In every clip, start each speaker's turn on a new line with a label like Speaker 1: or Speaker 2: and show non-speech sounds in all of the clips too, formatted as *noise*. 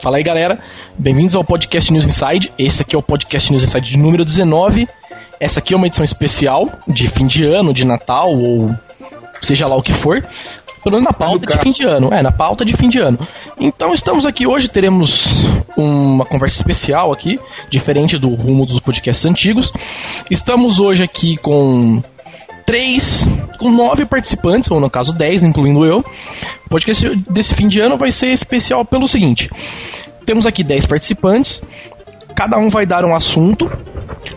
Speaker 1: Fala aí, galera. Bem-vindos ao Podcast News Inside. Esse aqui é o Podcast News Inside de número 19. Essa aqui é uma edição especial de fim de ano, de Natal ou seja lá o que for. Pelo menos na pauta de fim de ano. É, na pauta de fim de ano. Então estamos aqui hoje, teremos uma conversa especial aqui, diferente do rumo dos podcasts antigos. Estamos hoje aqui com três, com nove participantes, ou no caso dez, incluindo eu. O podcast desse fim de ano vai ser especial pelo seguinte: temos aqui dez participantes, cada um vai dar um assunto,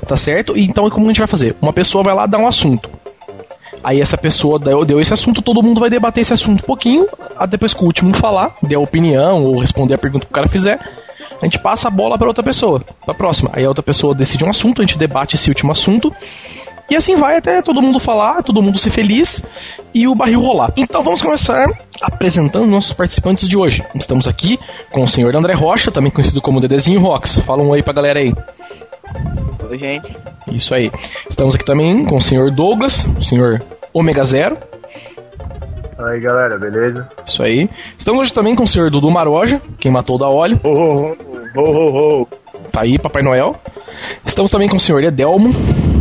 Speaker 1: tá certo? E então como a gente vai fazer? Uma pessoa vai lá dar um assunto. Aí essa pessoa deu, deu esse assunto, todo mundo vai debater esse assunto um pouquinho, a- depois que o último falar, der a opinião ou responder a pergunta que o cara fizer, a gente passa a bola para outra pessoa, para próxima. Aí a outra pessoa decide um assunto, a gente debate esse último assunto. E assim vai até todo mundo falar, todo mundo ser feliz e o barril rolar. Então vamos começar apresentando nossos participantes de hoje. Estamos aqui com o senhor André Rocha, também conhecido como Dedezinho Rox. Fala um oi pra galera aí.
Speaker 2: Oi, gente.
Speaker 1: Isso aí. Estamos aqui também com o senhor Douglas, o senhor Ômega Zero.
Speaker 3: Aí galera, beleza?
Speaker 1: Isso aí. Estamos hoje também com o senhor Dudu Maroja, quem matou o da óleo.
Speaker 3: Ho, ho, ho, ho, ho, ho.
Speaker 1: Tá aí, Papai Noel. Estamos também com o senhor Edelmo.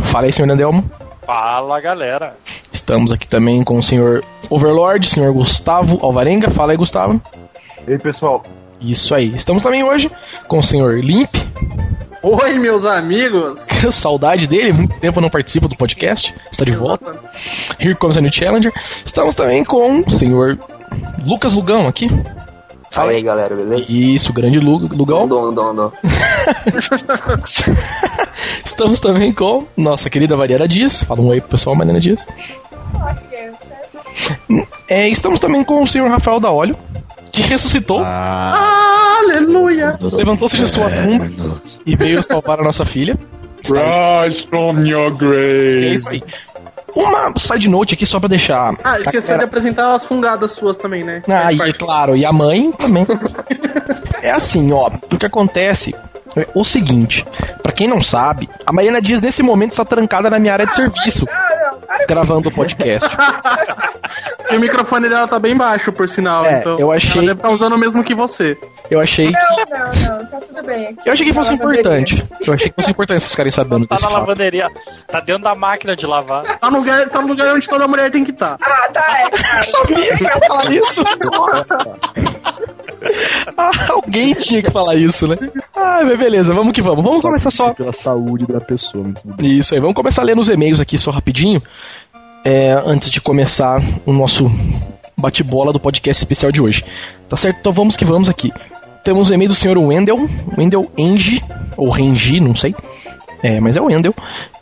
Speaker 1: Fala aí, senhor Edelmo.
Speaker 4: Fala galera,
Speaker 1: Estamos aqui também com o senhor Overlord, senhor Gustavo Alvarenga. Fala aí, Gustavo.
Speaker 3: Ei pessoal,
Speaker 1: Isso aí. Estamos também hoje com o senhor Limp.
Speaker 5: Oi, meus
Speaker 1: *laughs*
Speaker 5: amigos!
Speaker 1: Saudade dele, muito tempo não participa do podcast. Está de volta. Here comes a new challenger. Estamos também com o senhor Lucas Lugão aqui.
Speaker 2: Fala aí, galera, beleza?
Speaker 1: Isso, grande Lu- Lugão.
Speaker 2: Andou, andou, andou.
Speaker 1: *laughs* Estamos também com nossa querida Mariana Dias. Fala um oi pro pessoal, Mariana Dias. É, estamos também com o senhor Rafael da Óleo, que ressuscitou,
Speaker 5: Aleluia!
Speaker 1: levantou-se de sua tumba e veio salvar a nossa filha.
Speaker 4: Rise from your
Speaker 1: É
Speaker 4: grave.
Speaker 1: isso aí. Uma side note aqui só pra deixar.
Speaker 5: Ah, esqueceu de apresentar as fungadas suas também, né?
Speaker 1: Tá, Ah,
Speaker 5: Faz
Speaker 1: e é
Speaker 5: parte.
Speaker 1: claro, e a mãe também. é assim, ó, o que acontece é o seguinte, pra quem não sabe, a Mariana Dias nesse momento está trancada na minha área de serviço, gravando o podcast.
Speaker 5: E o microfone dela tá bem baixo, por sinal.
Speaker 1: É,
Speaker 5: então
Speaker 1: eu achei-
Speaker 5: Ela deve estar usando o mesmo que você.
Speaker 1: Eu achei que
Speaker 6: Não, não, não, tá tudo bem.
Speaker 1: eu achei que fosse
Speaker 6: Ela tá bem.
Speaker 1: importante. Eu achei que fosse importante vocês ficarem sabendo
Speaker 4: Tá
Speaker 1: desse
Speaker 4: na
Speaker 1: fato.
Speaker 4: lavanderia, tá dentro da máquina de lavar.
Speaker 5: Tá no lugar, tá no lugar onde toda mulher tem que estar.
Speaker 6: Ah, tá, é,
Speaker 1: Eu sabia que ia falar isso. *laughs* Ah, alguém tinha que falar isso, né? Ah, mas beleza, vamos que vamos. Vamos começar só
Speaker 3: pela saúde da pessoa. mas tudo bem.
Speaker 1: Isso aí, vamos começar lendo os e-mails aqui só rapidinho. é, antes de começar o nosso bate-bola do podcast especial de hoje. Tá certo? Então vamos que vamos aqui. Temos o e-mail do senhor Wendel, Wendel Engi, ou Rengi, não sei. É, mas é o Wendel.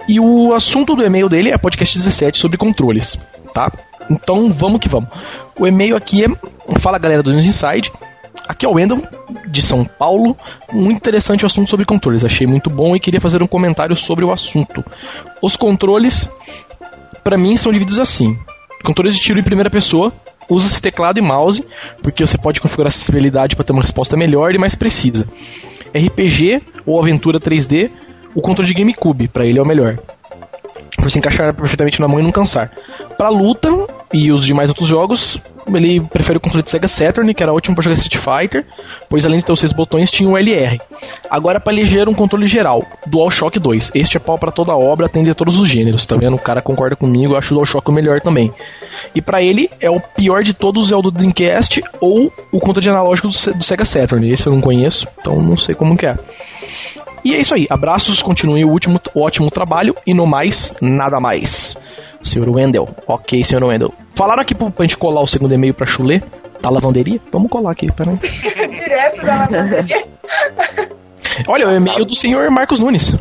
Speaker 1: E o assunto do e-mail dele é podcast 17 sobre controles, tá? Então vamos que vamos. O e-mail aqui é. Fala galera do News Inside. Aqui é o Wendel, de São Paulo. Muito interessante o assunto sobre controles. Achei muito bom e queria fazer um comentário sobre o assunto. Os controles, pra mim, são divididos assim: controles de tiro em primeira pessoa, usa-se teclado e mouse, porque você pode configurar a acessibilidade para ter uma resposta melhor e mais precisa. RPG ou aventura 3D, o controle de GameCube, pra ele é o melhor. Por se encaixar perfeitamente na mão e não cansar. Pra luta e os demais outros jogos, ele prefere o controle de Sega Saturn, que era ótimo pra jogar Street Fighter, pois além de ter os seis botões, tinha o LR. Agora pra eleger um controle geral, DualShock 2. Este é pau pra toda obra, atende a todos os gêneros, tá vendo? O cara concorda comigo, eu acho o DualShock o melhor também. E pra ele, é o pior de todos é o do Dreamcast ou o controle analógico do, Se- do Sega Saturn. Esse eu não conheço, então não sei como que é. E é isso aí, abraços, continue o último, o ótimo trabalho e no mais, nada mais. Senhor Wendel, ok, senhor Wendel. Falaram aqui pro- pra gente colar o segundo e-mail pra chulê, tá lavanderia? Vamos colar aqui, peraí.
Speaker 6: é direto da lavanderia,
Speaker 1: Olha, o e-mail do senhor Marcos Nunes.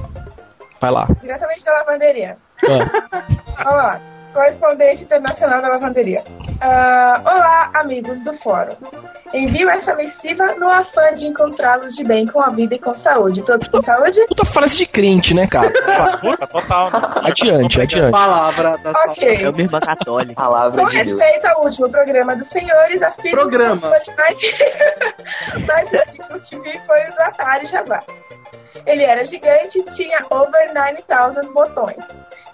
Speaker 1: Vai lá.
Speaker 6: diretamente da lavanderia.
Speaker 1: Ah,
Speaker 6: Olha lá, correspondente internacional da lavanderia. Ah, olá, amigos do fórum. Envio essa missiva no afã de encontrá-los de bem com a vida e com saúde. Todos com saúde?
Speaker 1: puta frase de crente, né, cara?
Speaker 4: Puta, total. né?
Speaker 1: Adiante, adiante.
Speaker 5: Palavra da sua-
Speaker 6: Ok.
Speaker 2: É o mesmo católico. Palavra
Speaker 6: Com
Speaker 2: de Deus.
Speaker 6: respeito ao último programa dos senhores, a filha
Speaker 5: Programa.
Speaker 6: *laughs* mais antigo que vi foi o do Atari Jaguar. Ele era gigante e tinha over 9,000 botões.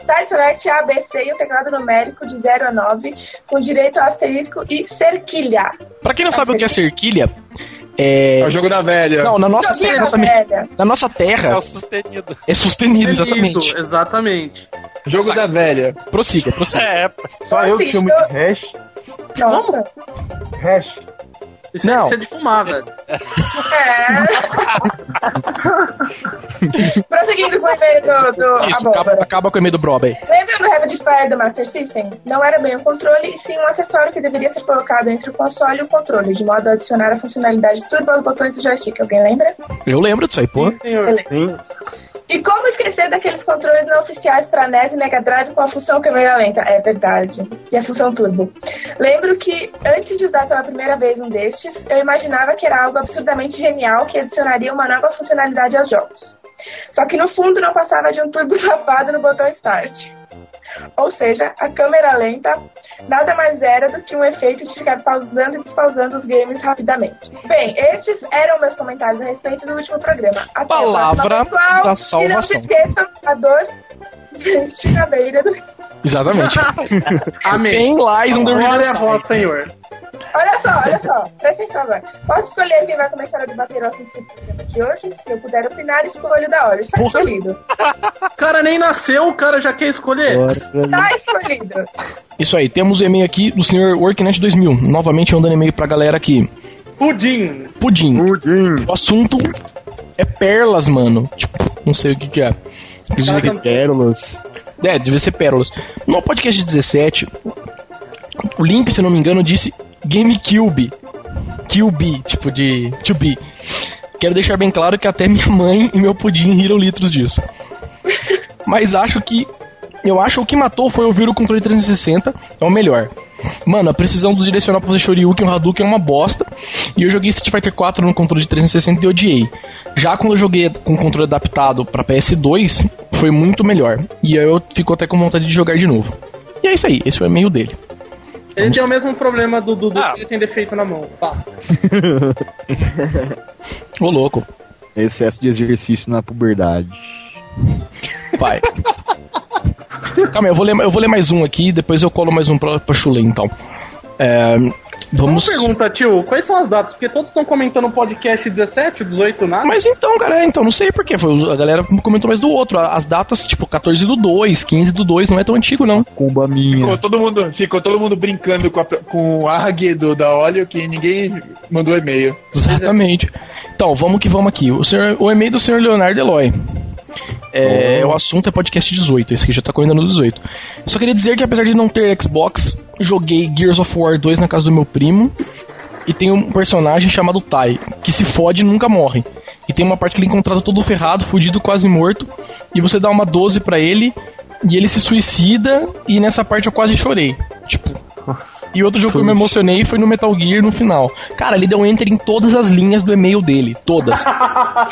Speaker 6: Star Select A, B, C e o teclado numérico de 0 a 9, com direito a asterisco e cerquilha.
Speaker 1: Pra quem não sabe o que é cerquilha, É,
Speaker 5: É o jogo da velha.
Speaker 1: não, na nossa terra,
Speaker 6: Joguinho da
Speaker 1: exatamente.
Speaker 6: velha.
Speaker 1: Na nossa
Speaker 4: É
Speaker 1: terra
Speaker 4: o sustenido.
Speaker 1: é sustenido,
Speaker 5: Isso,
Speaker 1: exatamente.
Speaker 5: Exatamente.
Speaker 4: Jogo da
Speaker 5: velha.
Speaker 1: Prossiga, prossiga.
Speaker 4: É,
Speaker 3: Só eu que
Speaker 6: Assim,
Speaker 3: chamo
Speaker 6: eu-
Speaker 3: de hash.
Speaker 6: Nossa.
Speaker 3: Hash.
Speaker 5: Isso,
Speaker 1: Não.
Speaker 5: não. isso é de fumar, velho.
Speaker 6: É. Prosseguindo com o e-mail do, do
Speaker 1: Isso, acaba,
Speaker 6: Abóbora.
Speaker 1: acaba com o e-mail do Broba aí.
Speaker 6: Lembra do Rapid Fire do Master System? Não era bem um controle, e sim um acessório que deveria ser colocado entre o console e o controle, de modo a adicionar a funcionalidade turbo aos botões do joystick. Alguém lembra?
Speaker 1: Eu lembro disso aí, pô.
Speaker 5: Sim, senhor.
Speaker 6: E como esquecer daqueles controles não oficiais para NES e Mega Drive com a função câmera lenta? É verdade. E a função turbo. Lembro que, antes de usar pela primeira vez um destes, eu imaginava que era algo absurdamente genial que adicionaria uma nova funcionalidade aos jogos. Só que no fundo não passava de um turbo *laughs* safado no botão Start. Ou seja, a câmera lenta nada mais era do que um efeito de ficar pausando e despausando os games rapidamente. Bem, estes eram meus comentários a respeito do último programa. Até a próxima,
Speaker 1: Palavra
Speaker 6: pessoal.
Speaker 1: da
Speaker 6: E não se
Speaker 1: salvação.
Speaker 6: esqueçam a dor de *laughs* na beira do.
Speaker 1: Exatamente.
Speaker 5: Amém.
Speaker 1: Bem lies on the
Speaker 5: Glória é a
Speaker 1: riverside.
Speaker 5: vós, senhor.
Speaker 6: Olha só, olha só, presta atenção agora. Posso escolher quem vai começar a debater o assunto do programa de hoje? Se eu puder opinar, escolho da hora. Está
Speaker 1: Porra.
Speaker 6: escolhido.
Speaker 5: O cara nem nasceu, o cara já quer escolher.
Speaker 6: Está escolhido.
Speaker 1: Isso aí, temos o e-mail aqui do senhor Worknet 2000. Novamente mandando e-mail pra galera aqui.
Speaker 5: Pudim.
Speaker 1: Pudim.
Speaker 3: Pudim.
Speaker 1: O assunto é perlas, mano. Tipo, não sei o que que é. Diz aqui.
Speaker 3: Pérolas.
Speaker 1: É, devia ser pérolas. No podcast 17, o Limp, se não me engano, disse GameCube. QB, tipo de... To be. Quero deixar bem claro que até minha mãe e meu pudim riram litros
Speaker 5: *laughs*
Speaker 1: disso. Mas acho que... Eu acho que o que matou foi ouvir o controle 360, é o melhor. Mano, a precisão do direcional pra fazer Shoryuken e o Hadouken é uma bosta. E eu joguei Street Fighter 4 no controle de 360 e odiei. Já quando eu joguei com o controle adaptado pra PS2, foi muito melhor. E aí eu fico até com vontade de jogar de novo. E é isso aí, esse foi o e-mail dele.
Speaker 5: Ele tem o mesmo problema do Dudu
Speaker 4: Ah.
Speaker 5: que ele tem defeito na mão. Pá.
Speaker 1: Ô louco,
Speaker 7: Excesso de exercício na puberdade.
Speaker 5: *laughs*
Speaker 1: vai. Calma aí, eu vou, ler, eu vou ler mais um aqui, depois eu colo mais um pra, pra Chulé, então. É,
Speaker 5: Uma
Speaker 1: vamos.
Speaker 5: pergunta, tio, quais são as datas? Porque todos estão comentando o podcast 17, 18, nada.
Speaker 1: Mas então, cara, é, então, não sei porquê. Foi, a galera comentou mais do outro. A- As datas, tipo, 14 do 2, 15 do 2, não é tão antigo, não.
Speaker 7: Cumba minha.
Speaker 8: Ficou todo mundo, ficou todo mundo brincando com, a, com o ARG do, da Olio que ninguém mandou e-mail.
Speaker 1: Exatamente. Então, vamos que vamos aqui. O, senhor, o e-mail do senhor Leonardo Eloy. É, O assunto é podcast 18, esse aqui já tá correndo no 18. Só queria dizer que apesar de não ter Xbox, joguei Gears of War 2 na casa do meu primo. E tem um personagem chamado Tai, que se fode e nunca morre. E tem uma parte que ele é encontrado todo ferrado, fudido, quase morto. E você dá uma 12 pra ele, e ele se suicida, e nessa parte eu quase chorei. Tipo. E outro jogo que eu me emocionei foi no Metal Gear no final. Cara, ele deu um enter em todas as linhas do e-mail dele. Todas.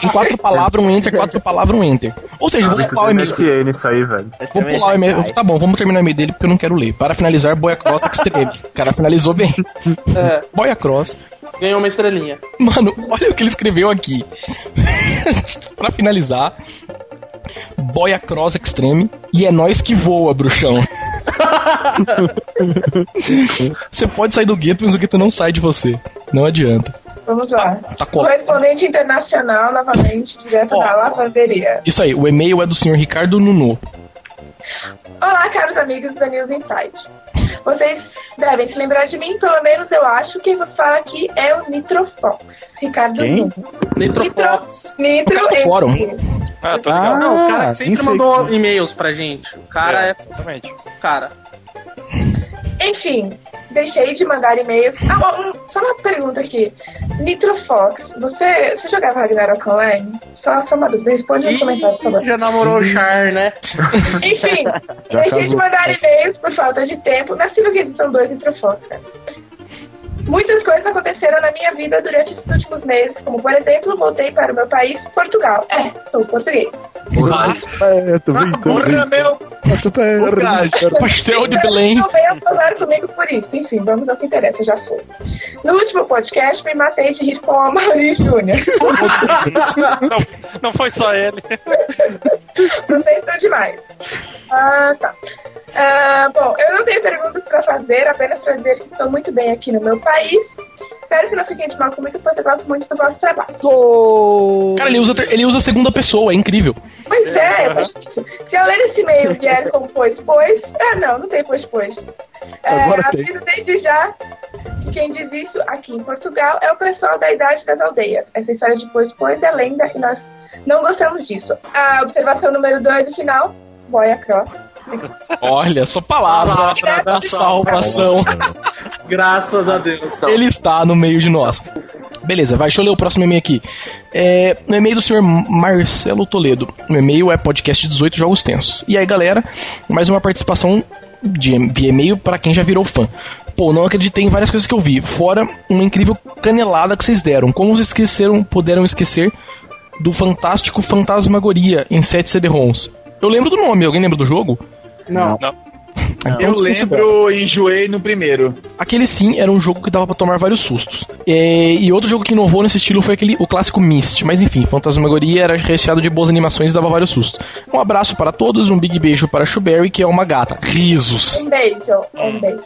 Speaker 1: em quatro palavras, um enter, quatro palavras, um enter. Ou seja, eu vou pular o e-mail.
Speaker 3: MSN isso aí, velho.
Speaker 1: Vou pular o e-mail. Tá bom, vamos terminar o e-mail dele porque eu não quero ler. Para finalizar, Boia Cross Extreme. O cara finalizou bem.
Speaker 5: É,
Speaker 1: Boia Cross.
Speaker 5: ganhou uma estrelinha.
Speaker 1: Mano, olha o que ele escreveu aqui. *laughs* pra finalizar, Boia Cross Extreme. E é nós que voa, bruxão. você pode sair do gueto, mas o gueto não sai de você. Não adianta.
Speaker 6: Vamos lá.
Speaker 1: Tá colado.
Speaker 6: Correspondente internacional, novamente, direto
Speaker 1: Ó.
Speaker 6: da lavanderia.
Speaker 1: Isso aí, o e-mail é do senhor Ricardo Nuno.
Speaker 6: Olá, caros amigos da News Insight. Vocês devem se lembrar de mim, pelo menos eu acho que vou falar aqui é o Nitrofox. Ricardo Nuno.
Speaker 5: Nitrofox.
Speaker 6: Nitro
Speaker 1: Cara do fórum.
Speaker 6: MC.
Speaker 4: Ah, tô ligado.
Speaker 7: Ah,
Speaker 5: Não, o cara que sempre
Speaker 7: isso aí.
Speaker 5: mandou e-mails pra gente. O
Speaker 2: Ah,
Speaker 5: cara é,
Speaker 4: Exatamente.
Speaker 5: o cara.
Speaker 6: Enfim, deixei de mandar e-mails. Ah, ó, um- só uma pergunta aqui. Nitrofox, você, você jogava Ragnarok Online? Só, só uma dúvida, responde nos comentários, por favor.
Speaker 5: Ih, já namorou o Char, né?
Speaker 7: *laughs*
Speaker 6: Enfim,
Speaker 7: Já
Speaker 6: deixei de
Speaker 7: casou.
Speaker 6: mandar e-mails por falta de tempo na Silvia Edição 2 entre Foca. Muitas coisas aconteceram na minha vida durante esses últimos meses, como por exemplo, voltei para o meu país, Portugal. É, sou português.
Speaker 7: É, tô brincando.
Speaker 4: Porra, meu!
Speaker 7: Tô brincando.
Speaker 1: Pastel é de Belém.
Speaker 6: então, Não venham falar comigo por isso. Enfim, vamos ao que interessa, já foi. No último podcast, me matei de rir com a Mauri Júnior.
Speaker 4: Não, não foi só ele.
Speaker 6: Vocês estão demais. Ah, tá. Ah, bom, eu não tenho perguntas para fazer, apenas para dizer que estou muito bem aqui no meu país. Espero que não fiquem de mal comigo, pois eu gosto muito do vosso trabalho.
Speaker 7: Gol!
Speaker 1: Cara, ele usa, ter- ele usa a segunda pessoa, é incrível.
Speaker 6: Pois é, mas se eu ler esse e-mail e vier com pois, pois. Ah, não, não tem pois, pois. É,
Speaker 7: Agora tem.
Speaker 6: aviso desde já que quem diz isso aqui em Portugal é o pessoal da idade das aldeias. Essa história de pois, pois é lenda e nós não gostamos disso. A observação número 2 do final: boia cross.
Speaker 1: Olha, só palavra da salvação.
Speaker 5: Graças a Deus.
Speaker 1: Ele está no meio de nós. Beleza, vai, deixa eu ler o próximo e-mail aqui. É, no e-mail do senhor Marcelo Toledo. O e-mail é podcast 18 Jogos Tensos. E aí, galera, mais uma participação de, via e-mail para quem já virou fã. Pô, não acreditei em várias coisas que eu vi, fora uma incrível canelada que vocês deram. Como vocês esqueceram, puderam esquecer do fantástico Fantasmagoria em 7 CD-ROMs? Eu lembro do nome, alguém lembra do jogo?
Speaker 5: Não.
Speaker 1: Então,
Speaker 8: Eu
Speaker 1: desconsidera.
Speaker 8: lembro, enjoei no primeiro.
Speaker 1: Aquele sim era um jogo que dava pra tomar vários sustos. É, E, outro jogo que inovou nesse estilo foi aquele o clássico Myst. Mas enfim, Fantasmagoria era recheado de boas animações e dava vários sustos. Um abraço para todos, um big beijo para Shuberry, que é uma gata. Risos.
Speaker 6: Um beijo, um beijo.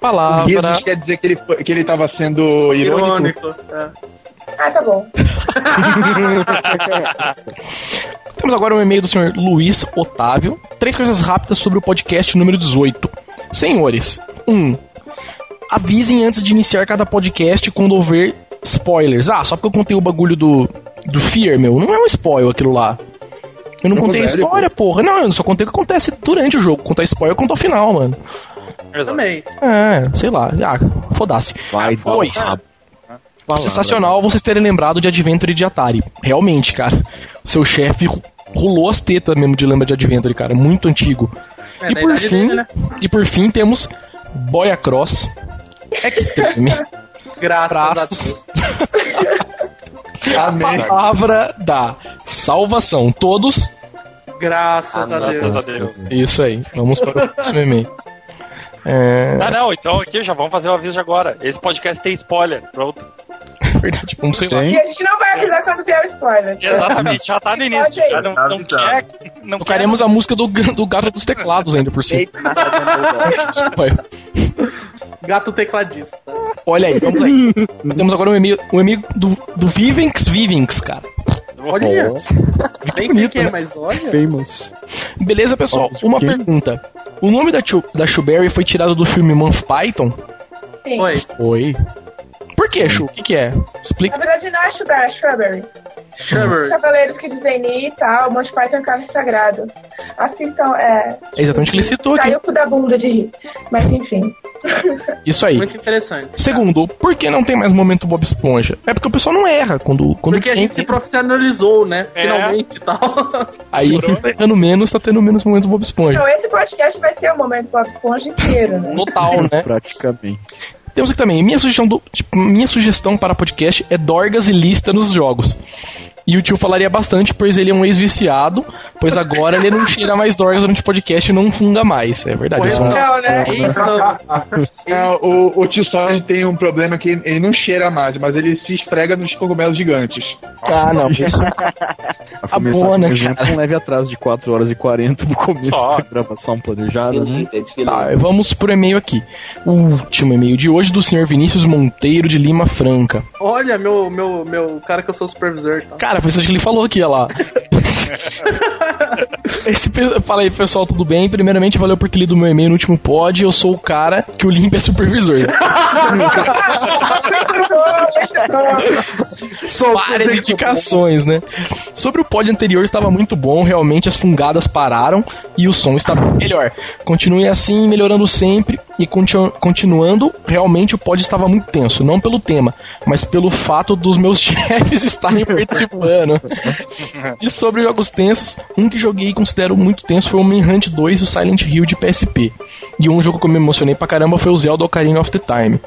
Speaker 1: Palavra.
Speaker 8: Isso quer dizer que ele, foi- que ele tava sendo irônico.
Speaker 5: Irônico. é.
Speaker 6: Ah, tá bom.
Speaker 5: *laughs*
Speaker 1: Temos agora um e-mail do senhor Luiz Otávio. Três coisas rápidas sobre o podcast número 18. Senhores, 1. Um, avisem antes de iniciar cada podcast quando houver spoilers. Ah, só porque eu contei o bagulho do, do Fear, meu. Não é um spoiler aquilo lá. Eu não, contei a história, porra. Não, eu só contei o que acontece durante o jogo. Contar spoiler, contar o final, mano.
Speaker 5: Também.
Speaker 1: É, sei lá. Ah, foda-se.
Speaker 7: Vai,
Speaker 1: Pois.
Speaker 7: né?
Speaker 1: Sensacional vocês terem lembrado de Adventure e de Atari. Realmente, cara. Seu chefe ru- rolou as tetas mesmo de lembra de Adventure, cara. Muito antigo.
Speaker 5: É,
Speaker 1: e,
Speaker 5: da
Speaker 1: por
Speaker 5: idade
Speaker 1: fim,
Speaker 5: dele, né?
Speaker 1: e por fim temos Boya Cross
Speaker 5: *laughs*
Speaker 1: Extreme.
Speaker 5: Graças a
Speaker 1: Traços.
Speaker 5: *laughs* Deus.
Speaker 8: Amém.
Speaker 1: Palavra da salvação. Todos.
Speaker 5: Graças a Deus.
Speaker 4: Graças a Deus.
Speaker 1: Isso aí. Vamos para o próximo e-mail. É
Speaker 4: Ah, não, então aqui já vamos fazer o aviso de agora. Esse podcast tem spoiler. Pronto.
Speaker 1: verdade. Vamos sei lá.
Speaker 7: Tem?
Speaker 6: E a gente não vai avisar quando vier o spoiler.
Speaker 4: Exatamente, já tá no início. Já não, não quer. Não quer.
Speaker 1: Tocaremos a música do, ga- do gato dos teclados ainda por cima.
Speaker 2: Eita, nossa, tá
Speaker 1: *laughs* Spoiler.
Speaker 5: Gato tecladista.
Speaker 1: Olha aí, vamos aí. Temos agora um e-mail, um e-mail do, do Vivinx Vivinx, cara.
Speaker 5: Olha. Nem sei quem é, mas olha.
Speaker 7: Famous.
Speaker 1: Beleza, pessoal?
Speaker 7: Óbvio,
Speaker 1: Uma
Speaker 7: quem?
Speaker 1: pergunta. O nome da, Chu, da Shuberry foi tirado do filme Month Python?
Speaker 6: Sim.
Speaker 5: Foi.
Speaker 1: Foi. Por que, Shu? O que, que é?
Speaker 6: Na
Speaker 1: Explica.
Speaker 6: verdade, não é Sugar, é Shrubbery.
Speaker 5: Shrubbery.
Speaker 6: Cavaleiros que dizem Ni e tal, Monty Python é um carro sagrado. Assistam, é.
Speaker 1: É exatamente o que ele citou aqui.
Speaker 6: Caiu o cu da bunda de rir. Mas enfim.
Speaker 1: Isso aí.
Speaker 5: Muito interessante.
Speaker 1: Segundo, por que não tem mais momento Bob Esponja? É porque o pessoal não erra quando, quando
Speaker 5: Porque a
Speaker 1: tem,
Speaker 5: gente se profissionalizou, né?
Speaker 4: É.
Speaker 5: Finalmente e tal. *laughs*
Speaker 1: Aí quem tá *laughs* errando menos, tá tendo menos momentos Bob Esponja.
Speaker 6: Então, esse podcast vai ser o momento Bob Esponja inteiro, né?
Speaker 5: Então,
Speaker 1: Total, né?
Speaker 7: Praticamente.
Speaker 1: Temos aqui também, minha sugestão, do- tipo, minha sugestão para podcast é Dorgas e Lista nos jogos. E o tio falaria bastante, pois ele é um ex-viciado, pois agora ele não cheira mais Dorgas durante o podcast e não funga mais. É verdade. isso é um-
Speaker 6: Não, né?
Speaker 5: Isso.
Speaker 8: Não, o, o tio Solange tem um problema que ele não cheira mais, mas ele se esfrega nos cogumelos gigantes.
Speaker 1: Ah, não. *laughs* Isso...
Speaker 7: A começar,
Speaker 1: boa, né,
Speaker 7: por exemplo, um leve atraso de 4 horas e 40 no começo
Speaker 4: Ó.
Speaker 7: da gravação planejada. né?
Speaker 2: Desfilei, desfilei.
Speaker 1: Tá, vamos pro e-mail aqui. O último e-mail de hoje do senhor Vinícius Monteiro de Lima Franca.
Speaker 5: Olha, meu, meu, meu cara que eu sou supervisor então. e tal.
Speaker 1: Cara, foi isso que ele falou aqui, olha *laughs* lá. Esse, pe- fala aí, pessoal, tudo bem? Primeiramente, valeu por ter lido meu e-mail no último pod. Eu sou o cara que o Limp é supervisor.
Speaker 6: Ah, *laughs*
Speaker 1: Várias indicações, né? Sobre o pod anterior, estava muito bom. Realmente, as fungadas pararam e o som está melhor. Continue assim, melhorando sempre. E continu- continuando, realmente o pod estava muito tenso. Não pelo tema, mas pelo fato dos meus *laughs* chefes estarem participando. E sobre jogos tensos, um que joguei e considero muito tenso foi o Manhunt 2 e o Silent Hill de PSP. E um jogo que eu me emocionei pra caramba foi o Zelda Ocarina of the Time.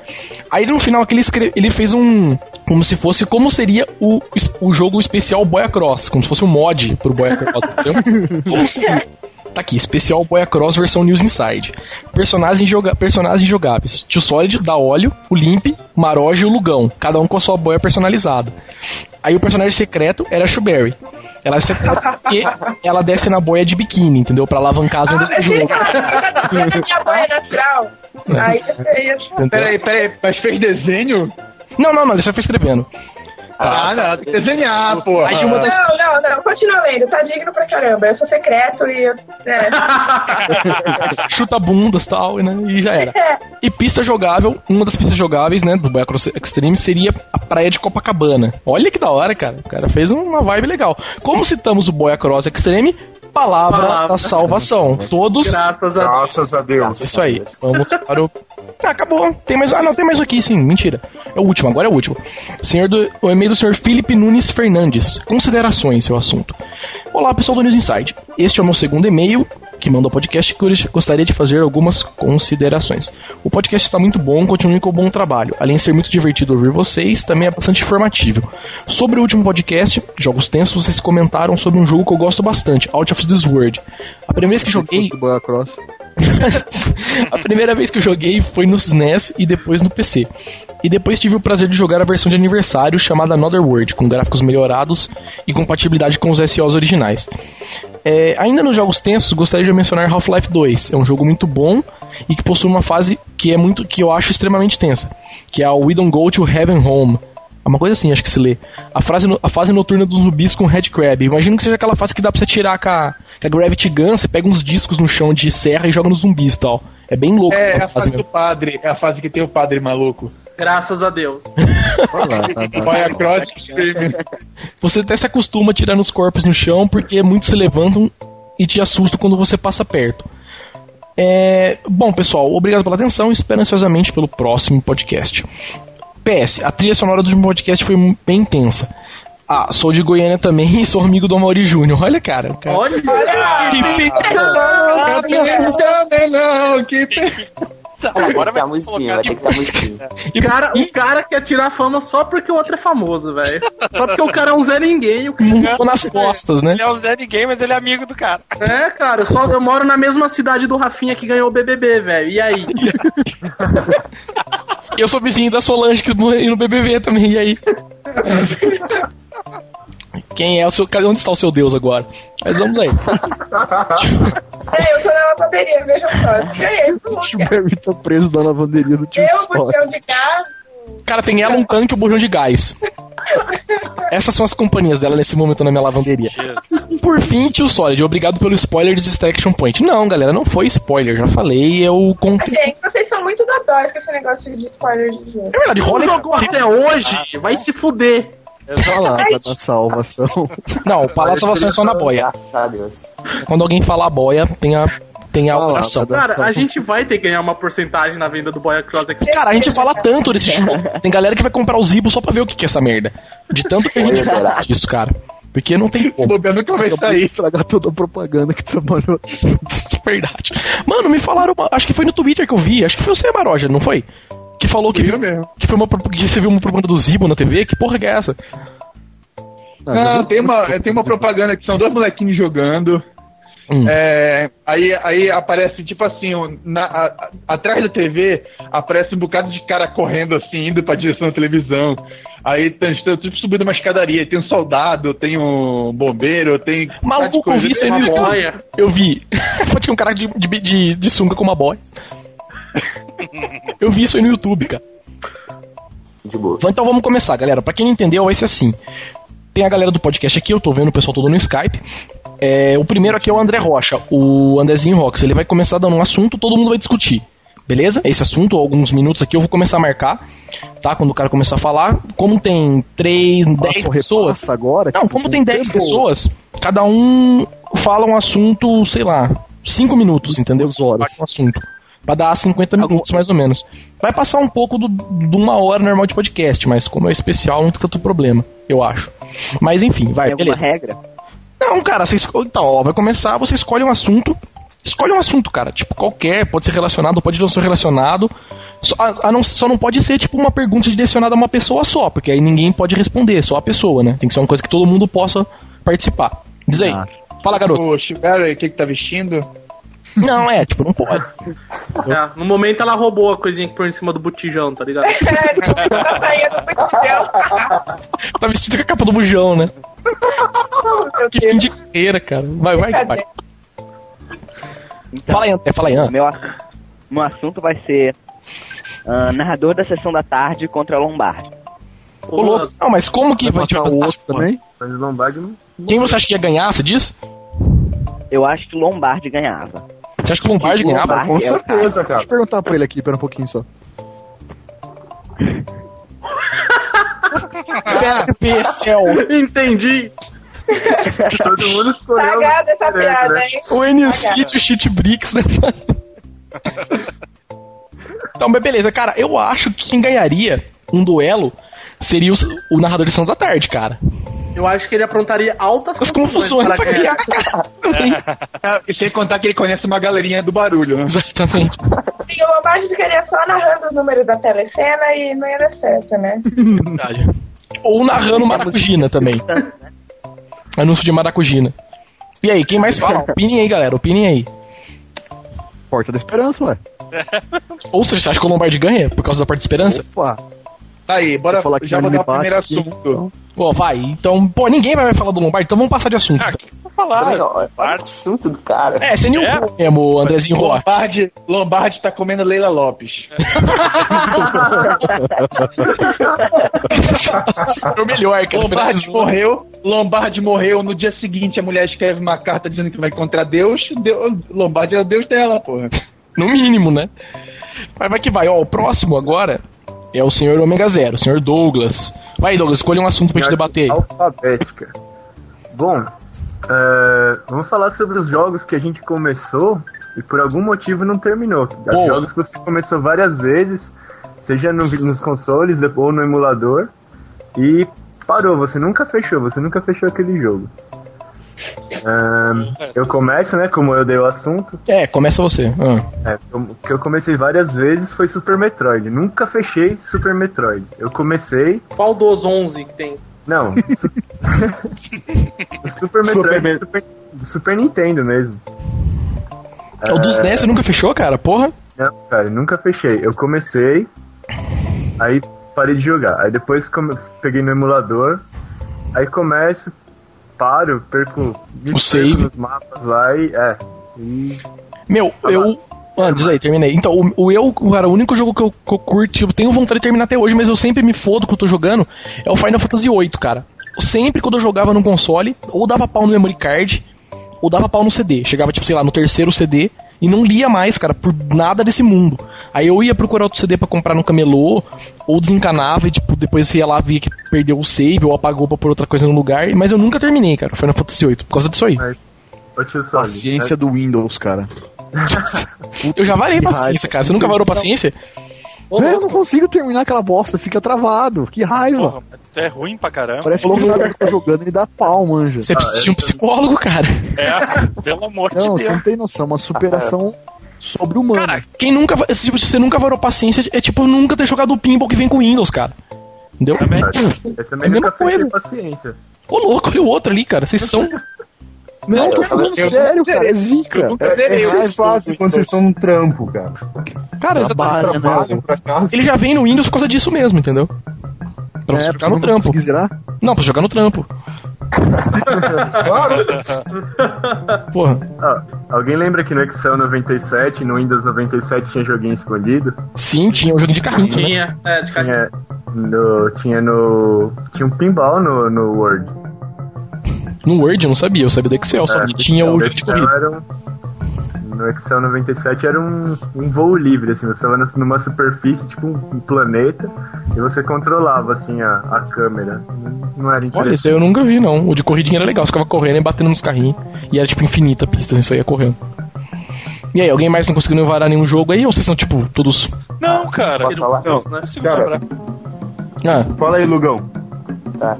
Speaker 1: Aí no final aqui ele, escre- ele fez um. Como se fosse. Como seria o, es- o jogo especial Boya Cross? Como se fosse um mod pro Boya Cross. *laughs* entendeu? Como seria? Tá aqui, especial Boya Cross versão News Inside. Personagens, joga personagens jogáveis: Tio Solid, da Óleo, o Limp, Maroja e o Lugão. Cada um com a sua boia personalizada. Aí o personagem secreto era a Shuberry. Ela é secreta porque ela desce na boia de biquíni, entendeu? Pra alavancar as
Speaker 6: Ah,
Speaker 1: ondas do
Speaker 6: mas *laughs*
Speaker 1: jogo.
Speaker 6: fica lá, fica descendo a minha boia natural. Aí eu seria.
Speaker 1: entendeu?
Speaker 8: Peraí, peraí, mas fez desenho?
Speaker 1: Não, não, não, ele só foi escrevendo.
Speaker 8: Ah, não, tem que desenhar, pô.
Speaker 1: Aí uma das-
Speaker 6: Não, não, não, continua lendo, tá digno pra caramba. Eu sou secreto e. eu- É,
Speaker 1: Chuta bundas tal, e, né? E já era.
Speaker 6: É.
Speaker 1: E pista jogável, uma das pistas jogáveis, né, do Boia Cross Extreme seria a praia de Copacabana. Olha que da hora, cara. O cara fez uma vibe legal. Como citamos o Boia Cross Extreme, palavra,
Speaker 5: Palavra.
Speaker 1: da salvação. Todos.
Speaker 5: Graças a
Speaker 3: Graças a Deus.
Speaker 1: Isso aí. Vamos para o. Ah, acabou. Tem mais. Ah, não, tem mais aqui, sim. Mentira. É o último, agora é o último. Senhor do... O e-mail do senhor Felipe Nunes Fernandes. Considerações, seu assunto. Olá, pessoal do News Inside. Este é o meu segundo e-mail que mandou o podcast que eu gostaria de fazer algumas considerações. O podcast está muito bom, continue com o bom trabalho. Além de ser muito divertido ouvir vocês, também é bastante informativo. Sobre o último podcast, Jogos Tensos, vocês comentaram sobre um jogo que eu gosto bastante, Out of this World. A primeira vez que joguei,
Speaker 7: Do Boia Cross.
Speaker 1: a primeira vez que eu joguei foi no SNES e depois no PC. E depois tive o prazer de jogar a versão de aniversário chamada Another World, com gráficos melhorados e compatibilidade com os SOs originais. É, ainda nos jogos tensos, gostaria de mencionar Half-Life 2. É um jogo muito bom e que possui uma fase que é muito que eu acho extremamente tensa, que é a We Don't Go to Heaven Home. É uma coisa assim, acho que se lê. A, frase no- a fase noturna dos zumbis com Red Crab. Imagino que seja aquela fase que dá pra você tirar com a, com a Gravity Gun, você pega uns discos no chão de serra e joga nos zumbis e tal. É bem louco
Speaker 8: É, é
Speaker 1: aquela
Speaker 8: a fase
Speaker 1: fase
Speaker 8: do
Speaker 1: mesmo.
Speaker 8: padre, é a fase que tem o padre maluco.
Speaker 5: Graças
Speaker 8: *laughs*
Speaker 5: a Deus.
Speaker 7: Olha lá, tá, tá.
Speaker 8: Vai a
Speaker 7: *laughs*
Speaker 8: cross scream.
Speaker 1: Você até se acostuma a tirar nos corpos no chão, porque muitos se levantam e te assustam quando você passa perto. É, Bom, pessoal, obrigado pela atenção e espero ansiosamente pelo próximo podcast. PS, a trilha sonora do último podcast foi mu- bem intensa. Ah, sou de Goiânia também *laughs* e sou amigo do Amaury Júnior. Olha, cara. o cara...
Speaker 5: Olha, Ah,
Speaker 1: *laughs* Que
Speaker 2: Tem que
Speaker 4: Agora vai
Speaker 2: ter a musiquinha, vai ter que ter a musiquinha.
Speaker 1: E-
Speaker 5: cara, o cara quer tirar fama só porque o outro é famoso, velho. Só porque o cara é um Zé Ninguém. o cara-
Speaker 1: Montou nas costas, né?
Speaker 4: Ele é o Zé Ninguém, mas ele é amigo do cara.
Speaker 5: É, cara, eu, só, eu moro na mesma cidade do Rafinha que ganhou o BBB, velho.
Speaker 1: *laughs*
Speaker 5: E aí?
Speaker 1: É Eu sou vizinho da Solange que morreu no BBB também, e aí? É. Quem é o seu. Cadê- Onde está o seu Deus agora? Mas vamos aí.
Speaker 6: É, eu tô na lavanderia, vejam só. Ganhei, muito
Speaker 7: O
Speaker 6: bom,
Speaker 7: Tim
Speaker 6: cara.
Speaker 7: Barry tá preso na lavanderia do Tim
Speaker 6: Eu,
Speaker 7: Scott.
Speaker 6: botão de gás,
Speaker 1: Cara, tem ela, um tanque e um bujão de gás. Essas são as companhias dela nesse momento na minha lavanderia. Por fim, tio Solid, obrigado pelo spoiler de Distraction Point. Não, galera, não foi spoiler, já falei, eu contei.
Speaker 6: gente, vocês são muito dodóis com esse negócio de spoiler de jogo. *laughs*
Speaker 1: É verdade,
Speaker 5: Não
Speaker 1: rola
Speaker 5: jogou até hoje, vai se fuder.
Speaker 7: É Palavra da salvação.
Speaker 1: Não, o Palácio Salvação é só na boia.
Speaker 2: Graças a Deus.
Speaker 1: Quando alguém falar boia, tem a, tem a
Speaker 7: Palavra
Speaker 1: alteração.
Speaker 7: da
Speaker 5: É Cara, a
Speaker 7: salvação.
Speaker 5: gente vai ter que ganhar uma porcentagem na venda do Boya Cross aqui.
Speaker 1: Cara, a gente fala tanto desse jogo. Tem galera que vai comprar o Zibo só pra ver o que que é essa merda. De tanto que a gente
Speaker 2: Olha,
Speaker 1: fala
Speaker 2: será?
Speaker 1: disso, cara. Porque não tem como. É
Speaker 8: Bobeando nunca vai
Speaker 5: tá
Speaker 7: Vai
Speaker 1: *laughs*
Speaker 8: sair.
Speaker 7: estragar toda a propaganda que tá trabalhou.
Speaker 1: Isso é verdade. Mano, me falaram. uma- acho que foi no Twitter que eu vi. Acho que foi você, Maroja, não foi? Que falou que viu.
Speaker 8: mesmo.
Speaker 1: Que, foi uma, pro- que você viu uma propaganda do Zibo na TV? Que porra que é essa?
Speaker 7: Ah,
Speaker 8: Não, tem uma, tem uma propaganda que são dois molequinhos jogando.
Speaker 1: Hum.
Speaker 8: É, aí, aí aparece, tipo assim, um- na- a- a- atrás da TV aparece um bocado de cara correndo assim, indo pra direção da televisão. Aí tem, estão tipo, subindo uma escadaria, tem um soldado, tem um bombeiro, tem.
Speaker 1: Maluco, eu vi
Speaker 5: é
Speaker 1: isso aí no YouTube. Eu vi. *laughs* Tinha um cara de, de, de, de sunga com uma boia. Eu vi isso aí no YouTube, cara.
Speaker 2: De boa.
Speaker 1: Então vamos começar, galera. Pra quem não entendeu, vai ser assim. Tem a galera do podcast aqui, eu tô vendo o pessoal todo no Skype. É, o primeiro aqui é o André Rocha, o Andrezinho Rox. Ele vai começar dando um assunto, todo mundo vai discutir. Beleza? Esse assunto, alguns minutos aqui, eu vou começar a marcar, tá? Quando o cara começar a falar. Como tem 3, 10
Speaker 7: Passa o
Speaker 1: pessoas.
Speaker 7: repassa agora.
Speaker 1: Não,
Speaker 7: que
Speaker 2: tipo,
Speaker 1: como
Speaker 7: um
Speaker 1: tem 10
Speaker 7: tempo-
Speaker 1: pessoas, cada um fala um assunto, sei lá, 5 minutos, entendeu?
Speaker 7: Duas horas.
Speaker 1: Um assunto. Pra dar 50 minutos, mais ou menos. Vai passar um pouco do- de uma hora normal de podcast, mas como é especial, não tem tanto problema, eu acho. Mas enfim, vai,
Speaker 2: Tem alguma
Speaker 1: beleza.
Speaker 2: regra?
Speaker 1: Não, cara, você escolhe. Então, ó, vai começar, você escolhe um assunto. Escolhe um assunto, cara. Tipo, qualquer, pode ser relacionado, pode não ser relacionado. Só, a- a não, só não pode ser, tipo, uma pergunta direcionada a uma pessoa só, porque aí ninguém pode responder, só a pessoa, né? Tem que ser uma coisa que todo mundo possa participar. Diz aí.
Speaker 7: Ah.
Speaker 1: Fala, garoto.
Speaker 5: *laughs*
Speaker 8: O Shigaro, o que que tá vestindo?
Speaker 1: Não, é, tipo, não pode.
Speaker 5: É, no momento ela roubou a coisinha que põe em cima do botijão, tá ligado?
Speaker 6: É, desculpa, tá saindo do botijão.
Speaker 1: Tá vestido com a capa do bujão, né?
Speaker 6: Oh, meu
Speaker 1: Que fim
Speaker 6: Deus.
Speaker 1: de carreira, cara. Vai, vai,
Speaker 6: É,
Speaker 1: vai.
Speaker 2: Então,
Speaker 1: Fala aí, André, fala aí,
Speaker 2: o
Speaker 1: André.
Speaker 2: meu, ass- meu assunto vai ser ah, narrador da sessão da tarde contra Lombardi.
Speaker 1: Ô, louco. Não, mas como que
Speaker 7: Vai
Speaker 1: vai, vai
Speaker 7: matar
Speaker 1: passar
Speaker 7: o
Speaker 1: essa
Speaker 7: outro
Speaker 1: porra?
Speaker 7: também?
Speaker 3: Mas o Lombardi não.
Speaker 1: Quem você acha que ia ganhar, você diz?
Speaker 9: Eu acho que o Lombardi ganhava.
Speaker 1: Você acha que o Lombardi
Speaker 9: O
Speaker 1: ganhava?
Speaker 9: Lombardi
Speaker 3: Com
Speaker 9: é o cara.
Speaker 3: certeza, cara.
Speaker 7: Deixa eu perguntar pra ele aqui, pera um pouquinho só.
Speaker 1: Especial.
Speaker 5: Entendi.
Speaker 3: Todo mundo escolheu.
Speaker 6: Pagada essa
Speaker 3: diferente,
Speaker 6: piada,
Speaker 3: né?
Speaker 6: hein?
Speaker 1: O NCT e o Shit Bricks, né, mano? Então, mas beleza, cara, eu acho que quem ganharia um duelo seria o, o narrador de São da Tarde, cara.
Speaker 5: Eu acho que ele aprontaria altas
Speaker 1: As confusões pra
Speaker 5: para ganhar.
Speaker 1: criar. Exatamente.
Speaker 8: Ah, E sem contar que ele conhece uma galerinha do barulho, né?
Speaker 1: Exatamente.
Speaker 6: Sim, o Lombardi ficaria só narrando os números da telecena e não ia dar certo, né?
Speaker 1: Verdade. Ou narrando Maracujina também. Anúncio de Maracujina. E aí, quem mais fala? Opinem aí, galera, opinem aí.
Speaker 7: Porta da Esperança, ué.
Speaker 1: Ou seja, você acha que o Lombardi ganha por causa da parte de esperança?
Speaker 7: Opa,
Speaker 8: Tá aí, bora
Speaker 7: vou falar que
Speaker 8: já
Speaker 7: ele
Speaker 8: mudar
Speaker 7: me
Speaker 8: o primeiro
Speaker 7: bate aqui.
Speaker 8: assunto.
Speaker 7: Então,
Speaker 1: Ó, vai. Então, pô, ninguém vai falar do Lombardi, então vamos passar de assunto.
Speaker 4: Ah, o que, que eu vou falar?
Speaker 2: Também, ó, olha o assunto do cara.
Speaker 1: É, você nem
Speaker 4: É?
Speaker 1: o mesmo, Andrezinho Roa.
Speaker 8: Lombardi, Lombardi tá comendo Leila Lopes.
Speaker 1: É o melhor, cara.
Speaker 8: Lombardi morreu. Lombardi morreu. No dia seguinte, a mulher escreve uma carta dizendo que vai contra Deus. Deu- Lombardi é o Deus dela, porra.
Speaker 1: No mínimo, né? Mas vai que vai. Ó, o próximo agora é o senhor Ômega Zero, o senhor Douglas. Vai, Douglas, escolha um assunto pra gente debater. aí.
Speaker 3: Alfabética. Bom, é, vamos falar sobre os jogos que a gente começou e por algum motivo não terminou.
Speaker 1: Boa.
Speaker 3: Jogos que você começou várias vezes, seja no- nos consoles de- ou no emulador, e parou, você nunca fechou, você nunca fechou aquele jogo.
Speaker 2: Hum.
Speaker 3: É, eu começo, né? Como eu dei o assunto,
Speaker 1: É, começa você. Ah.
Speaker 3: é, o que eu comecei várias vezes foi Super Metroid. Nunca fechei Super Metroid. Eu comecei
Speaker 5: Qual dos 11 que tem?
Speaker 3: não. su- o Super Metroid é Super, do Super Nintendo mesmo.
Speaker 1: É, o dos 10 você nunca fechou, cara? Porra.
Speaker 3: Não, cara, nunca fechei. Eu comecei, aí parei de jogar. Aí depois come- peguei no emulador, aí começo, paro, perco me perco
Speaker 1: save.
Speaker 3: nos mapas lá e. É. E
Speaker 1: Meu, eu. Ah, diz aí, terminei. Então, o, o eu, cara, o único jogo que eu, que eu curto, tipo, tenho vontade de terminar até hoje, mas eu sempre me fodo que eu tô jogando, é o Final Fantasy VIII, cara. Sempre quando eu jogava no console, ou dava pau no memory card, ou dava pau no CD. Chegava, tipo, sei lá, no terceiro CD e não lia mais, cara, por nada desse mundo. Aí eu ia procurar outro CD pra comprar no camelô, ou desencanava e, tipo, depois você ia lá, via que perdeu o save, ou apagou pra pôr outra coisa no lugar, mas eu nunca terminei, cara, o Final Fantasy VIII, por causa disso aí.
Speaker 3: ô tio Solid,
Speaker 7: paciência do Windows, cara.
Speaker 1: Eu já varei
Speaker 7: que
Speaker 1: paciência,
Speaker 7: raiva.
Speaker 1: cara. Você nunca varou paciência?
Speaker 7: Velho, eu não consigo terminar aquela bosta, fica travado. Que raiva.
Speaker 4: Porra, mas tu é ruim pra caramba.
Speaker 7: Parece que ele sabe o que tá jogando, ele dá pau, manja.
Speaker 1: Você precisa de um psicólogo, cara.
Speaker 4: É, pelo amor de
Speaker 7: Não,
Speaker 4: Deus.
Speaker 7: você não tem noção, uma superação sobre-humana.
Speaker 1: Cara, quem nunca. va- Tipo, se você nunca varou paciência, é tipo nunca ter jogado o pinball que vem com Windows, cara. Entendeu?
Speaker 4: Também.
Speaker 3: Eu
Speaker 1: É
Speaker 3: também
Speaker 1: a mesma
Speaker 3: nunca fechei
Speaker 1: coisa.
Speaker 3: paciência.
Speaker 1: Ô louco, olha o outro ali, cara. Vocês são.
Speaker 7: não, tô
Speaker 2: eu falei,
Speaker 7: falando sério, cara, é
Speaker 8: Eu
Speaker 7: zica.
Speaker 8: nunca zerei.
Speaker 10: É
Speaker 8: o-
Speaker 10: mais fácil quando vocês estão no trampo, cara.
Speaker 1: Cara,
Speaker 7: Dá
Speaker 1: exatamente.
Speaker 7: barra,
Speaker 10: Trabalham
Speaker 7: né?
Speaker 10: pra casa.
Speaker 1: ele já vem no Windows por causa disso mesmo, entendeu? Pra você
Speaker 7: É,
Speaker 1: jogar no
Speaker 7: não
Speaker 1: trampo.
Speaker 7: conseguir zerar.
Speaker 1: Não, pra jogar no trampo.
Speaker 10: Claro.
Speaker 1: Porra.
Speaker 3: Ah, alguém lembra que no Excel 97, no Windows 97 tinha joguinho escondido?
Speaker 1: Sim, tinha um jogo de carrinho, né?
Speaker 5: Tinha. É, de cara.
Speaker 3: Tinha no. Tinha no. Tinha um pinball no, no Word.
Speaker 1: No Word eu não sabia, eu sabia do Excel, só que tinha o
Speaker 3: No
Speaker 1: jogo de
Speaker 3: Excel
Speaker 1: corrida.
Speaker 3: era um- no Excel 97 era um, um voo livre, assim, você estava numa superfície, tipo um planeta, e você controlava assim a, a câmera. Não- Não era
Speaker 1: Olha,
Speaker 3: interessante.
Speaker 1: esse aí eu nunca vi, não. O de corridinha era legal, você ficava correndo e batendo nos carrinhos. E era tipo infinita a pista, você só ia correndo. E aí, alguém mais não conseguiu nem varar nenhum jogo aí? Ou vocês são, tipo, todos.
Speaker 4: *laughs* Não, cara.
Speaker 2: Posso falar?
Speaker 4: Não, não consigo
Speaker 10: Cara.
Speaker 4: lembrar.
Speaker 1: Ah,
Speaker 10: Fala aí, Lugão.
Speaker 2: Tá.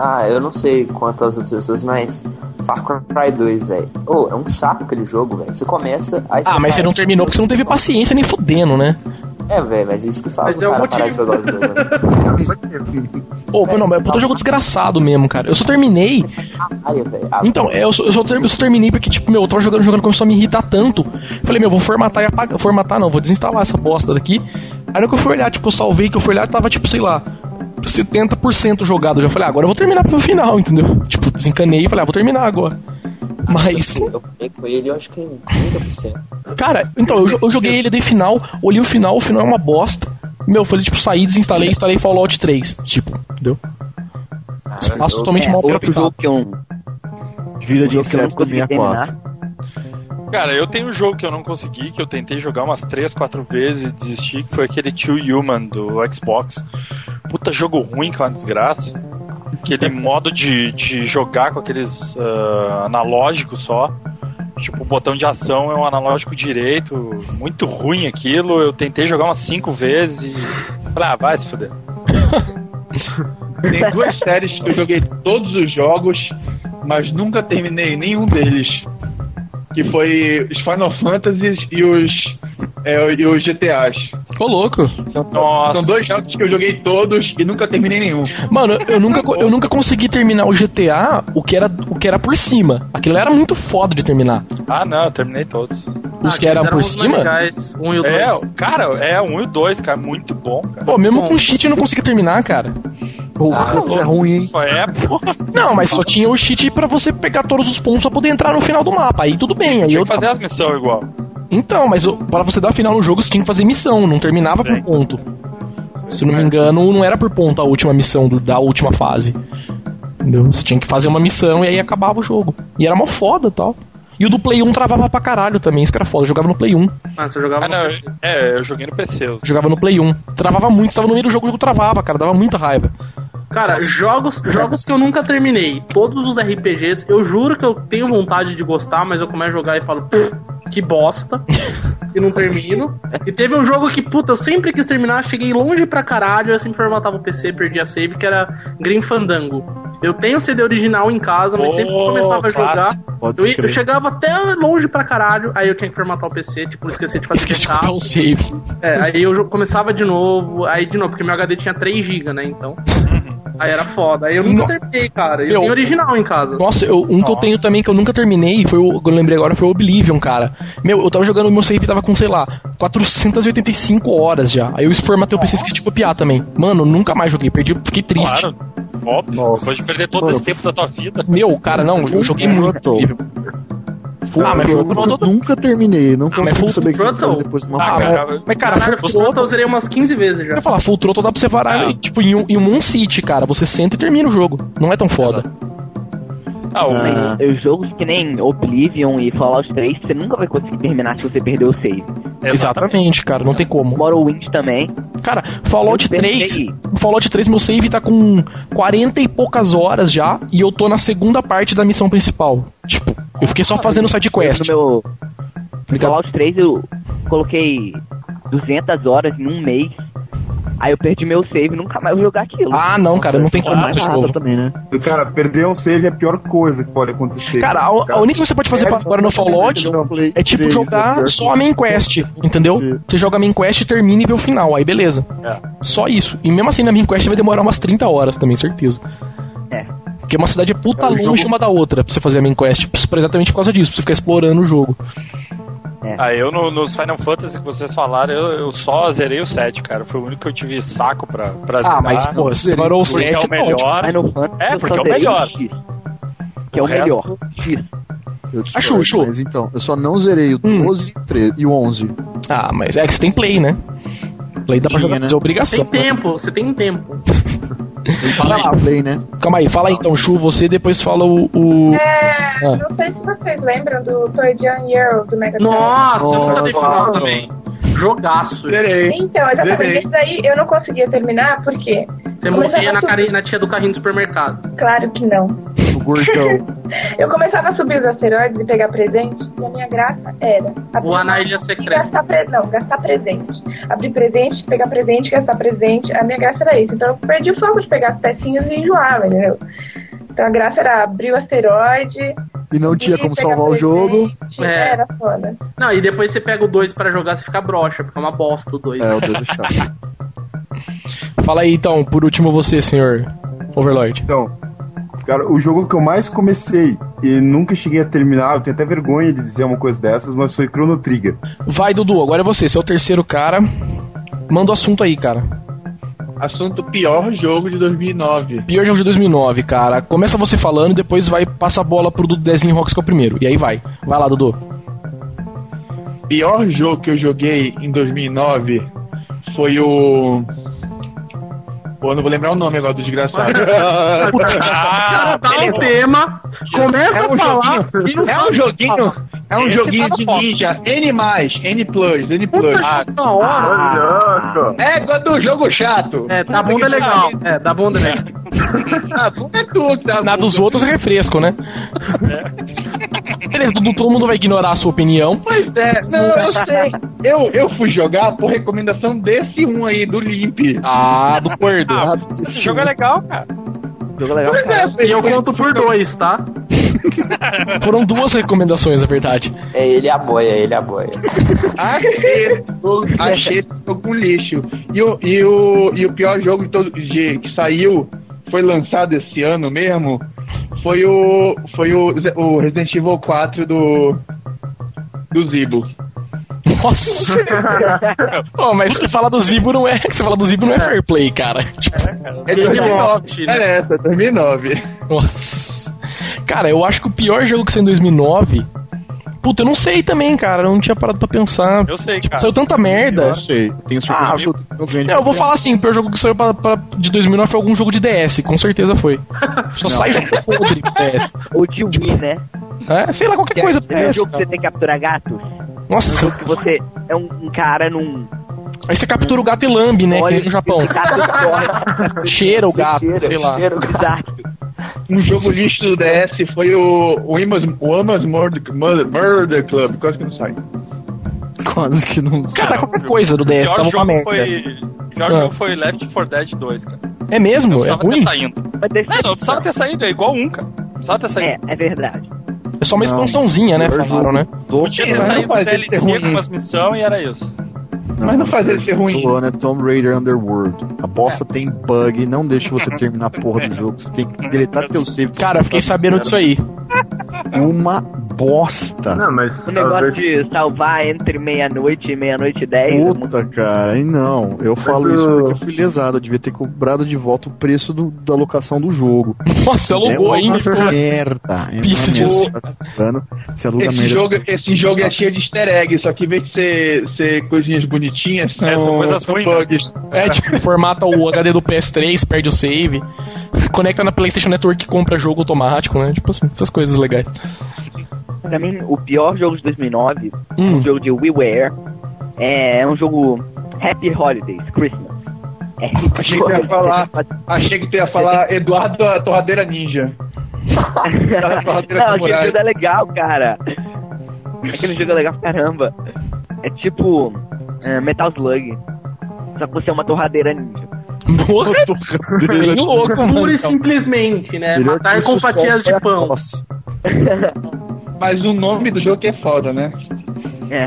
Speaker 2: Ah, eu não sei quanto às outras pessoas, mas Far Cry 2, velho. Ô, é um sapo aquele jogo, velho. Você começa, aí
Speaker 1: ah mas
Speaker 2: para.
Speaker 1: você não terminou porque você não teve paciência nem fudendo, né?
Speaker 2: É, velho, mas isso que faz
Speaker 5: Mas
Speaker 2: o
Speaker 5: é
Speaker 2: cara
Speaker 5: o
Speaker 2: parar de
Speaker 5: motivo.
Speaker 2: jogar o jogo. né?
Speaker 1: Ô, não, mas é puta jogo desgraçado mesmo, cara. Eu só terminei.
Speaker 2: Ai, velho. Ah,
Speaker 1: Então, é, eu, só, eu, só ter- eu só terminei porque, tipo, meu, eu tava jogando, jogando, começou a me irritar tanto. Falei, meu, vou formatar e apagar. Formatar não, vou desinstalar essa bosta daqui. Aí no que eu fui olhar, tipo, eu salvei, que eu fui olhar, tava, tipo, sei lá, 70% jogado. Eu já falei, ah, agora eu vou terminar pelo final, *laughs* entendeu? Tipo, desencanei e falei, ah, vou terminar agora. Mas,
Speaker 2: Eu falei com ele, eu acho que 30%.
Speaker 1: cara, então, eu, jo- eu joguei ele, dei final, olhei o final, o final é uma bosta. Meu, foi tipo, saí, desinstalei, instalei Fallout 3. Tipo, entendeu? Espaço
Speaker 9: Eu-
Speaker 1: totalmente
Speaker 9: é,
Speaker 1: mal
Speaker 9: outro
Speaker 1: aproveitado.
Speaker 9: jogo que eu,
Speaker 11: Vida de
Speaker 9: que eu não
Speaker 11: objeto do
Speaker 9: consegui
Speaker 11: 64.
Speaker 9: terminar.
Speaker 4: Cara, eu tenho um jogo que eu não consegui, que eu tentei jogar umas 3, 4 vezes e desisti, que foi aquele Tio Human do Xbox. Puta jogo ruim, que é uma desgraça. Aquele modo de, de jogar com aqueles ah, analógicos só. Tipo, o botão de ação é um analógico direito. Muito ruim aquilo. Eu tentei jogar umas 5 vezes e. Ah, vai se fuder.
Speaker 8: Tem duas séries que eu joguei todos os jogos, mas nunca terminei nenhum deles. Que foi os Final Fantasies e os, é, e os GTAs.
Speaker 1: Ô, louco!
Speaker 8: São dois jogos que eu joguei todos e nunca terminei nenhum.
Speaker 1: Mano, eu- eu nunca, co- eu nunca consegui terminar o GTA, o que, era, o que era por cima. Aquilo era muito foda de terminar.
Speaker 4: Ah, não, eu terminei todos.
Speaker 5: Ah,
Speaker 1: Os que eram por cima?
Speaker 5: um e o
Speaker 4: é,
Speaker 5: dois.
Speaker 4: Cara, é um e o dois, cara. Muito bom, cara.
Speaker 1: Pô, mesmo com cheat eu não conseguia terminar, cara.
Speaker 4: Ah, isso é
Speaker 1: ruim, hein?
Speaker 4: É, *laughs* pô.
Speaker 1: Não, mas só tinha o cheat pra você pegar todos os pontos pra poder entrar no final do mapa. Aí tudo bem. Aí
Speaker 4: Tinha
Speaker 1: eu...
Speaker 4: que fazer as missões igual.
Speaker 1: Então, mas eu, pra você dar final no jogo, você tinha que fazer missão, não terminava por ponto. Se eu não me engano, não era por ponto a última missão do- da última fase. Entendeu? Você tinha que fazer uma missão e aí acabava o jogo. E era mó foda tal. E o do Play 1 travava pra caralho também, isso que era foda. Eu jogava no Play 1.
Speaker 5: Ah, você jogava
Speaker 4: ah, não, eu- É, eu joguei no PC. eu-
Speaker 1: Jogava no Play 1. Travava muito, tava no meio do jogo, o jogo travava, cara. Dava muita raiva.
Speaker 5: Cara, jogos, jogos que eu nunca terminei. Todos os RPGs, eu juro que eu tenho vontade de gostar, mas eu começo a jogar e falo, "Pô,
Speaker 1: *laughs*
Speaker 5: que bosta. e não termino. E teve um jogo que, puta, eu sempre quis terminar, cheguei longe pra caralho, eu sempre formatava o PC, perdi a save, que era Green Fandango. Eu tenho o CD original em casa, mas
Speaker 4: Oh,
Speaker 5: sempre que eu começava a jogar.
Speaker 4: clássico.
Speaker 11: Pode
Speaker 5: Eu, ia- eu
Speaker 11: crer.
Speaker 5: chegava até longe pra caralho, aí eu tinha que formatar o PC, tipo, esqueci de fazer
Speaker 1: Esqueci de
Speaker 5: backup.
Speaker 1: copiar o save.
Speaker 5: É, aí eu jo- começava de novo, aí de novo, porque meu HD tinha 3GB, né? Então. Aí era foda. Aí eu nunca
Speaker 1: No-
Speaker 5: terminei, cara. Eu,
Speaker 1: Eu-
Speaker 5: tenho original em casa.
Speaker 1: Nossa, eu- um que eu tenho também que eu nunca terminei, foi o que eu lembrei agora, foi o Oblivion, cara. Meu, eu tava jogando, meu save tava com, sei lá, 485 horas já. Aí eu esformatei o PC e esqueci de copiar também. Mano, nunca mais joguei, perdi, fiquei triste.
Speaker 4: Claro. Óbvio. Depois de perder todo
Speaker 1: Mano,
Speaker 4: esse tempo da tua vida.
Speaker 1: Meu, cara, não, eu joguei muito. Oblivion. Full- Ah, mas Ah, foi
Speaker 7: eu nunca terminei, não consigo saber o que
Speaker 5: Throttle?
Speaker 7: fazer depois de uma
Speaker 1: Ah,
Speaker 7: parada.
Speaker 1: mas- mas, cara,
Speaker 5: Caralho,
Speaker 1: full
Speaker 5: Full Throttle eu zerei umas 15 vezes
Speaker 1: Eu
Speaker 5: já.
Speaker 1: ia falar, Full Throttle dá pra você varar, tipo, em um, em um city, cara. Você senta e termina o jogo. Não é tão foda.
Speaker 4: Ah, o-
Speaker 9: Mas os é, jogos que nem Oblivion e Fallout 3, você nunca vai conseguir terminar se você perder o save.
Speaker 1: Exatamente, cara, não tem como.
Speaker 9: Morrowind também.
Speaker 1: Cara, Fallout
Speaker 9: Eu terminei.
Speaker 1: 3, Fallout 3, meu save tá com 40 e poucas horas já, e eu tô na segunda parte da missão principal. Tipo, eu fiquei só fazendo side quest. tá
Speaker 9: No meu Fallout 3 eu coloquei 200 horas em um mês. Aí eu perdi meu save e nunca mais vou jogar aquilo.
Speaker 1: Ah, não, cara, não tem como
Speaker 9: mais
Speaker 1: fazer de novo.
Speaker 7: também, né?
Speaker 10: Cara, perder um save é a pior coisa que pode acontecer.
Speaker 1: Cara, a, a única coisa que você pode fazer
Speaker 10: É,
Speaker 1: agora no Fallout
Speaker 7: um
Speaker 1: é tipo
Speaker 10: três, é
Speaker 1: jogar
Speaker 10: pior
Speaker 1: só a main quest, entendeu? Você joga a main quest, termina e vê o final, aí beleza. Só isso. E mesmo assim, na main quest vai demorar umas 30 horas também, certeza.
Speaker 9: É.
Speaker 1: Porque uma cidade é puta
Speaker 9: É, o
Speaker 1: longe
Speaker 9: jogo-
Speaker 1: uma da outra pra você fazer a main quest, pra- exatamente por causa disso, pra você ficar explorando o jogo.
Speaker 4: Ah, eu no- nos Final Fantasy que vocês falaram, eu, eu só zerei o 7, cara. Foi o único que eu tive saco pra, pra
Speaker 1: Ah, mas, pô,
Speaker 4: Não,
Speaker 1: você parou o
Speaker 4: porque
Speaker 1: 7,
Speaker 4: é o
Speaker 1: tá ótimo.
Speaker 4: melhor.
Speaker 9: Final Fantasy
Speaker 4: É,
Speaker 9: eu
Speaker 4: porque
Speaker 9: só
Speaker 4: é o
Speaker 9: zerei
Speaker 4: melhor.
Speaker 9: X, que é o,
Speaker 4: O
Speaker 9: melhor.
Speaker 4: resto-
Speaker 9: X.
Speaker 7: Eu te
Speaker 1: Ah,
Speaker 7: falo,
Speaker 1: show,
Speaker 7: Mas então, eu só não zerei o
Speaker 1: Hum.
Speaker 7: 12 e o 13 e o 11.
Speaker 1: Ah, mas é que você tem play, né? Play dá pra
Speaker 7: Tinha,
Speaker 1: jogar,
Speaker 7: né?
Speaker 1: mas é obrigação.
Speaker 5: Tem tempo, você tem tempo.
Speaker 1: Fala aí,
Speaker 7: Play, né?
Speaker 1: calma aí, fala aí então, Chu, você depois fala o. o-
Speaker 6: É,
Speaker 1: Ah.
Speaker 6: não sei se vocês lembram do Toy John Euro do Mega
Speaker 5: Nossa, eu nunca dei
Speaker 7: Nossa.
Speaker 5: final também. Jogaço.
Speaker 8: Zerei.
Speaker 6: Então, exatamente. Esse daí eu não conseguia terminar, por quê?
Speaker 5: Você
Speaker 6: Mas
Speaker 5: morria
Speaker 6: eu-
Speaker 5: na, cari- na tia do carrinho do supermercado.
Speaker 6: Claro que não.
Speaker 7: O gordão.
Speaker 6: *laughs* Eu começava a subir os asteroides e pegar presente, e a minha graça era
Speaker 5: Voar na
Speaker 6: uma-
Speaker 5: ilha
Speaker 6: e
Speaker 5: secreta.
Speaker 6: gastar pre... não, gastar presente. Abrir presente, pegar presente, gastar presente. A minha graça era isso. Então eu perdi o foco de pegar as pecinhas e enjoava, entendeu? Então a graça era abrir o asteroide.
Speaker 7: E não tinha
Speaker 6: e
Speaker 7: como
Speaker 6: pegar
Speaker 7: salvar o jogo.
Speaker 6: presente.
Speaker 5: É.
Speaker 6: Era foda.
Speaker 5: Não, e depois você pega o 2 pra jogar, você fica broxa, porque é uma bosta o 2.
Speaker 7: É, o 12 é chato.
Speaker 1: Fala aí então, por último você, senhor Overlord.
Speaker 10: Então, cara, o jogo que eu mais comecei e nunca cheguei a terminar, eu tenho até vergonha de dizer uma coisa dessas, mas foi Chrono Trigger.
Speaker 1: Vai, Dudu, agora é você, você é o terceiro cara. Manda o assunto aí, cara.
Speaker 8: Assunto pior jogo de 2009.
Speaker 1: Pior jogo de 2009, cara. Começa você falando, depois vai passa a bola pro Dudu Dezinho Rocks, que é o primeiro. E aí vai. Vai lá, Dudu.
Speaker 8: Pior jogo que eu joguei em 2009 foi o. Pô, não vou lembrar o nome agora do desgraçado.
Speaker 4: Ah,
Speaker 5: cara dá um tema, começa a falar
Speaker 8: joguinho-
Speaker 5: e não
Speaker 8: é um
Speaker 5: sabe
Speaker 8: joguinho,
Speaker 5: falar.
Speaker 8: é um
Speaker 5: Esse
Speaker 8: joguinho
Speaker 5: tá
Speaker 8: de
Speaker 5: foda.
Speaker 8: ninja, N+, N+, N+.
Speaker 5: Puta, essa hora.
Speaker 8: É do jogo chato.
Speaker 5: É, da bunda é legal. É, da bunda é legal.
Speaker 8: *laughs* Ah, bunda é tudo, tá?
Speaker 1: Na dos outros é refresco, né?
Speaker 8: É.
Speaker 1: Beleza, Dudu, todo mundo vai ignorar a sua opinião.
Speaker 8: Pois é, não, eu sei. Eu, eu fui jogar por recomendação desse um
Speaker 9: *laughs*
Speaker 8: aí, do Limp.
Speaker 1: Ah, do Cordo.
Speaker 8: esse jogo é legal, cara.
Speaker 9: Jogo
Speaker 8: legal. Pois é,
Speaker 5: E eu conto por dois, tá?
Speaker 1: Foram duas recomendações, na verdade.
Speaker 2: É, ele aboia, ele aboia.
Speaker 8: Achei, esse jogo- achei esse jogo um lixo. E o, e o, e o pior jogo de todo, de, que saiu, foi lançado esse ano mesmo, foi o. Foi o, o Resident Evil 4 do. Do Zibo.
Speaker 1: Nossa! Pô, mas você fala do Zibo não é. Você fala do Zibo não é fair play, cara.
Speaker 8: É 2009. É essa, 2009.
Speaker 1: Nossa. Cara, eu acho que o pior jogo que saiu em 2009. Puta, eu não sei também, cara. Eu não tinha parado pra pensar.
Speaker 4: Eu sei,
Speaker 1: Tipo,
Speaker 4: cara.
Speaker 1: Saiu tanta merda.
Speaker 11: Eu sei.
Speaker 7: um
Speaker 11: Tenho certeza
Speaker 1: Ah,
Speaker 11: que eu- eu ganho de
Speaker 1: Não, eu vou
Speaker 11: você.
Speaker 1: falar assim, o pior jogo que saiu pra, pra- de 2009 foi algum jogo de DS, com certeza foi. Só
Speaker 11: Não.
Speaker 1: sai jogo podre de DS.
Speaker 9: Ou de Wii, né?
Speaker 1: É, sei lá, qualquer coisa
Speaker 9: É um
Speaker 1: pra DS.
Speaker 9: jogo que
Speaker 1: cara.
Speaker 9: você tem que capturar gatos.
Speaker 1: Nossa,
Speaker 9: Que você é um, um cara num.
Speaker 1: aí você captura o gato e lambe, né, que
Speaker 9: Olha,
Speaker 1: nem no Japão.
Speaker 9: esse
Speaker 1: *laughs*
Speaker 9: gato corre.
Speaker 1: Cheira o gato, sei
Speaker 9: é
Speaker 1: lá.
Speaker 2: Cheiro,
Speaker 9: Bizarro.
Speaker 8: Um jogo lixo do DS foi o, o, Amos, o Amos Murder, Murder, Murder Club, quase que não sai.
Speaker 7: Quase que não.
Speaker 1: Cara, qualquer coisa do tá DS tava uma merda.
Speaker 4: foi, o pior
Speaker 1: Ah.
Speaker 4: jogo foi Left 4 Dead 2, cara.
Speaker 1: É mesmo? É
Speaker 4: Precisava
Speaker 1: ruim?
Speaker 4: ter saído.
Speaker 9: Mas desse-
Speaker 4: É, não, precisava ter saído, é igual um, cara. Precisava ter saído.
Speaker 9: É, é verdade.
Speaker 1: É só uma
Speaker 7: Não.
Speaker 1: expansãozinha, né,
Speaker 7: Pior
Speaker 1: falaram, né?
Speaker 7: Do,
Speaker 4: Tinha que
Speaker 8: Mas não
Speaker 4: sair um
Speaker 8: faz ele
Speaker 4: DLC
Speaker 8: ser ruim.
Speaker 4: com umas missões e era isso.
Speaker 8: Mas não faz ele ser ruim.
Speaker 7: do ano é Tomb Raider Underworld. A bosta tem bug, não deixa você terminar a porra do jogo. Você tem que deletar teu save.
Speaker 1: Cara, eu fiquei sabendo disso aí.
Speaker 7: Uma bosta.
Speaker 3: Não, mas.
Speaker 9: O
Speaker 3: a
Speaker 9: negócio
Speaker 3: vers-
Speaker 9: de salvar entre meia-noite e meia-noite e dez. é
Speaker 7: Puta, cara, e não. Eu falo
Speaker 3: o-
Speaker 7: isso porque eu fui lesado. Eu devia ter cobrado de volta o preço do- da locação do jogo.
Speaker 1: Nossa,
Speaker 7: é
Speaker 1: alugou
Speaker 7: uma
Speaker 1: ainda. e ficou-
Speaker 7: merda. É
Speaker 1: Pisse disso.
Speaker 7: Se aluga
Speaker 8: Esse
Speaker 7: merda. *laughs*
Speaker 8: jogo, esse jogo é cheio de easter egg, só que em vez de ser, ser coisinhas bonitinhas, são,
Speaker 4: É, são coisas
Speaker 8: são
Speaker 4: ruins,
Speaker 8: bugs.
Speaker 1: É, tipo, formata o HD do PS3, perde o save, conecta na PlayStation Network e compra jogo automático, né? Tipo assim, essas coisas legais.
Speaker 9: Pra mim, o pior jogo de 2009,
Speaker 1: Hum.
Speaker 9: um jogo de WiiWare, é um jogo Happy Holidays, Christmas. É
Speaker 8: Achei que tu ia falar, achei que tu ia falar Eduardo a Torradeira Ninja. Aquela torradeira
Speaker 9: Não,
Speaker 8: com
Speaker 9: aquele
Speaker 8: muralha.
Speaker 9: jogo é legal, cara. Aquele jogo é legal pra caramba. É tipo é, Metal Slug. Só que você é uma torradeira ninja.
Speaker 1: Porra, bem louco, mano.
Speaker 5: Pura e simplesmente, né?
Speaker 7: Melhor que
Speaker 5: Matar
Speaker 7: é isso,
Speaker 5: com
Speaker 7: o sol
Speaker 5: fatias
Speaker 7: foi
Speaker 5: de
Speaker 7: a
Speaker 5: pão.
Speaker 7: coça.
Speaker 8: Mas o nome do jogo que é foda, né?
Speaker 9: É.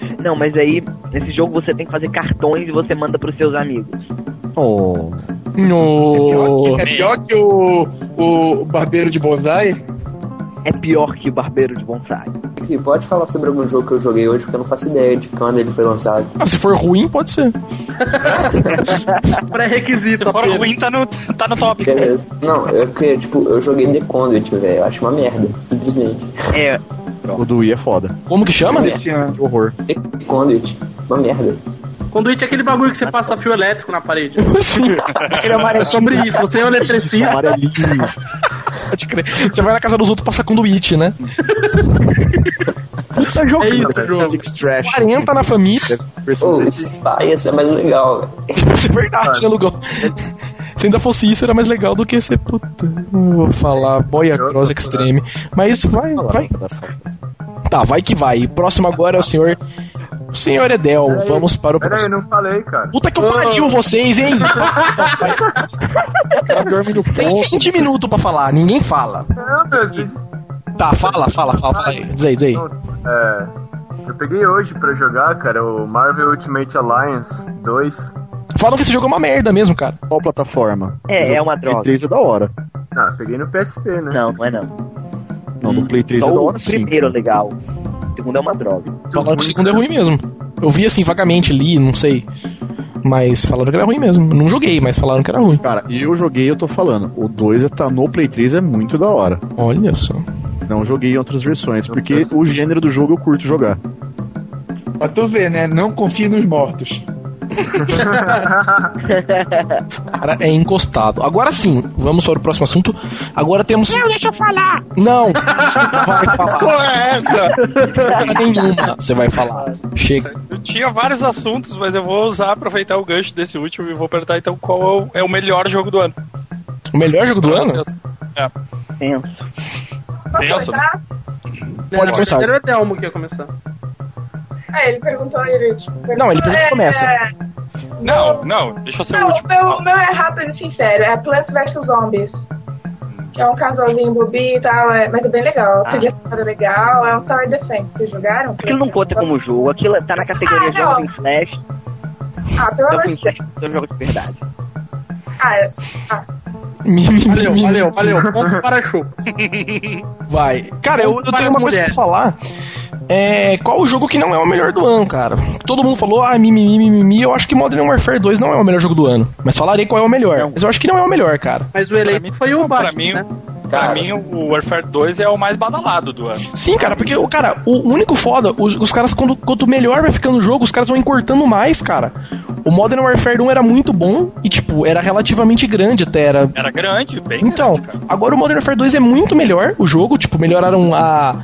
Speaker 9: *laughs* Não, mas aí, nesse jogo você tem que fazer cartões e você manda pros seus amigos.
Speaker 7: Oh.
Speaker 1: No...
Speaker 8: É pior que o, o Barbeiro de Bonsai.
Speaker 9: É pior que o Barbeiro de Bonsai.
Speaker 2: E pode falar sobre algum jogo que eu joguei hoje, porque eu não faço ideia de quando ele foi lançado.
Speaker 1: Ah, se for ruim, pode ser.
Speaker 5: Pré-requisito.
Speaker 4: Se for
Speaker 5: apenas.
Speaker 4: ruim, tá no, tá no top.
Speaker 2: Beleza. Não, é porque, tipo, eu joguei The Conduit, velho. Eu acho uma merda, simplesmente.
Speaker 9: É,
Speaker 7: O do Wii é foda.
Speaker 1: Como que chama?
Speaker 8: Esse ano.
Speaker 7: Que horror.
Speaker 2: The Conduit, uma merda.
Speaker 5: Conduíte é aquele bagulho que você passa fio elétrico na parede.
Speaker 1: Sim,
Speaker 5: É sobre isso, você é um
Speaker 9: *laughs*
Speaker 5: eletricista.
Speaker 7: Amarelinho.
Speaker 1: pode crer. Você vai na casa dos outros passar com conduíte, né?
Speaker 5: É isso o jogo.
Speaker 7: Extraction.
Speaker 1: 40 na família.
Speaker 2: Ô, esse Spy, esse é mais legal, velho.
Speaker 1: *laughs* Isso é verdade, né, Lugão? Se ainda fosse isso, era mais legal do que ser puta. Não vou falar boia cross extreme. Mas vai, vai. Tá, vai que vai. Próximo agora é o senhor. O senhor Edel. Vamos para o
Speaker 3: Pera aí, eu
Speaker 1: próximo.
Speaker 3: não falei, cara.
Speaker 1: Puta que eu pariu vocês, hein? Tem 20 minutos pra falar, ninguém fala.
Speaker 9: É,
Speaker 3: Não, meu, vocês-
Speaker 1: Tá, fala, fala, fala, fala aí. Diz aí, diz aí.
Speaker 3: É, eu peguei hoje pra jogar, cara, o Marvel Ultimate Alliance 2.
Speaker 1: Falam que esse jogo é uma merda mesmo, cara.
Speaker 7: Qual plataforma?
Speaker 9: É,
Speaker 7: O
Speaker 9: é uma
Speaker 7: do Play
Speaker 9: droga.
Speaker 7: 3 é da hora.
Speaker 3: Ah, peguei no PSP, né?
Speaker 9: não, não é não.
Speaker 7: Não, do Play 3
Speaker 9: Só
Speaker 7: é da
Speaker 9: o
Speaker 7: hora sim.
Speaker 9: primeiro é legal. O segundo é uma droga.
Speaker 1: Falaram que o segundo é ruim mesmo. Eu vi assim, vagamente, li, não sei. Mas falaram que era ruim mesmo. Não joguei, mas falaram que era ruim.
Speaker 7: Cara, eu joguei, eu tô falando. O 2 é- tá no Play 3 é muito da hora.
Speaker 1: Olha só.
Speaker 7: Não joguei em outras versões, porque o gênero do jogo eu curto jogar.
Speaker 8: Pra tu ver, né? Não confia nos mortos.
Speaker 1: Cara, é encostado. Agora sim, vamos para o próximo assunto. Agora temos.
Speaker 12: Não, deixa eu falar.
Speaker 1: Não! Vai
Speaker 12: *laughs*
Speaker 1: falar.
Speaker 4: Porra, é
Speaker 1: Porra
Speaker 4: essa?
Speaker 1: nenhuma você vai falar. Chega.
Speaker 4: Eu tinha vários assuntos, mas eu vou usar, aproveitar o gancho desse último e vou perguntar então qual é o, é o melhor jogo do ano.
Speaker 1: O melhor jogo do ano?
Speaker 4: É. Tenso, né?
Speaker 1: Pode começar.
Speaker 5: Era é o Delmo que ia começar.
Speaker 6: É, ele perguntou ele. perguntou-
Speaker 1: Não, ele perguntou,
Speaker 6: É,
Speaker 1: começa.
Speaker 6: é,
Speaker 4: Não, não, deixa eu ser o
Speaker 6: Não, o
Speaker 4: último.
Speaker 6: meu, o meu é rápido e sincero. É Plants vs Zombies. Que é um casalzinho bobi e tal, é, mas é bem legal.
Speaker 9: Ah.
Speaker 6: Trilha sonora legal, é um Tower Defense. Vocês jogaram?
Speaker 9: Aquilo não conta como jogo, aquilo tá na categoria
Speaker 6: Ah, não.
Speaker 9: Jogos em Flash.
Speaker 6: Ah, pelo amor
Speaker 9: Jogos em
Speaker 6: de
Speaker 9: Flash são jogos de verdade.
Speaker 6: Ah, é- ah.
Speaker 1: Valeu, valeu,
Speaker 5: valeu. Ponto para show.
Speaker 1: *laughs* Vai. Cara, eu, eu tenho
Speaker 5: Várias
Speaker 1: uma coisa pra
Speaker 5: mulheres.
Speaker 1: falar. É, qual o jogo que não é o melhor do ano, cara? Todo mundo falou, ah, mimimi, mimimi. Eu acho que Modern Warfare 2 não é o melhor jogo do ano. Mas falarei qual é o melhor. Mas eu acho que não é o melhor, cara.
Speaker 5: Mas o eleito foi o
Speaker 4: Pra
Speaker 5: Batman,
Speaker 4: mim,
Speaker 5: né?
Speaker 4: pra mim, o Warfare 2 é o mais badalado do ano.
Speaker 1: Sim, cara, porque, o cara, o único foda, os, os caras, quando, quanto melhor vai ficando o jogo, os caras vão encurtando mais, cara. O Modern Warfare 1 era muito bom e, tipo, era relativamente grande até, era
Speaker 4: Era grande, Ah, bem
Speaker 1: Então, agora o Modern Warfare 2 é muito melhor o jogo, tipo, melhoraram a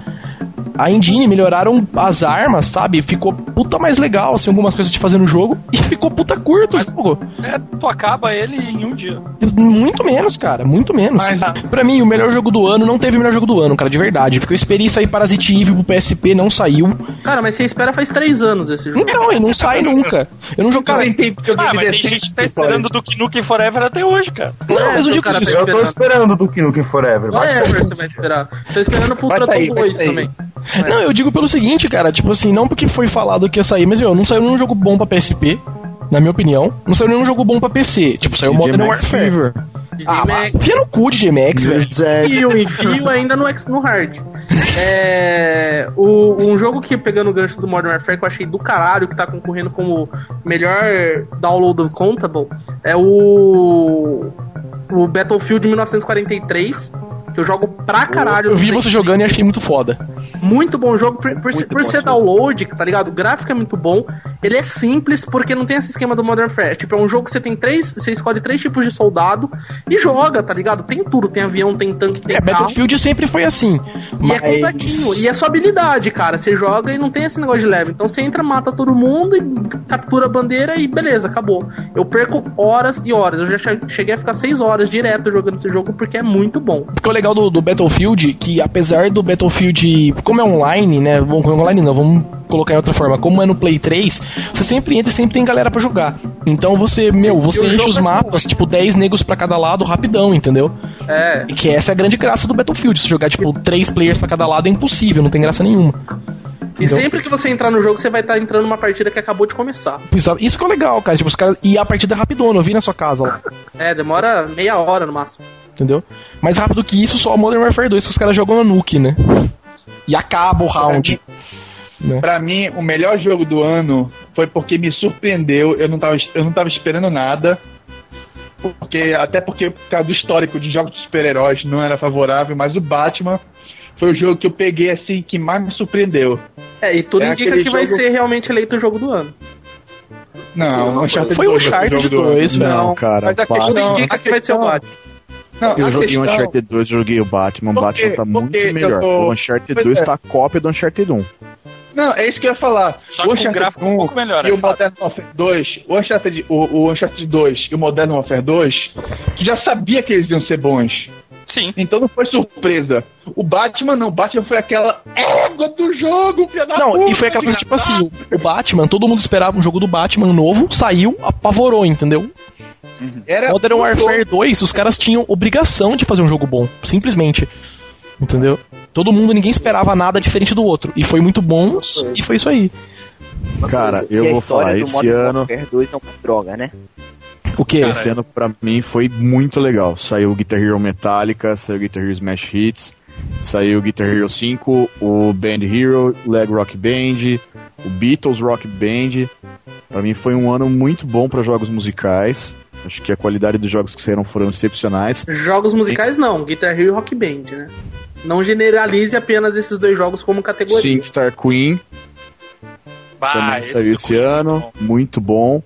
Speaker 1: a engine, melhoraram as armas, sabe? Ficou puta mais legal, assim, algumas coisas de fazer no jogo e ficou puta curto o jogo.
Speaker 4: É, tu acaba ele em um dia.
Speaker 1: Muito menos, cara, muito menos. Pra mim, o melhor jogo do ano não teve o melhor jogo do ano, cara, de verdade, porque eu esperei sair Parasite Eve pro PSP, não saiu.
Speaker 5: Cara, mas você espera faz três anos esse jogo.
Speaker 1: Então, e não sai nunca. Eu não jogo, cara,
Speaker 4: Ah, mas tem gente que tá esperando do Nukem Forever até hoje, cara.
Speaker 5: É,
Speaker 1: Não, mas eu digo isso.
Speaker 10: Eu tô esperando do Duke Nukem Forever. Vai
Speaker 5: Forever
Speaker 10: sair.
Speaker 5: é, você vai esperar. Tô esperando o Futura
Speaker 10: sair,
Speaker 5: Tom
Speaker 10: vai
Speaker 5: 2
Speaker 10: sair.
Speaker 5: também.
Speaker 1: Não, eu digo pelo seguinte, cara, tipo assim, não porque foi falado que ia sair, mas meu, não saiu nenhum jogo bom pra PSP, na minha opinião. Não saiu nenhum jogo bom pra PC. Tipo, saiu
Speaker 7: DJ
Speaker 1: Modern
Speaker 7: Max
Speaker 1: Warfare.
Speaker 7: Fever.
Speaker 1: Ah, mas enfia no cu de GMX, velho.
Speaker 5: E o enfio ainda no, X- no hard. É, o- um jogo que, pegando o gancho do Modern Warfare, que eu achei do caralho, que tá concorrendo como melhor download countable, é o, o Battlefield 1943, que eu jogo pra caralho.
Speaker 1: Eu
Speaker 5: no
Speaker 1: vi
Speaker 5: Play-
Speaker 1: você jogando e achei muito foda.
Speaker 5: Muito bom jogo, por, por, por ser download, tá ligado? O gráfico é muito bom. Ele é simples, porque não tem esse esquema do Modern Warfare. Tipo, é um jogo que você tem três, você escolhe três tipos de soldado e joga, tá ligado? Tem tudo, tem avião, tem tanque, tem
Speaker 1: É,
Speaker 5: carro.
Speaker 1: Battlefield sempre foi assim.
Speaker 5: Tá. E
Speaker 1: Mas...
Speaker 5: é completinho, e é sua habilidade, cara. Você joga e não tem esse negócio de leve. Então você entra, mata todo mundo e captura a bandeira e beleza, acabou. Eu perco horas e horas. Eu já che- cheguei a ficar seis horas direto jogando esse jogo porque é muito bom.
Speaker 1: Porque o legal do, do Battlefield, que apesar do Battlefield, como é online, né? Bom, como é online não, vamos colocar em outra forma. Como é no Play 3, você sempre entra e sempre tem galera pra jogar. Então você, meu, você
Speaker 5: E o
Speaker 1: enche
Speaker 5: jogo
Speaker 1: os
Speaker 5: é
Speaker 1: mapas, tipo, 10 negros pra cada lado, rapidão, entendeu?
Speaker 5: É.
Speaker 1: E que essa é a grande graça do Battlefield. Se jogar, tipo, 3 players pra cada lado é impossível, não tem graça nenhuma.
Speaker 5: E
Speaker 1: Então-
Speaker 5: sempre que você entrar no jogo, você vai estar entrando numa partida que acabou de começar.
Speaker 1: Exato. Isso que é o legal, cara. Tipo, os caras. E a partida é rapidona, eu vi na sua casa lá.
Speaker 5: É, demora meia hora no máximo.
Speaker 1: Entendeu? Mais rápido que isso, só o Modern Warfare 2 que os caras jogam na Nuke, né? E acaba o round.
Speaker 8: Pra mim, o melhor jogo do ano foi porque me surpreendeu. Eu não tava, eu não tava esperando nada. Porque, até porque, por causa do histórico de jogos de super-heróis, não era favorável. Mas o Batman foi o jogo que eu peguei, assim, que mais me surpreendeu.
Speaker 5: É, e tudo
Speaker 8: É
Speaker 5: indica
Speaker 8: aquele
Speaker 5: que vai
Speaker 8: jogo-
Speaker 5: ser realmente eleito o jogo do ano.
Speaker 8: Não, o Uncharted
Speaker 1: Foi um o
Speaker 8: dois vai ser
Speaker 1: Uncharted
Speaker 8: jogo do ano.
Speaker 1: 2, velho.
Speaker 7: Não, cara,
Speaker 8: Mas a
Speaker 7: Batman.
Speaker 8: questão-
Speaker 5: Tudo indica
Speaker 8: a
Speaker 5: que vai ser o
Speaker 8: questão-
Speaker 5: Batman.
Speaker 8: Não,
Speaker 7: eu
Speaker 8: a
Speaker 7: joguei o
Speaker 8: questão-
Speaker 7: Uncharted 2, joguei o Batman. O
Speaker 8: Por quê?
Speaker 7: Batman tá
Speaker 8: Por
Speaker 7: muito
Speaker 8: quê? Eu
Speaker 7: melhor.
Speaker 8: tô-
Speaker 7: O Uncharted
Speaker 8: Pois
Speaker 7: 2
Speaker 8: é.
Speaker 7: tá a cópia do Uncharted 1.
Speaker 8: Não, é isso que eu ia falar.
Speaker 4: Só que o gráfico um pouco melhor,
Speaker 8: E
Speaker 4: é
Speaker 8: o Modern Warfare 2, o Uncharted, o, o Uncharted 2 e o Modern Warfare 2, tu já sabia que eles iam ser bons.
Speaker 4: Sim.
Speaker 8: Então não foi surpresa. O Batman não, o Batman foi aquela égua do jogo, filha da
Speaker 1: Não,
Speaker 8: puta,
Speaker 1: e foi aquela coisa
Speaker 8: desgraçado.
Speaker 1: tipo assim: o Batman, todo mundo esperava um jogo do Batman novo, saiu, apavorou, entendeu?
Speaker 8: Era
Speaker 1: Modern
Speaker 8: um
Speaker 1: Warfare
Speaker 8: jogo.
Speaker 1: 2, os caras tinham obrigação de fazer um jogo bom, simplesmente. Entendeu? Todo mundo, ninguém esperava nada diferente do outro. E foi muito bom, e foi isso aí.
Speaker 7: Cara,
Speaker 9: E
Speaker 7: eu
Speaker 9: a
Speaker 7: vou
Speaker 9: história
Speaker 7: falar,
Speaker 9: do
Speaker 7: esse
Speaker 9: Modern
Speaker 7: ano.
Speaker 9: Warfare 2 é uma droga, né?
Speaker 1: O que?
Speaker 7: Esse ano pra mim foi muito legal. Saiu o Guitar Hero Metallica, saiu o Guitar Hero Smash Hits, saiu o Guitar Hero 5, o Band Hero, Leg Rock Band, o Beatles Rock Band. Pra mim foi um ano muito bom pra jogos musicais. Acho que a qualidade dos jogos que saíram foram excepcionais.
Speaker 5: Jogos musicais não, Guitar Hero e Rock Band, né? Não generalize apenas esses dois jogos como categoria.
Speaker 7: Sim, Star Queen
Speaker 4: Bah,
Speaker 7: também
Speaker 4: Ah, esse é
Speaker 7: saiu esse ano, muito bom.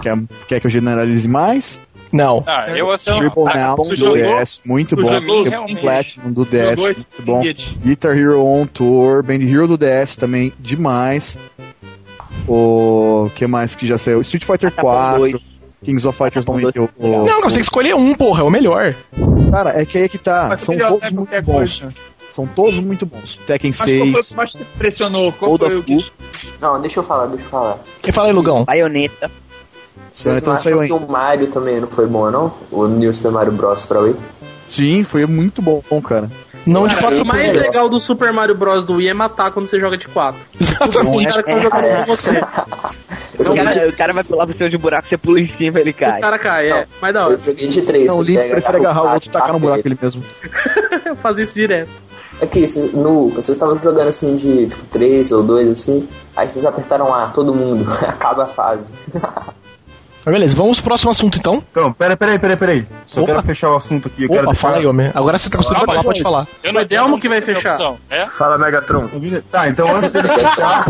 Speaker 7: Quer, quer que eu generalize mais?
Speaker 1: Não.
Speaker 4: Ah, eu assim,
Speaker 7: Triple um
Speaker 4: ah,
Speaker 7: Nelson
Speaker 4: tu
Speaker 7: do
Speaker 4: jogou-
Speaker 7: DS, muito
Speaker 4: tu
Speaker 7: bom.
Speaker 4: jogou
Speaker 7: Captain
Speaker 4: realmente.
Speaker 7: Platinum do DS,
Speaker 4: Jogou
Speaker 7: muito bom.
Speaker 4: Idiot.
Speaker 7: Guitar Hero On Tour, Band Hero do DS também, demais. O que mais que já saiu? Street
Speaker 9: Tá
Speaker 7: Fighter 4, Kings of Fighters 98.
Speaker 1: Não, cara, você tem que escolher um, porra, é o melhor.
Speaker 7: Cara, é que aí que tá. São todos muito bons. São todos muito bons. Tekken
Speaker 8: Mas qual foi o
Speaker 7: 6.
Speaker 8: que mais te impressionou? Qual foi o que...
Speaker 2: Não, deixa eu falar, deixa eu falar.
Speaker 1: Quem fala aí, Lugão?
Speaker 9: Baioneta.
Speaker 2: Vocês não acham que o Mario também não foi bom, não? O New Super Mario Bros. pra Wii?
Speaker 7: Sim, foi muito bom, cara.
Speaker 1: Não
Speaker 5: Cara, o mais legal do Super Mario Bros. do Wii é matar quando você joga de 4.
Speaker 1: *laughs* Tá
Speaker 7: é
Speaker 9: Exatamente.
Speaker 5: Os caras que tão jogando com você.
Speaker 9: O cara, o cara vai pular pro seu de buraco, você pula em cima, ele cai.
Speaker 5: O cara cai, é. Mas da hora.
Speaker 2: Eu joguei de três.
Speaker 7: Não, o Link prefere agarrar o outro e tacar no buraco ele mesmo.
Speaker 5: Eu fazia isso direto.
Speaker 2: É que vocês- no, vocês estavam jogando assim de tipo 3 ou 2 assim, aí vocês apertaram A, todo mundo, *laughs* acaba a fase.
Speaker 1: Mas beleza, vamos pro próximo assunto então.
Speaker 10: Então, pera, peraí, peraí, peraí. Só
Speaker 1: Opa.
Speaker 10: quero fechar o assunto aqui. Eu
Speaker 1: Opa,
Speaker 10: quero
Speaker 1: fala aí, homem. Agora você tá conseguindo falar, pode falar.
Speaker 4: Eu não
Speaker 5: Delmo que vai fechar.
Speaker 4: É? Ah,
Speaker 10: Fala, Megatron. Tá, então antes dele fechar,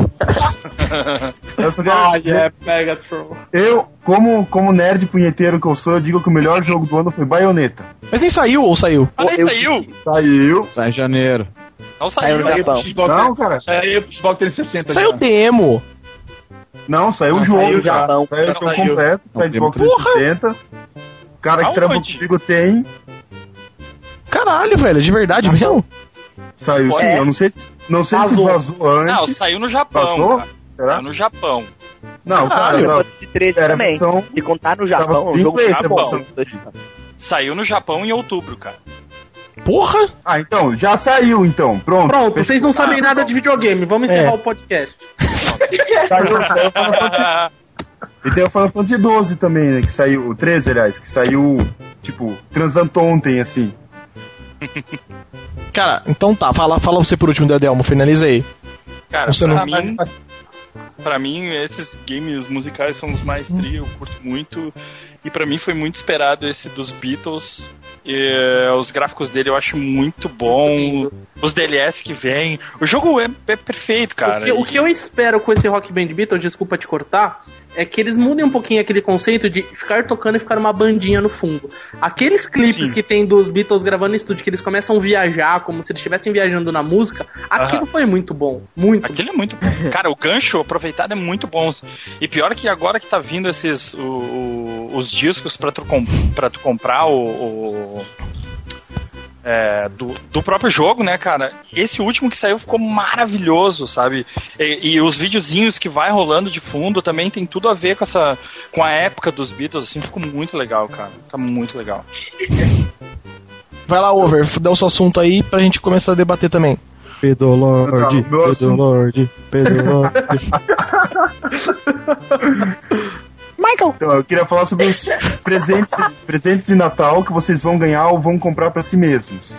Speaker 10: eu só quero
Speaker 5: Ah,
Speaker 8: É,
Speaker 10: dizer,
Speaker 5: Megatron.
Speaker 10: eu, como, como nerd punheteiro que eu sou, eu digo que o melhor jogo do ano foi Bayonetta.
Speaker 1: Mas nem saiu ou saiu?
Speaker 4: Ah, nem
Speaker 10: Eu-
Speaker 4: saiu.
Speaker 10: Saiu.
Speaker 7: Sai em janeiro.
Speaker 4: Não saiu. né?
Speaker 9: no Japão.
Speaker 10: Não, cara.
Speaker 8: Saiu pro Xbox 360.
Speaker 1: Saiu demo.
Speaker 10: Não, saiu o
Speaker 8: Não,
Speaker 10: jogo,
Speaker 8: saiu já,
Speaker 10: cara.
Speaker 9: não.
Speaker 10: Saiu o
Speaker 8: Não,
Speaker 10: jogo
Speaker 8: saiu.
Speaker 10: completo,
Speaker 7: Não,
Speaker 10: tá Xbox
Speaker 1: tem-
Speaker 10: 360. O cara que trampa
Speaker 4: Aonde?
Speaker 10: comigo tem.
Speaker 1: Caralho, velho, de verdade mesmo?
Speaker 10: Saiu sim. Eu não sei se, não sei se
Speaker 9: Vazou.
Speaker 10: vazou
Speaker 4: Não,
Speaker 10: antes.
Speaker 4: saiu no Japão.
Speaker 10: Vazou?
Speaker 4: Cara.
Speaker 10: Será?
Speaker 4: Saiu no Japão.
Speaker 10: Não, cara,
Speaker 9: Ah,
Speaker 1: Caralho.
Speaker 10: não.
Speaker 9: Pode ser 13
Speaker 10: Era a
Speaker 9: também.
Speaker 10: versão
Speaker 9: Se contar no
Speaker 10: Tava
Speaker 9: Japão, o
Speaker 10: sem
Speaker 9: jogo
Speaker 10: preço,
Speaker 9: tá bom.
Speaker 10: emoção.
Speaker 4: Saiu no Japão em outubro,
Speaker 5: *laughs*
Speaker 4: cara.
Speaker 1: Porra!
Speaker 10: Ah, então, já saiu então. Pronto.
Speaker 5: Pronto,
Speaker 10: Fechou.
Speaker 5: vocês não
Speaker 8: Ah,
Speaker 5: sabem nada de videogame. Vamos encerrar
Speaker 1: É.
Speaker 5: o podcast.
Speaker 10: Saiu, saiu o Final Fantasy. E tem o Final Fantasy 12 também, né? Que saiu. O 13, aliás, que saiu, tipo, transando ontem, assim.
Speaker 1: Cara, então tá, fala, fala você por último, Delmo, finaliza aí.
Speaker 4: Cara,
Speaker 1: Você
Speaker 4: pra
Speaker 1: não-
Speaker 4: mim, pra mim, esses games musicais são os mais tri, eu curto muito. E pra mim foi muito esperado esse dos Beatles. E, eh, os gráficos dele eu acho muito bom. Os DLS que vem. O jogo é, é perfeito, cara.
Speaker 5: o, que, o que eu espero com esse Rock Band Beatles, desculpa te cortar, é que eles mudem um pouquinho aquele conceito de ficar tocando e ficar uma bandinha no fundo. Aqueles clipes
Speaker 4: Sim.
Speaker 5: que tem dos Beatles gravando em estúdio, que eles começam a viajar como se eles estivessem viajando na música, aquilo
Speaker 4: Aham.
Speaker 5: foi muito bom. Muito.
Speaker 4: Aquele é muito bom. Cara, o gancho aproveitado é muito bom. E pior que agora que tá vindo esses o- o- os discos pra tu, com, pra tu comprar o. o- é, do, do próprio jogo, né, cara? Esse último que saiu ficou maravilhoso, sabe? E, e os videozinhos que vai rolando de fundo também tem tudo a ver com essa com a época dos Beatles, assim, ficou muito legal, cara. Tá muito legal.
Speaker 1: Vai lá, Over, dá o seu assunto aí pra gente começar a debater também.
Speaker 10: Pedolord, Tá, meu assunto-
Speaker 11: Pedolord,
Speaker 10: *laughs*
Speaker 11: Pedolord.
Speaker 10: Então, eu queria falar sobre
Speaker 1: *laughs*
Speaker 10: os presentes, presentes de Natal que vocês vão ganhar ou vão comprar pra si mesmos.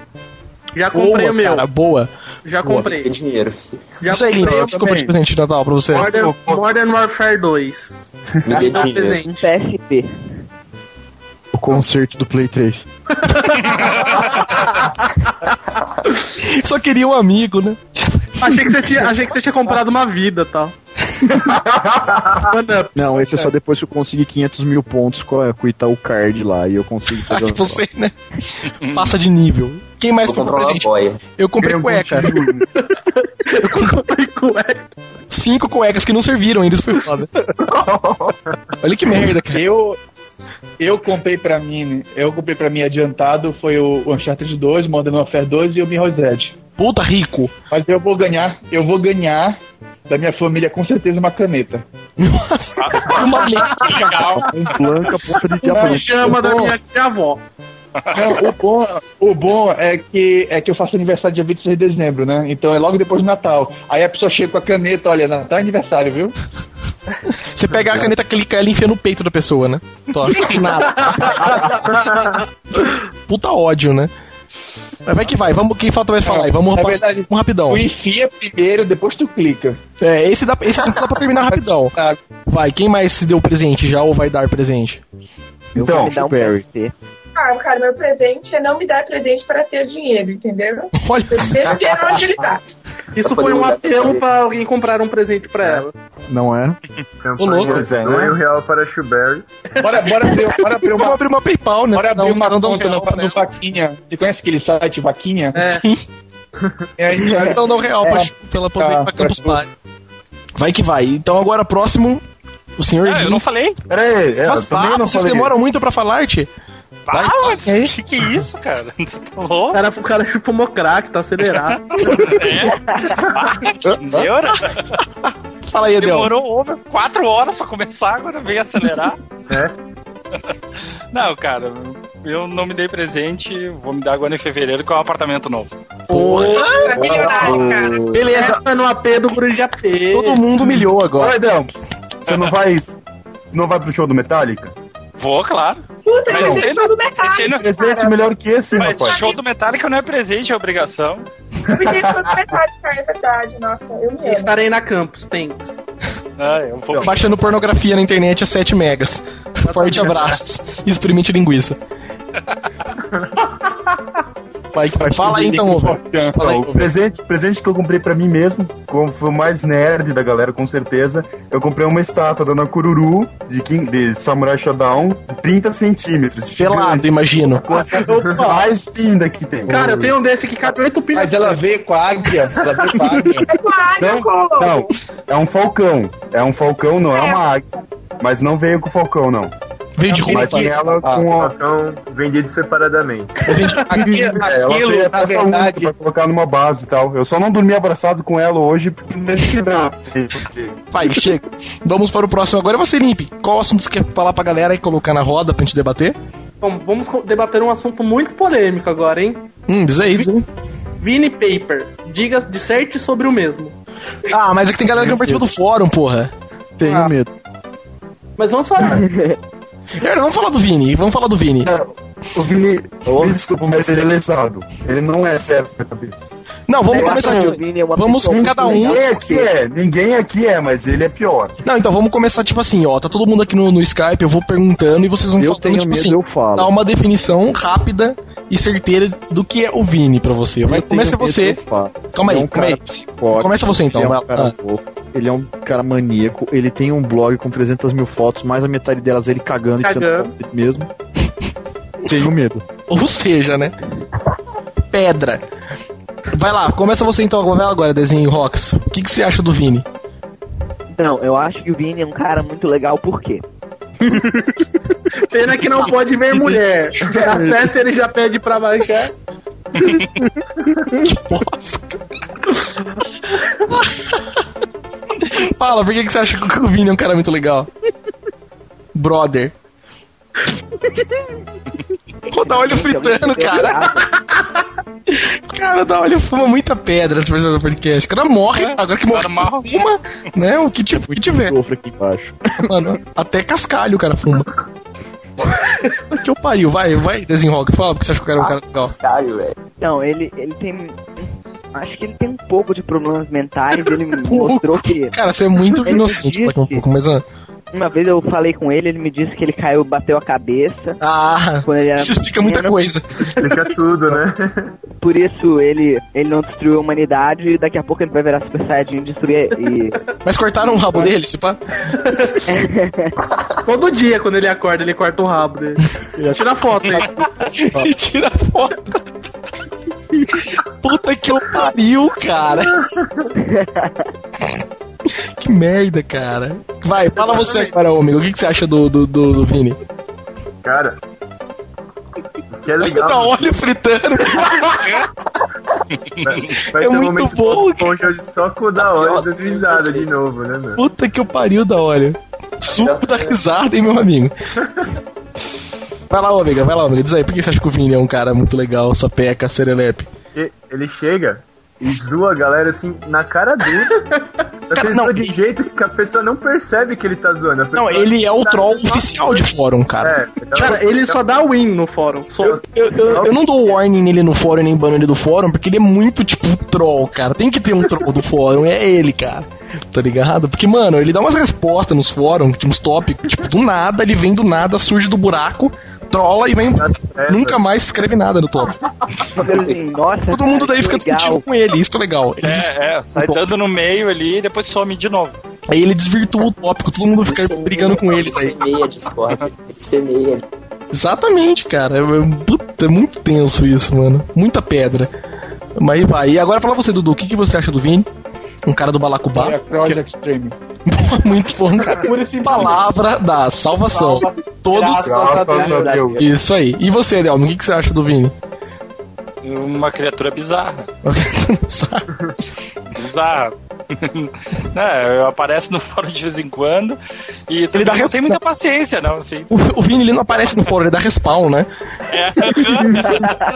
Speaker 5: Já comprei
Speaker 1: boa,
Speaker 5: o meu.
Speaker 1: cara, boa.
Speaker 5: Já
Speaker 1: boa.
Speaker 5: comprei.
Speaker 2: Tem dinheiro.
Speaker 5: Já
Speaker 1: Isso aí,
Speaker 5: comprei.
Speaker 1: Guilherme,
Speaker 10: eu
Speaker 1: desculpa
Speaker 10: também.
Speaker 1: de presente de Natal pra você.
Speaker 5: Modern,
Speaker 10: Posso- posso-
Speaker 5: Modern Warfare 2.
Speaker 2: Me dê
Speaker 5: Dá
Speaker 2: dinheiro.
Speaker 5: presente.
Speaker 9: PSP.
Speaker 7: O concerto do Play 3.
Speaker 1: Só queria um amigo, né?
Speaker 5: Achei que, você tinha, achei que você tinha comprado uma vida, tá? tal. Mano,
Speaker 7: Não, esse é só depois que eu conseguir 500 mil pontos com, a- com tá o Itaú Card lá e eu consigo
Speaker 5: Tá
Speaker 7: fazer
Speaker 1: Aí
Speaker 7: uma-
Speaker 1: você, né? Passa de nível. Quem mais
Speaker 2: Vou comprar uma
Speaker 1: comprou presente?
Speaker 2: boia.
Speaker 1: Eu comprei
Speaker 10: Ganhei algum tipo
Speaker 1: cueca.
Speaker 10: tiro.
Speaker 1: Cinco cuecas que não serviram ainda, isso foi foda.
Speaker 2: *laughs*
Speaker 1: Olha que merda, cara.
Speaker 8: Eu, eu comprei pra mim, eu comprei pra mim adiantado, foi o Uncharted 2, Modern Warfare 2 e o Mirror's Edge.
Speaker 1: Puta rico.
Speaker 8: Mas eu vou ganhar, eu vou ganhar da minha família com certeza uma caneta.
Speaker 1: Nossa, uma merda.
Speaker 4: Legal.
Speaker 7: com *laughs*
Speaker 1: *laughs*
Speaker 7: blanca ponta de diamante.
Speaker 5: chama da minha tia-avó.
Speaker 8: Não, o, bom, o bom é que é que eu faço aniversário dia 26 de dezembro, né? Então é logo depois do Natal. Aí a pessoa chega com a caneta, olha, Natal é aniversário, viu?
Speaker 1: Você pega a caneta, clica ela e enfia no peito da pessoa, né? Tó,
Speaker 8: *laughs*
Speaker 1: nada. *laughs* Puta ódio, né? Mas vai que vai, vamos, quem falta vai falar aí, vamos
Speaker 8: É
Speaker 1: passar
Speaker 8: verdade.
Speaker 1: um rapidão.
Speaker 8: Tu enfia primeiro, depois tu clica.
Speaker 1: É, esse, dá, esse assunto dá pra terminar
Speaker 8: *laughs*
Speaker 1: rapidão.
Speaker 8: Tá.
Speaker 1: Vai, quem mais se deu presente *laughs* já ou vai dar presente?
Speaker 9: Eu vou
Speaker 10: Então,
Speaker 9: me dar um
Speaker 7: Barry.
Speaker 9: PSP.
Speaker 6: Ah, cara, meu presente é não me dar presente para ter dinheiro, entendeu?
Speaker 1: Olha
Speaker 6: eu tenho
Speaker 9: *laughs*
Speaker 6: dinheiro onde ele tá.
Speaker 5: Isso foi um apelo pra alguém comprar um presente pra ela.
Speaker 7: Não é?
Speaker 1: Ô, louco.
Speaker 10: Pois é, né?
Speaker 3: Doe um real para Shuberry.
Speaker 8: Bora, bora
Speaker 5: *laughs*
Speaker 8: abrir, bora abrir
Speaker 1: Vamos
Speaker 8: uma,
Speaker 1: abrir uma PayPal, né?
Speaker 8: bora abrir
Speaker 1: Não,
Speaker 8: uma
Speaker 1: não dá um
Speaker 8: conta né,
Speaker 1: real
Speaker 8: no,
Speaker 5: né?
Speaker 1: pra
Speaker 8: no
Speaker 1: ela.
Speaker 8: Vaquinha. Você conhece aquele site Vaquinha?
Speaker 5: É. *laughs*
Speaker 1: Sim.
Speaker 8: E aí, a gente vai-
Speaker 1: Então dá um real pra, pra ela poder ir
Speaker 8: Tá,
Speaker 1: pra Campus
Speaker 8: tá.
Speaker 1: Party. Vai que vai. Então agora próximo, o senhor.
Speaker 8: É,
Speaker 4: Ah, eu não falei?
Speaker 10: Pera aí, é,
Speaker 1: Mas
Speaker 10: eu também
Speaker 1: pá,
Speaker 10: não
Speaker 1: vocês
Speaker 10: falei.
Speaker 1: demoram um muito pra falar, Ti.
Speaker 4: Vai,
Speaker 1: Vai,
Speaker 4: mas
Speaker 1: fala aí.
Speaker 4: que que é isso, cara? *laughs* Tá louco?
Speaker 5: O cara, o cara fumou crack, tá acelerado.
Speaker 4: *laughs* É? Ah, que neura.
Speaker 1: Fala aí, Edel.
Speaker 4: Demorou over quatro horas pra começar, agora veio acelerar.
Speaker 3: É.
Speaker 5: É.
Speaker 4: *laughs* Não, cara, eu não me dei presente, vou me dar agora em fevereiro, que é um apartamento novo.
Speaker 6: Nossa, milionário, cara.
Speaker 1: Beleza,
Speaker 5: Essa no AP do Guru de AP.
Speaker 1: todo mundo humilhou agora.
Speaker 10: Ô, Edão, você não vai. Não vai pro show
Speaker 1: *laughs*
Speaker 10: do Metallica?
Speaker 4: Vou, claro.
Speaker 6: Puta,
Speaker 4: Mas
Speaker 6: ele
Speaker 4: esse aí não,
Speaker 6: tudo metade.
Speaker 4: esse aí não é
Speaker 10: Presente melhor que esse,
Speaker 4: mas
Speaker 10: rapaz.
Speaker 4: show do Metallica não é presente, é obrigação.
Speaker 6: Porque tudo metade, cara, é verdade, nossa. Eu me amo.
Speaker 5: Estarei na campus, thanks.
Speaker 4: Ah, eu vou
Speaker 1: Baixando pornografia na internet a 7 megas. Forte abraço. Experimente linguiça. Vai que vai. Fala aí então, ovo. Fala aí,
Speaker 10: O
Speaker 1: ovo.
Speaker 10: presente, presente que eu comprei pra mim mesmo, como foi o mais nerd da galera, com certeza. Eu comprei uma estátua da Nakururu de, King, de Samurai Shodown, 30 centímetros.
Speaker 1: Pelado, imagino.
Speaker 10: gigante, mais linda que tem.
Speaker 5: Cara, eu tenho um desse que cabe oito pilhas.
Speaker 8: Mas ela veio com a águia. Ela veio com
Speaker 3: *laughs*
Speaker 8: a águia.
Speaker 6: É com a águia,
Speaker 10: Não,
Speaker 6: com...
Speaker 10: Então, não, é um falcão. É um falcão, não é uma águia. Mas não veio com o falcão, não.
Speaker 1: Veio de roupa.
Speaker 10: Mas tem ela
Speaker 8: Ah,
Speaker 10: com a.
Speaker 3: Então, vendido separadamente.
Speaker 5: *laughs*
Speaker 8: Aqui-
Speaker 10: É, ela
Speaker 8: Aquilo,
Speaker 10: veio a
Speaker 8: na
Speaker 5: um
Speaker 10: peça única
Speaker 8: verdade,
Speaker 10: pra colocar numa base e tal. Eu só não dormi abraçado com ela hoje porque não quebrar.
Speaker 8: *laughs*
Speaker 1: Vai, chega. Vamos para o próximo. Agora é você, Limpe. Qual o assunto que você quer falar pra galera e colocar na roda pra gente debater?
Speaker 5: Bom, vamos co- debater um assunto muito polêmico agora, hein?
Speaker 1: Hum, diz aí, diz aí.
Speaker 5: Vini Paper, diga disserte sobre o mesmo.
Speaker 1: Ah, mas é que tem galera que não participa do fórum, porra.
Speaker 7: Tenho
Speaker 5: Ah.
Speaker 7: medo.
Speaker 5: Mas vamos falar.
Speaker 1: Cara, vamos falar do Vini, vamos falar do Vini.
Speaker 5: É.
Speaker 10: O Vini, me desculpa, mas ele é lesado. Ele não é certo da cabeça.
Speaker 1: Não, vamos começar
Speaker 9: acho que o
Speaker 1: aqui.
Speaker 9: Vini é uma
Speaker 1: Vamos
Speaker 9: pessoa
Speaker 1: cada
Speaker 9: muito
Speaker 1: um.
Speaker 9: legal,
Speaker 10: Ninguém aqui é, ninguém aqui é, mas ele é pior.
Speaker 1: Não, então vamos começar tipo assim, ó. Tá todo mundo aqui no, no Skype, eu vou perguntando e vocês vão
Speaker 7: Eu
Speaker 1: falando,
Speaker 7: tenho
Speaker 1: tipo
Speaker 7: medo,
Speaker 1: assim,
Speaker 7: eu falo.
Speaker 1: dá uma definição rápida e certeira do que é o Vini pra você. Vai,
Speaker 7: Eu tenho
Speaker 1: começa
Speaker 7: medo,
Speaker 1: você.
Speaker 7: eu falo.
Speaker 1: Calma
Speaker 7: Ele
Speaker 1: aí,
Speaker 7: é um
Speaker 1: calma aí.
Speaker 7: cara psicótico,
Speaker 1: Começa você então.
Speaker 7: ele é
Speaker 1: vai
Speaker 7: um cara
Speaker 1: lá.
Speaker 7: louco, ele é um cara maníaco, ele tem um blog com 300 mil fotos, mais a metade delas ele cagando, e
Speaker 5: Cagando.
Speaker 7: tirando foto dele
Speaker 10: *laughs*
Speaker 7: mesmo. Tenho medo.
Speaker 1: Ah, ou seja, né? Pedra. Vai lá, começa você então, vai lá agora, desenho Rox. O que, que você acha do Vini?
Speaker 9: Não, eu acho que o Vini é um cara muito legal, por quê?
Speaker 5: Pena que não pode ver mulher. Na festa ele já pede pra baixar.
Speaker 1: Nossa, cara. Fala, por que, que você acha que o Vini é um cara muito legal? Brother. Pô, dá olho
Speaker 9: é
Speaker 1: fritando, cara. Cara, dá olho fuma muita pedra esse personagem do podcast. O cara morre,
Speaker 4: É,
Speaker 1: agora que
Speaker 4: o
Speaker 1: morre,
Speaker 4: cara morre.
Speaker 1: fuma, né? O que, ti- o que tiver.
Speaker 7: Sofro aqui embaixo.
Speaker 1: Mano, até cascalho o cara fuma. Que eu pariu, vai, vai, desenroga. Fala porque você acha que o cara é um cara legal.
Speaker 2: Caralho, velho.
Speaker 9: Não, Então, ele, ele tem. Acho que ele tem um pouco de problemas mentais. Ele
Speaker 1: *laughs* Um
Speaker 9: me mostrou que.
Speaker 1: Cara, você é muito
Speaker 9: Ele
Speaker 1: inocente
Speaker 9: disse-
Speaker 1: daqui a um pouco, mas. ah,
Speaker 9: Uma vez eu falei com ele, ele me disse que ele caiu, bateu a cabeça.
Speaker 1: Ah,
Speaker 9: Quando ele era
Speaker 1: isso explica muita
Speaker 9: pequeno.
Speaker 1: coisa.
Speaker 3: Fica tudo, né?
Speaker 9: Por isso ele, ele não destruiu a humanidade e daqui a pouco ele vai virar Super Saiyajin e destruir. E... *laughs*
Speaker 1: *laughs* Mas cortaram o rabo dele, se pá.
Speaker 5: Todo dia, quando ele acorda, ele corta o rabo dele. Tira a foto né?
Speaker 8: *laughs*
Speaker 5: aí.
Speaker 1: E tira a foto. Puta que eu pariu, cara. Que merda, cara. Vai, fala você agora, amigo. O que, que você acha do, do, do, do Vini?
Speaker 3: Cara. o Que é
Speaker 1: Ele tá
Speaker 3: legal.
Speaker 1: óleo fritando.
Speaker 3: Vai, vai ter
Speaker 1: É
Speaker 3: um
Speaker 1: muito
Speaker 3: momento
Speaker 1: bom,
Speaker 3: ponte onde só com o da hora dando risada de novo, né, meu?
Speaker 1: Puta que eu pariu da óleo. Suco da risada, hein, meu amigo. Vai lá, ômega, vai lá, ômega. Diz aí, por que você acha que o Vini é um cara muito legal, sapeca, serelepe?
Speaker 3: Porque ele chega e zoa a galera assim na cara
Speaker 1: *laughs*
Speaker 3: dele. Só que ele
Speaker 1: não,
Speaker 3: zoa de jeito que a pessoa não percebe que ele tá zoando. A
Speaker 1: Não,
Speaker 3: pessoa-
Speaker 1: ele é o troll oficial de fórum, cara.
Speaker 3: É,
Speaker 5: Cara, *laughs* ele só dá win no fórum. Só.
Speaker 1: Eu, eu, eu não dou warning nele no fórum nem ban ele do fórum, porque ele é muito tipo troll, cara. Tem que ter um troll do fórum, é ele, cara. Tá ligado? Porque, mano, ele dá umas respostas nos fóruns, tipo, uns tópicos, tipo, do nada, é, ele vem do nada, surge do buraco, trola e vai embora. Nunca mais escreve nada no top.
Speaker 9: assim,
Speaker 1: Todo mundo daí fica discutindo com ele, isso que é legal. Ele diz-
Speaker 4: É, é, sai dando no meio ali e depois some de novo.
Speaker 1: Aí ele desvirtua o tópico, todo mundo fica brigando com ele. daí.
Speaker 2: Semeia Discord. Semeia.
Speaker 1: Exatamente, cara. É, é- puta, é muito tenso isso, mano. Muita pedra. Mas vai. E agora fala você, Dudu, o que, que você acha do Vini? Um cara do Balacubá?
Speaker 8: Project
Speaker 1: *laughs*
Speaker 8: Extreme.
Speaker 1: Muito bom, cara. Palavra da salvação. Todos.
Speaker 10: Graças a Deus.
Speaker 1: Isso aí. E você, Delmo, o que, que você acha do Vini?
Speaker 4: Uma criatura bizarra. Bizarra. *laughs* é, aparece no fórum de vez em quando e ele
Speaker 1: dá
Speaker 4: não
Speaker 1: res-
Speaker 4: tem muita paciência, não,
Speaker 8: *laughs*
Speaker 4: assim.
Speaker 1: o, o Vini ele não aparece no fórum, ele dá respawn, né?
Speaker 4: É.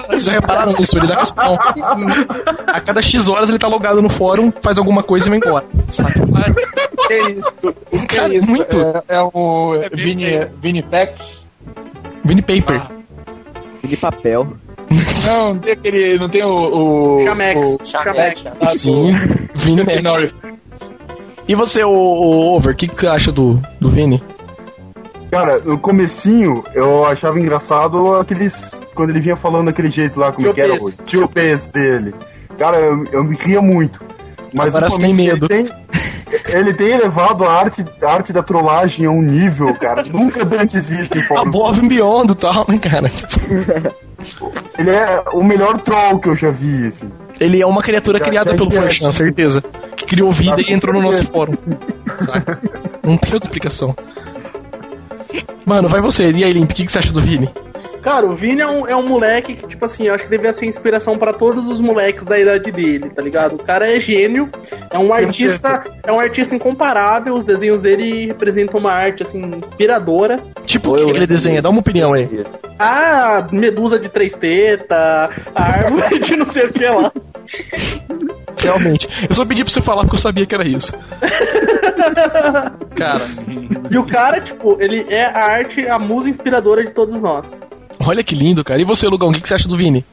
Speaker 1: Vocês já repararam nisso? Ele dá respawn. A cada X horas ele tá logado no fórum, faz alguma coisa e vai embora. Sabe?
Speaker 8: Que isso? Que
Speaker 1: Cara,
Speaker 8: isso?
Speaker 1: muito.
Speaker 8: É, é o
Speaker 4: É
Speaker 8: Vini, Vini Facts?
Speaker 1: Vini Paper.
Speaker 8: Ah,
Speaker 9: De papel.
Speaker 8: Não, não tem aquele. Não tem o. o
Speaker 5: Chamex.
Speaker 8: o-
Speaker 5: Chamex.
Speaker 8: Ah,
Speaker 1: Sim. Vini
Speaker 8: o
Speaker 1: Max.
Speaker 8: Norris.
Speaker 1: E você, o, Over, o que, que você acha do, do Vini?
Speaker 10: Cara, no comecinho eu achava engraçado aqueles. Quando ele vinha falando daquele jeito lá, como
Speaker 5: Tio
Speaker 10: é que era o
Speaker 5: Pes.
Speaker 10: tio Pes dele. Cara, eu, eu me ria muito. Mas
Speaker 1: Agora você tem
Speaker 10: ultimamente,
Speaker 1: medo.
Speaker 10: Ele tem, ele tem elevado a arte, a arte da trollagem a um nível, cara, nunca antes visto em fórum.
Speaker 1: Above and Beyond e tal, né, cara?
Speaker 10: Ele é o melhor troll que eu já vi, assim.
Speaker 1: Ele é uma criatura
Speaker 10: Já-
Speaker 1: criada
Speaker 10: já
Speaker 1: pelo
Speaker 10: interessa.
Speaker 1: Forchan, certeza. Que criou vida
Speaker 10: Tá,
Speaker 1: e entrou no nosso
Speaker 10: certeza.
Speaker 1: fórum. Saca? Não tem outra explicação. Mano, vai você. E aí, Limp, o que, que você acha do Vini?
Speaker 5: Cara, o Vini é um, é um moleque que, tipo assim, eu acho que devia ser inspiração pra todos os moleques da idade dele, tá ligado? O cara é gênio, é um artista, é um artista incomparável, os desenhos dele representam uma arte, assim, inspiradora.
Speaker 1: Tipo, o que, que ele desenha? Dá uma opinião aí.
Speaker 5: A medusa de três tetas, a árvore *laughs* de não sei o que lá.
Speaker 1: Realmente. Eu só pedi pra você falar porque eu sabia que
Speaker 6: *laughs*
Speaker 1: era isso. Cara,
Speaker 5: E o cara, tipo, ele é a arte, a musa inspiradora de todos nós.
Speaker 1: olha que lindo, cara. E você, Lugão, o que, que você acha do Vini?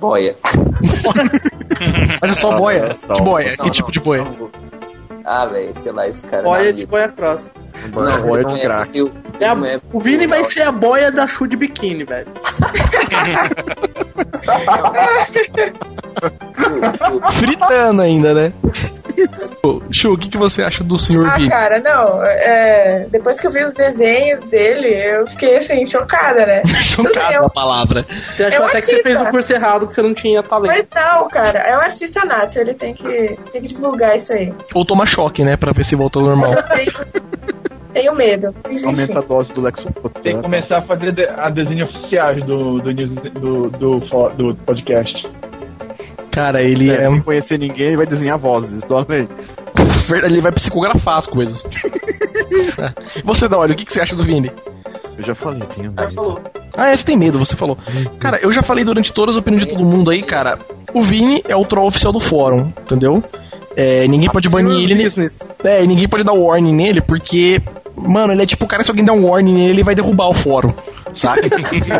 Speaker 2: Boia.
Speaker 1: *laughs* Mas é só
Speaker 7: Não,
Speaker 1: boia?
Speaker 7: não, não,
Speaker 1: que boia?
Speaker 2: Não,
Speaker 1: que tipo
Speaker 2: não,
Speaker 1: de boia?
Speaker 2: não. Ah, velho, sei lá, esse cara.
Speaker 5: Boia
Speaker 2: na
Speaker 5: de
Speaker 2: vida.
Speaker 5: boia cross.
Speaker 2: Não,
Speaker 7: Boia
Speaker 2: não
Speaker 7: de
Speaker 2: é,
Speaker 7: crack.
Speaker 2: porque o-
Speaker 5: É a-
Speaker 2: não é
Speaker 5: o Vini vai
Speaker 2: porque
Speaker 5: ser a boia da Chu de biquíni, velho.
Speaker 2: o- o-
Speaker 1: Fritando ainda, né? Ô, Chu, o que, que você acha do senhor
Speaker 6: Ah,
Speaker 1: Vini?
Speaker 6: cara, não. é, depois que eu vi os desenhos dele, eu fiquei assim, chocada, né?
Speaker 1: Chocado
Speaker 6: eu-
Speaker 1: a palavra.
Speaker 5: Você achou
Speaker 6: É um
Speaker 5: até que você
Speaker 6: artista.
Speaker 5: fez o curso errado, que você não tinha talento.
Speaker 6: Mas não, cara, é um artista nato, ele tem que, tem que divulgar isso aí.
Speaker 1: Ou toma choque, né? Pra ver se volta ao normal.
Speaker 6: Eu tenho, tenho medo. Mas, enfim,
Speaker 7: Aumenta a dose do Lexo.
Speaker 8: Tem que começar a fazer de- a desenhos oficiais do, do, news- do, do, fo- do podcast.
Speaker 1: Cara, ele é.
Speaker 7: sem conhecer ninguém, ele vai desenhar vozes. Dorme aí.
Speaker 1: Ele vai psicografar as coisas. *laughs* você, dá olha, o que, que você acha do Vini?
Speaker 7: Eu já falei, tem
Speaker 5: Aí falou.
Speaker 1: Ah, é, você tem medo, você falou. Cara, eu já falei durante todas as opiniões de todo mundo aí, cara. O Vini é o troll oficial do fórum, entendeu? É, ninguém pode banir ele. ne-
Speaker 5: Business.
Speaker 1: É, e ninguém pode dar warning nele, porque. Mano, ele é tipo o cara, se alguém der um warning nele, ele vai derrubar o fórum, sabe?
Speaker 5: *laughs*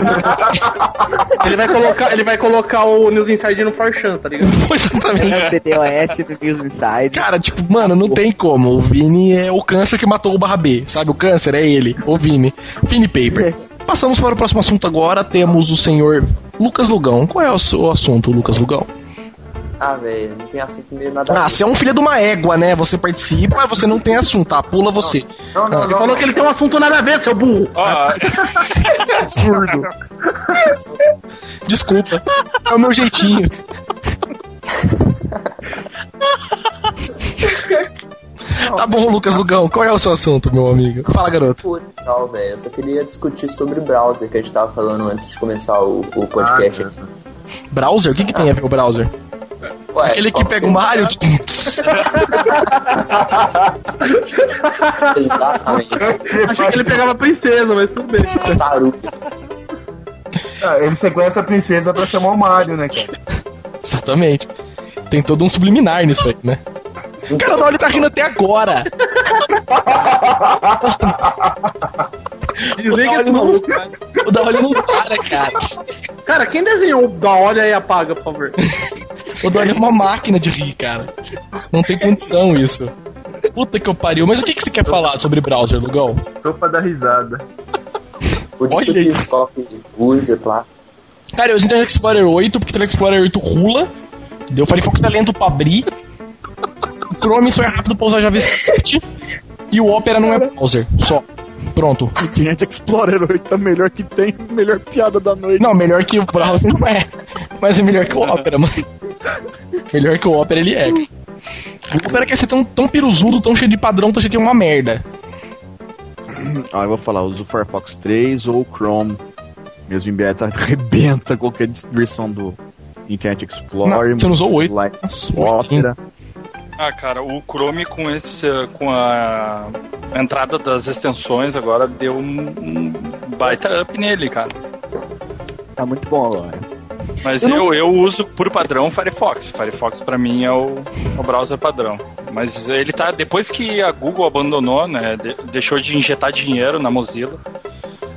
Speaker 5: Ele vai colocar, ele vai colocar o News Inside no Forchan, tá ligado?
Speaker 1: *laughs* Exatamente.
Speaker 9: É o PDOS do News Inside.
Speaker 1: Cara, tipo, mano, não tem como. O Vini é o câncer que matou o barra B, sabe? O câncer é ele, o Vini. Vini Paper. Passamos para o próximo assunto agora. Temos o senhor Lucas Lugão. Qual é o seu assunto, Lucas Lugão?
Speaker 2: Ah, velho, não tem assunto meio nada. a
Speaker 1: Ah,
Speaker 2: ver.
Speaker 1: você é um filho de uma égua, né? Você participa, mas você não tem assunto. Ah, pula você.
Speaker 2: Não, não,
Speaker 1: Ah,
Speaker 2: não.
Speaker 5: Ele falou que ele tem um assunto nada a ver, seu burro.
Speaker 4: Ó,
Speaker 1: Absurdo. Desculpa. É o meu jeitinho. Tá bom, Lucas Lugão. Qual é o seu assunto, meu amigo? Fala, garoto.
Speaker 2: Pô, Não, velho, eu só queria discutir sobre o browser que a gente tava falando antes de começar o, o podcast.
Speaker 3: Ah,
Speaker 1: Browser? O que, que tem a ver o browser?
Speaker 2: Ué,
Speaker 1: Aquele que
Speaker 2: qual
Speaker 1: pega
Speaker 2: foi?
Speaker 1: o Mario. *laughs* tipo, *laughs*
Speaker 2: Exatamente.
Speaker 5: Achei que ele pegava a princesa, mas tudo bem.
Speaker 2: Tartaruga.
Speaker 10: Ah, ele sequestra a princesa pra chamar o Mario, né, cara?
Speaker 1: Exatamente. Tem todo um subliminar nisso aí, né? Cara, não, ele tá rindo até agora.
Speaker 5: Desliga esse maluco. cara.
Speaker 1: *laughs* O Daoli não para, cara.
Speaker 5: Cara, quem desenhou o da olha e apaga, por favor?
Speaker 1: O Daoli é uma máquina de rir, cara. Não tem condição isso. Puta que eu pariu. Mas o que, que você quer falar sobre browser, Lugão?
Speaker 3: Sopa da risada.
Speaker 2: O disco que o Scott usa lá.
Speaker 1: Cara, eu uso Internet Explorer 8 porque Internet Explorer 8 rula. Deu Firefox é lento pra abrir. O Chrome só é rápido pra usar JavaScript. e o Opera não é browser. Só. Pronto.
Speaker 7: Internet Explorer 8 é a melhor que tem, melhor piada da noite.
Speaker 1: Não, melhor que o browser não é. Mas é melhor que o Opera, mano. Melhor que o Opera ele é. O Opera quer ser tão, tão piruzudo, tão cheio de padrão, então tão cheio de é uma merda.
Speaker 7: Ah, eu vou falar, uso o Firefox 3 ou o Chrome. Mesmo em beta, *laughs* arrebenta qualquer versão do Internet Explorer.
Speaker 1: Não, você não usou o 8.
Speaker 7: Light,
Speaker 1: Nossa,
Speaker 7: Opera.
Speaker 4: Ah, cara, o Chrome com esse, com a entrada das extensões agora deu um, um baita up nele, cara.
Speaker 9: Tá muito bom agora.
Speaker 4: Mas
Speaker 9: Eu
Speaker 4: eu,
Speaker 9: não-
Speaker 4: eu, uso por padrão o Firefox. Firefox pra mim é o, o browser padrão. Mas ele tá depois que a Google abandonou, né, de- deixou de injetar dinheiro na Mozilla.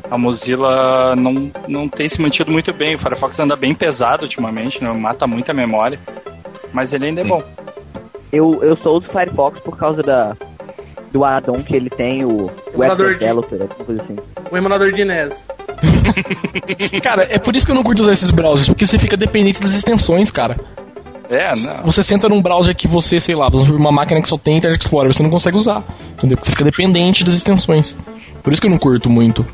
Speaker 4: A Mozilla não, não tem se mantido muito bem. O Firefox anda bem pesado ultimamente, né, mata muita memória. Mas ele ainda é bom.
Speaker 9: Eu, eu só uso o Firefox por causa da, do add-on que ele tem, o Web
Speaker 5: Emulador de-
Speaker 9: Developer, alguma coisa assim.
Speaker 5: O emulador de NES.
Speaker 1: Cara, é por isso que eu não curto usar esses browsers, porque você fica dependente das extensões, cara.
Speaker 4: É, não.
Speaker 1: Você senta num browser que você, sei lá, você uma máquina que só tem Internet Explorer, você não consegue usar. Entendeu? Porque você fica dependente das extensões. Por isso que eu não curto muito.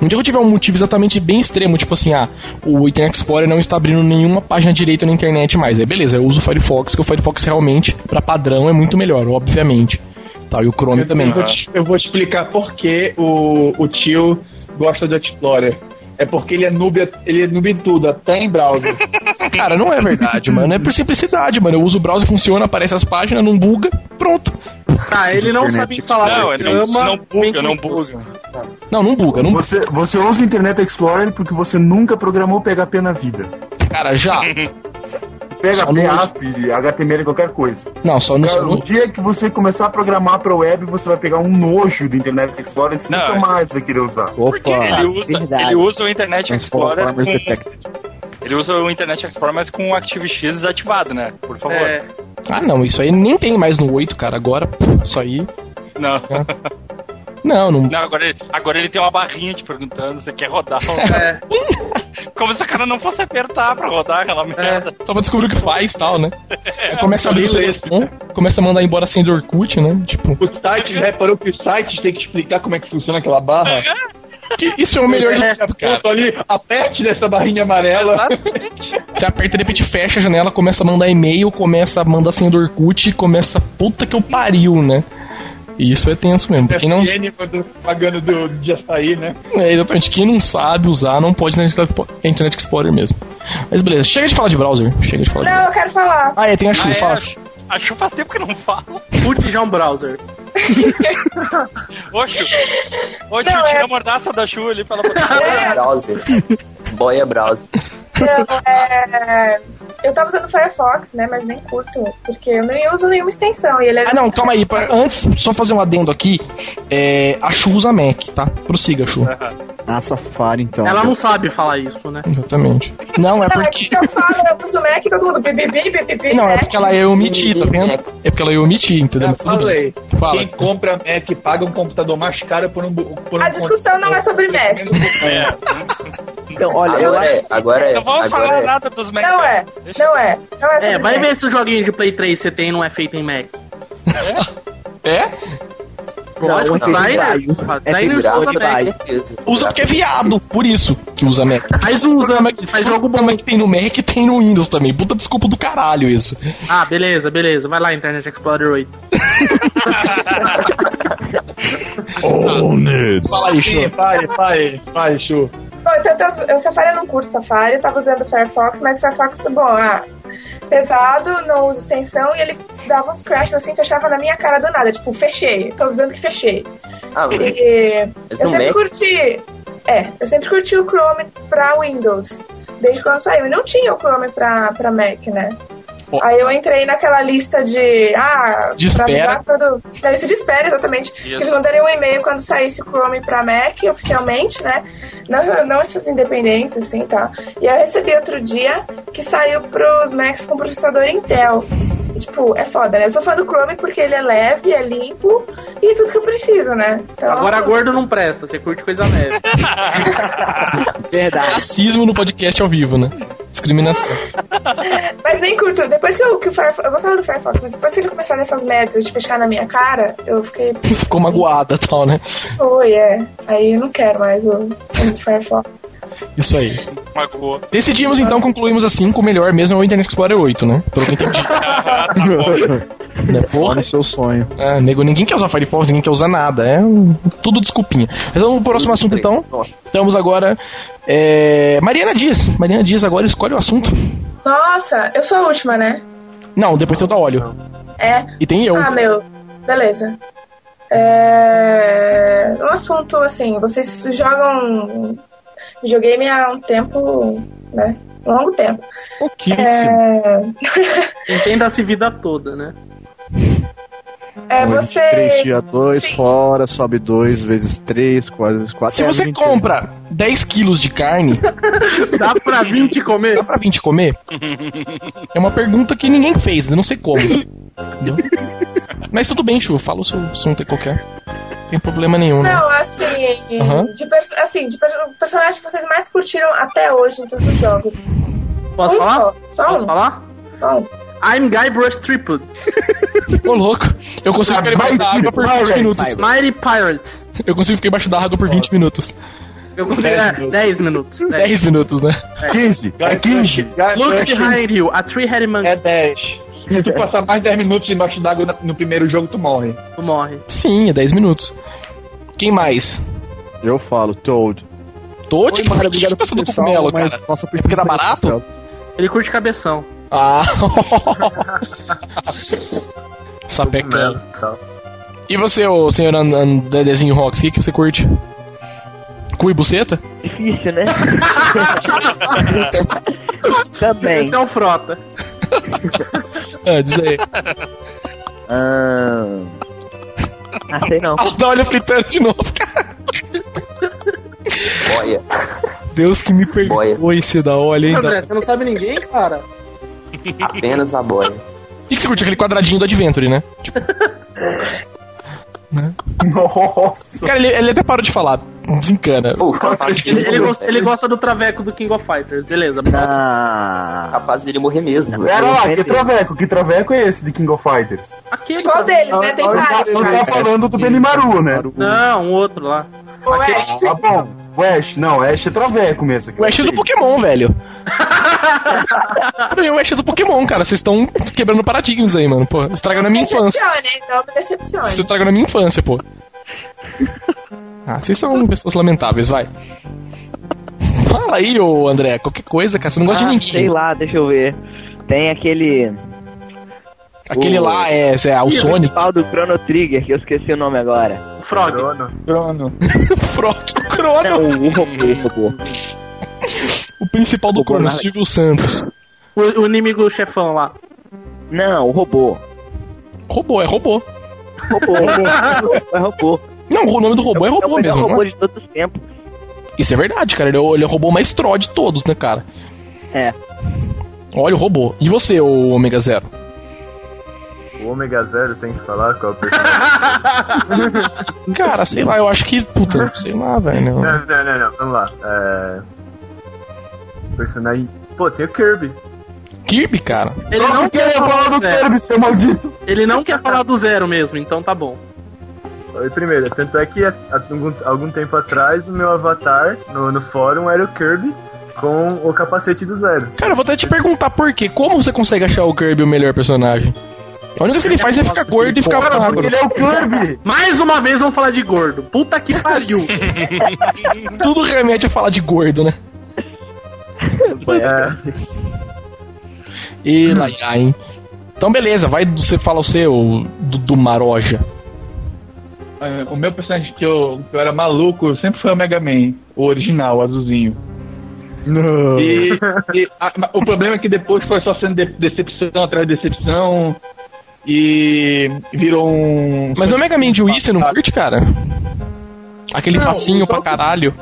Speaker 1: Um dia que eu tiver um motivo exatamente bem extremo, tipo assim, ah, o Internet Explorer não está abrindo nenhuma página direita na internet mais. Aí beleza, eu uso o Firefox, que o Firefox realmente, pra padrão, é muito melhor, obviamente. Tá, e o Chrome também.
Speaker 8: Eu vou, te- eu vou explicar por que o, o tio gosta do Explorer. É porque ele é noob, ele é noob em tudo, até em browser.
Speaker 1: *laughs* Cara, não é verdade, mano. É por simplicidade, mano. Eu uso o browser, funciona, aparece as páginas, não buga, pronto.
Speaker 5: Ah, ele não sabe instalar
Speaker 4: tipo, Não, ele não,
Speaker 5: programa,
Speaker 4: não
Speaker 5: nem
Speaker 4: buga, não
Speaker 5: Windows.
Speaker 4: buga.
Speaker 1: Não, não buga, não
Speaker 10: Você, você usa o Internet Explorer porque você nunca programou PHP na vida.
Speaker 1: Cara, já.
Speaker 10: PHP, ASP, HTML, qualquer coisa.
Speaker 1: Não, só no.
Speaker 10: Cara, o dia que você começar a programar para web, você vai pegar um nojo do Internet Explorer e você
Speaker 4: Não,
Speaker 10: nunca
Speaker 4: é-
Speaker 10: mais vai querer usar.
Speaker 4: Porque ele usa,
Speaker 9: verdade.
Speaker 4: ele usa o Internet Explorer.
Speaker 7: Ah, Transformers
Speaker 4: com-
Speaker 7: Detected.
Speaker 4: ele usa o Internet Explorer, mas com o ActiveX desativado, né? Por favor.
Speaker 5: É,
Speaker 1: Ah, não, isso aí nem tem mais no 8, cara. Agora, pô, isso aí.
Speaker 4: Não.
Speaker 1: Não, não.
Speaker 4: Não, agora ele, agora ele tem uma barrinha te perguntando se quer rodar ou não.
Speaker 5: é.
Speaker 4: *laughs* Como se o cara não fosse apertar pra rodar aquela merda.
Speaker 1: Só pra descobrir o que faz e tal, né? Aí começa a abrir o telefone, começa a mandar embora sem do Orkut, né? Tipo,
Speaker 8: O site, já reparou Tá, que o site tem que explicar como é que funciona aquela barra?
Speaker 1: que isso é o melhor de tudo, cara.
Speaker 8: Ponto ali, aperte nessa barrinha amarela.
Speaker 1: Você aperta e de repente fecha a janela, começa a mandar e-mail, começa a mandar senha do Orkut, começa puta que eu pariu, né? E Isso é tenso mesmo. Pra Quem não,
Speaker 8: SN quando- pagando do, de açaí, né?
Speaker 1: é, exatamente, quem não sabe usar não pode na Internet Expo- Internet Explorer mesmo. Mas beleza, chega de falar de browser. Chega de falar de browser.
Speaker 6: Não, eu quero falar.
Speaker 1: Ah, é, tem a Chu,
Speaker 4: Ah, é,
Speaker 1: fala.
Speaker 4: acho- Achou faz tempo que não fala.
Speaker 5: Putz, já é
Speaker 4: *laughs*
Speaker 5: um browser.
Speaker 4: Oxo. Oxo,
Speaker 6: Não,
Speaker 4: tira
Speaker 6: é-
Speaker 4: a mordaça da Chu ali pra ela
Speaker 6: É,
Speaker 2: Boia Browser. Boia Browser.
Speaker 6: Não, é... Eu tava usando o Firefox, né? Mas nem curto, porque eu nem uso nenhuma extensão. E ele é...
Speaker 1: Ah, não, calma aí. pra- antes, só fazer um adendo aqui. É, a Chu usa Mac, tá? Prossiga, Chu.
Speaker 7: Ah, Safari, então.
Speaker 5: Ela não sabe falar isso, né?
Speaker 1: Exatamente. Não,
Speaker 6: Não,
Speaker 1: é
Speaker 6: é
Speaker 1: porque.
Speaker 6: que eu falo, eu uso Mac, todo mundo bibibi, bibibi,
Speaker 1: Não, é
Speaker 6: Mac.
Speaker 1: porque ela ia omitir, tá vendo? É porque ela ia omitir, entendeu?
Speaker 8: Eu
Speaker 1: Mas tudo bem.
Speaker 8: falei.
Speaker 1: Fala.
Speaker 8: Quem compra Mac paga um computador mais caro por um. bu- Por um
Speaker 6: A discussão não é sobre Mac.
Speaker 9: Então, olha, eu
Speaker 2: Agora
Speaker 9: acho
Speaker 2: é, agora é.
Speaker 4: É. Não vamos
Speaker 2: Agora
Speaker 4: falar
Speaker 2: é.
Speaker 4: nada dos Mac.
Speaker 6: Não é, não é. Não é sobre
Speaker 5: É, vai
Speaker 6: Mac.
Speaker 5: ver se o joguinho de Play 3 você tem não é feito em Mac.
Speaker 1: É?
Speaker 9: não,
Speaker 5: Lógico,
Speaker 9: é
Speaker 5: designer. Ah,
Speaker 9: não.
Speaker 1: Ah,
Speaker 5: Designer
Speaker 9: figurado,
Speaker 2: Gráfico,
Speaker 5: usa Mac.
Speaker 2: com
Speaker 9: Mac.
Speaker 2: certeza.
Speaker 1: Usa porque é viado, por isso que usa Mac.
Speaker 5: Faz um
Speaker 1: Programa
Speaker 5: exame,
Speaker 1: que-
Speaker 5: faz jogo bom.
Speaker 1: programa que tem no Mac tem no Windows também. Puta desculpa do caralho isso.
Speaker 5: Ah, beleza, beleza. Vai lá, Internet Explorer 8.
Speaker 7: Oh, nerds.
Speaker 1: Fala aí, Chu.
Speaker 8: Sim, vai, vai, vai, Chu.
Speaker 6: Bom, então eu tava- eu, Safari eu não curto Safari, eu tava usando o Firefox, mas o Firefox, bom, ah, pesado, não uso extensão, e ele dava uns crashes assim, fechava na minha cara do nada, tipo, fechei, tô avisando que fechei.
Speaker 2: Ah, mas
Speaker 6: E eu
Speaker 2: no
Speaker 6: sempre
Speaker 2: Mac
Speaker 6: curti, é, eu sempre curti o Chrome pra Windows, desde quando saiu, e não tinha o Chrome pra, pra Mac, né?
Speaker 1: Ó.
Speaker 6: Aí eu entrei naquela lista de. Ah,
Speaker 1: De
Speaker 6: pra
Speaker 1: espera.
Speaker 6: avisar Quando, na lista de espera, exatamente. Que eles mandariam um e-mail quando saísse o Chrome pra Mac, oficialmente, né? Não, não essas independentes, assim, tá? E aí eu recebi outro dia que saiu pros Macs com processador Intel. Tipo, é foda, né? Eu sou fã do Chrome porque ele é leve, é limpo e é tudo que eu preciso, né? Então,
Speaker 5: Agora gordo não presta, você curte coisa leve.
Speaker 1: Verdade. Racismo no podcast ao vivo, né? Discriminação. *laughs*
Speaker 6: Mas nem curto. Depois que, eu, que o Firefox. Eu gostava do Firefox, mas depois que ele começou nessas metas de fechar na minha cara, eu fiquei.
Speaker 1: Você ficou magoada e tal, né?
Speaker 6: Oi, é. Aí eu não quero mais o, o Firefox.
Speaker 1: Isso aí.
Speaker 4: Magoou.
Speaker 1: Decidimos então, concluímos assim que o melhor mesmo é o Internet Explorer 8, né? Pelo que eu entendi.
Speaker 5: tá
Speaker 7: *laughs*
Speaker 1: Né? Porra.
Speaker 7: seu sonho.
Speaker 1: Ah, nego, ninguém quer usar Firefox, ninguém quer usar nada. É um- tudo desculpinha. Mas vamos pro próximo assunto então. Estamos agora. é, Mariana Dias. Mariana Dias agora escolhe o assunto.
Speaker 6: Nossa, eu sou a última, né?
Speaker 1: Não, depois tem o da óleo.
Speaker 6: É.
Speaker 1: E tem eu.
Speaker 6: Ah, meu. Beleza. É... Um assunto, assim, vocês jogam videogame há um tempo, né? Um longo tempo. É...
Speaker 5: Entenda-se vida toda, né?
Speaker 6: É,
Speaker 7: Então,
Speaker 6: você...
Speaker 7: 3 tira 2, fora, sobe 2, vezes É 3, quase 4.
Speaker 1: Se você compra 10 quilos de carne.
Speaker 5: Dá pra 20 comer?
Speaker 1: Dá pra 20 comer? É uma pergunta que ninguém fez, eu não sei como. Entendeu? Mas tudo bem, Chu, fala o seu assunto qualquer. Não tem problema nenhum, né?
Speaker 6: Não, assim,
Speaker 1: Aham.
Speaker 6: de pers- assim, de per- o personagem que vocês mais curtiram até hoje em todos os jogos.
Speaker 5: Posso
Speaker 6: um
Speaker 5: falar?
Speaker 6: Só, só
Speaker 5: Posso
Speaker 6: um.
Speaker 5: falar?
Speaker 6: Só um.
Speaker 5: I'm Guybrush Threepwood.
Speaker 1: Ô, louco, eu
Speaker 7: Tá
Speaker 1: consigo ficar embaixo da água por 20 minutos.
Speaker 5: Mighty Pirates.
Speaker 1: Eu consigo ficar embaixo da água por 20 minutos.
Speaker 5: Eu consigo. é, 10 *laughs* minutos. 10.
Speaker 1: 10 minutos, né?
Speaker 10: 15, é 15.
Speaker 5: Look behind you, a three-headed monkey.
Speaker 8: É 10. Se tu passar mais 10 minutos debaixo d'água na- no primeiro jogo, tu morre.
Speaker 5: Tu morre.
Speaker 1: Sim, é 10 minutos. Quem mais?
Speaker 7: Eu falo, Toad.
Speaker 1: Toad?
Speaker 7: Oi, Mário,
Speaker 1: Que isso pensa do cogumelo,
Speaker 7: mas
Speaker 1: cara?
Speaker 7: nossa,
Speaker 1: Porque
Speaker 7: precisa
Speaker 1: era
Speaker 7: ter
Speaker 1: barato?
Speaker 7: cogumelo.
Speaker 5: Ele curte cabeção.
Speaker 1: Ah! *laughs* Sapecão.
Speaker 2: é
Speaker 3: Tá.
Speaker 1: E você, ô senhor And- Andezinho Rocks, o que, que você curte? Cu e buceta?
Speaker 9: Difícil,
Speaker 1: *laughs*
Speaker 9: né? Também.
Speaker 5: Esse é o Frota.
Speaker 1: Ah, diz aí.
Speaker 9: Ah, ah, sei não.
Speaker 1: *laughs* Ah, dá olha fritando de novo.
Speaker 2: Olha,
Speaker 1: Deus que me perdoe esse da olha, hein? da-
Speaker 5: André, você não sabe ninguém, cara?
Speaker 2: apenas a boia.
Speaker 1: O que, que você curte? Aquele quadradinho do Adventure, né? Tipo,
Speaker 10: Nossa.
Speaker 1: cara, ele, ele até parou de falar. Desencana.
Speaker 2: Pô,
Speaker 3: tá
Speaker 2: capaz,
Speaker 5: Ele, ele
Speaker 2: dele morrer,
Speaker 5: gosta, ele gosta do traveco do King of Fighters, beleza.
Speaker 9: Ah,
Speaker 2: capaz dele morrer
Speaker 5: É,
Speaker 2: mesmo.
Speaker 10: Pera lá, que traveco? Que traveco é esse de King of Fighters?
Speaker 5: Aquele.
Speaker 6: Qual deles, né? Tem vários,
Speaker 10: Não
Speaker 6: cara.
Speaker 10: tá falando do Benimaru, né?
Speaker 5: Não, um outro lá.
Speaker 6: O Ash.
Speaker 10: Tá bom. O Ash, não, o Ash é traveco mesmo.
Speaker 1: O Ash é do Pokémon, velho.
Speaker 9: *laughs*
Speaker 1: pra mim, o Ash é do Pokémon, cara. Vocês estão quebrando paradigmas aí, mano. Pô, estragando a minha infância.
Speaker 6: Decepcione, hein? Não me
Speaker 1: Vocês
Speaker 6: decepcione.
Speaker 1: estragando a minha infância, pô. Ah, vocês são pessoas lamentáveis, vai. Fala aí, ô André, qualquer coisa, cara. Você não gosta
Speaker 9: ah,
Speaker 1: de
Speaker 9: sei
Speaker 1: ninguém.
Speaker 9: lá, deixa eu ver. Tem aquele
Speaker 1: Aquele
Speaker 9: Ô.
Speaker 1: lá é, é o
Speaker 9: *laughs*
Speaker 1: Sonic,
Speaker 9: principal do Chrono Trigger, que eu esqueci o nome agora.
Speaker 5: O Frog.
Speaker 3: Crono.
Speaker 8: Crono.
Speaker 1: o Frog, o Crono.
Speaker 9: Não, É o
Speaker 1: *laughs*
Speaker 9: robô. o robô.
Speaker 1: O principal do
Speaker 9: O
Speaker 1: Crono, é
Speaker 9: Bonalec.
Speaker 1: Silvio Santos.
Speaker 5: O, o inimigo chefão lá.
Speaker 9: Não, o robô.
Speaker 1: Robô, é robô.
Speaker 9: Robô. é robô.
Speaker 1: Não, o nome do robô é,
Speaker 9: é o
Speaker 1: robô
Speaker 9: melhor
Speaker 1: mesmo.
Speaker 9: robô
Speaker 1: né?
Speaker 9: de todos os tempos.
Speaker 1: Isso é verdade, cara. Ele é, o- ele é o robô mais troll de todos, né, cara?
Speaker 9: É.
Speaker 1: Olha o robô. E você, ô Omega Zero?
Speaker 3: O ômega zero tem que falar qual é o personagem.
Speaker 1: *laughs* Cara, sei lá, eu acho que. Puta, sei lá, velho. né?
Speaker 3: não, não, não, não. Vamos lá. É... Personagem. Pô, tem o Kirby.
Speaker 1: Kirby, cara.
Speaker 5: Ele
Speaker 10: Só
Speaker 5: não,
Speaker 10: porque eu
Speaker 5: quer
Speaker 10: ia
Speaker 5: falar
Speaker 10: falar do
Speaker 5: do zero.
Speaker 10: Kirby, seu maldito.
Speaker 5: ele não quer falar do zero mesmo, então tá bom.
Speaker 3: Oi, Primeiro, tanto é que há há algum, algum tempo atrás o meu avatar no, no fórum era o Kirby com o capacete do Zero.
Speaker 1: Cara, eu vou até te perguntar por quê. Como você consegue achar o Kirby o melhor personagem? A única coisa que ele faz é ficar gordo e ficar
Speaker 10: Cara,
Speaker 1: magro.
Speaker 10: porque ele é o Kirby.
Speaker 5: Mais uma vez vamos falar de gordo. Puta que pariu.
Speaker 1: Tudo remete a falar de gordo, né?
Speaker 3: É,
Speaker 1: E lá, lá, hein? Então, beleza, vai, você fala o seu, do, do Maroja.
Speaker 8: Ah, O meu personagem que eu, que eu era maluco sempre foi o Mega Man, o original, o azulzinho.
Speaker 7: Não.
Speaker 8: E, e a- ma- o problema é que depois foi só sendo de- decepção atrás de decepção e virou um.
Speaker 1: Mas no Mega Man de Wii, você não curte, cara? Aquele
Speaker 8: Não,
Speaker 1: facinho
Speaker 8: eu
Speaker 1: pra
Speaker 8: gosto-
Speaker 1: caralho.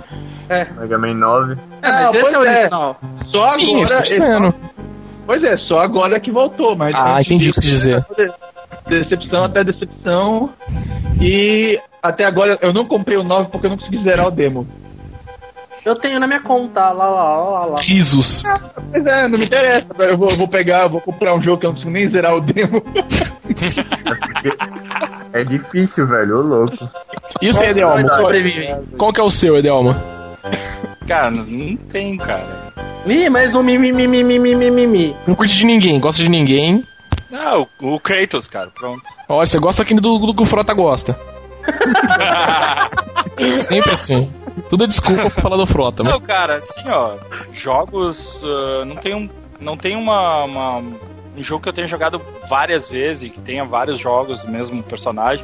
Speaker 3: Mega Man 9.
Speaker 5: É, mas
Speaker 8: Ah,
Speaker 5: esse é o
Speaker 8: pois é.
Speaker 5: original.
Speaker 8: Só
Speaker 1: Sim,
Speaker 8: agora.
Speaker 1: isso é
Speaker 8: Só,
Speaker 1: insano.
Speaker 8: Pois é, só agora que voltou, mas.
Speaker 1: Ah,
Speaker 8: antes
Speaker 1: entendi o que
Speaker 8: disso,
Speaker 1: você quis
Speaker 8: era Decepção até decepção. E até agora eu não comprei o 9 porque eu não consegui zerar o demo.
Speaker 5: Eu tenho na minha conta, lá, lá, lá, lá.
Speaker 1: Risos.
Speaker 8: Pois é, não me interessa. Eu vou, eu vou pegar, eu vou comprar um jogo que eu não consigo nem zerar o demo.
Speaker 3: É difícil, velho, ô louco.
Speaker 1: E o seu, Edelmo? Qual, qual que é o seu, Edelmo?
Speaker 4: Cara, não tem, cara.
Speaker 5: Ih, mais um mimimi.
Speaker 1: Não curte de ninguém, gosta de ninguém.
Speaker 4: Ah, o, o Kratos, cara, pronto.
Speaker 1: Olha, você gosta aquele do, do que o Frota gosta. Sempre assim. Tudo é desculpa pra falar do Frota, mas
Speaker 4: Não, cara, assim, ó, jogos. ah, não tem um. Não tem uma, uma- Um jogo que eu tenho jogado várias vezes, e que tenha vários jogos do mesmo personagem.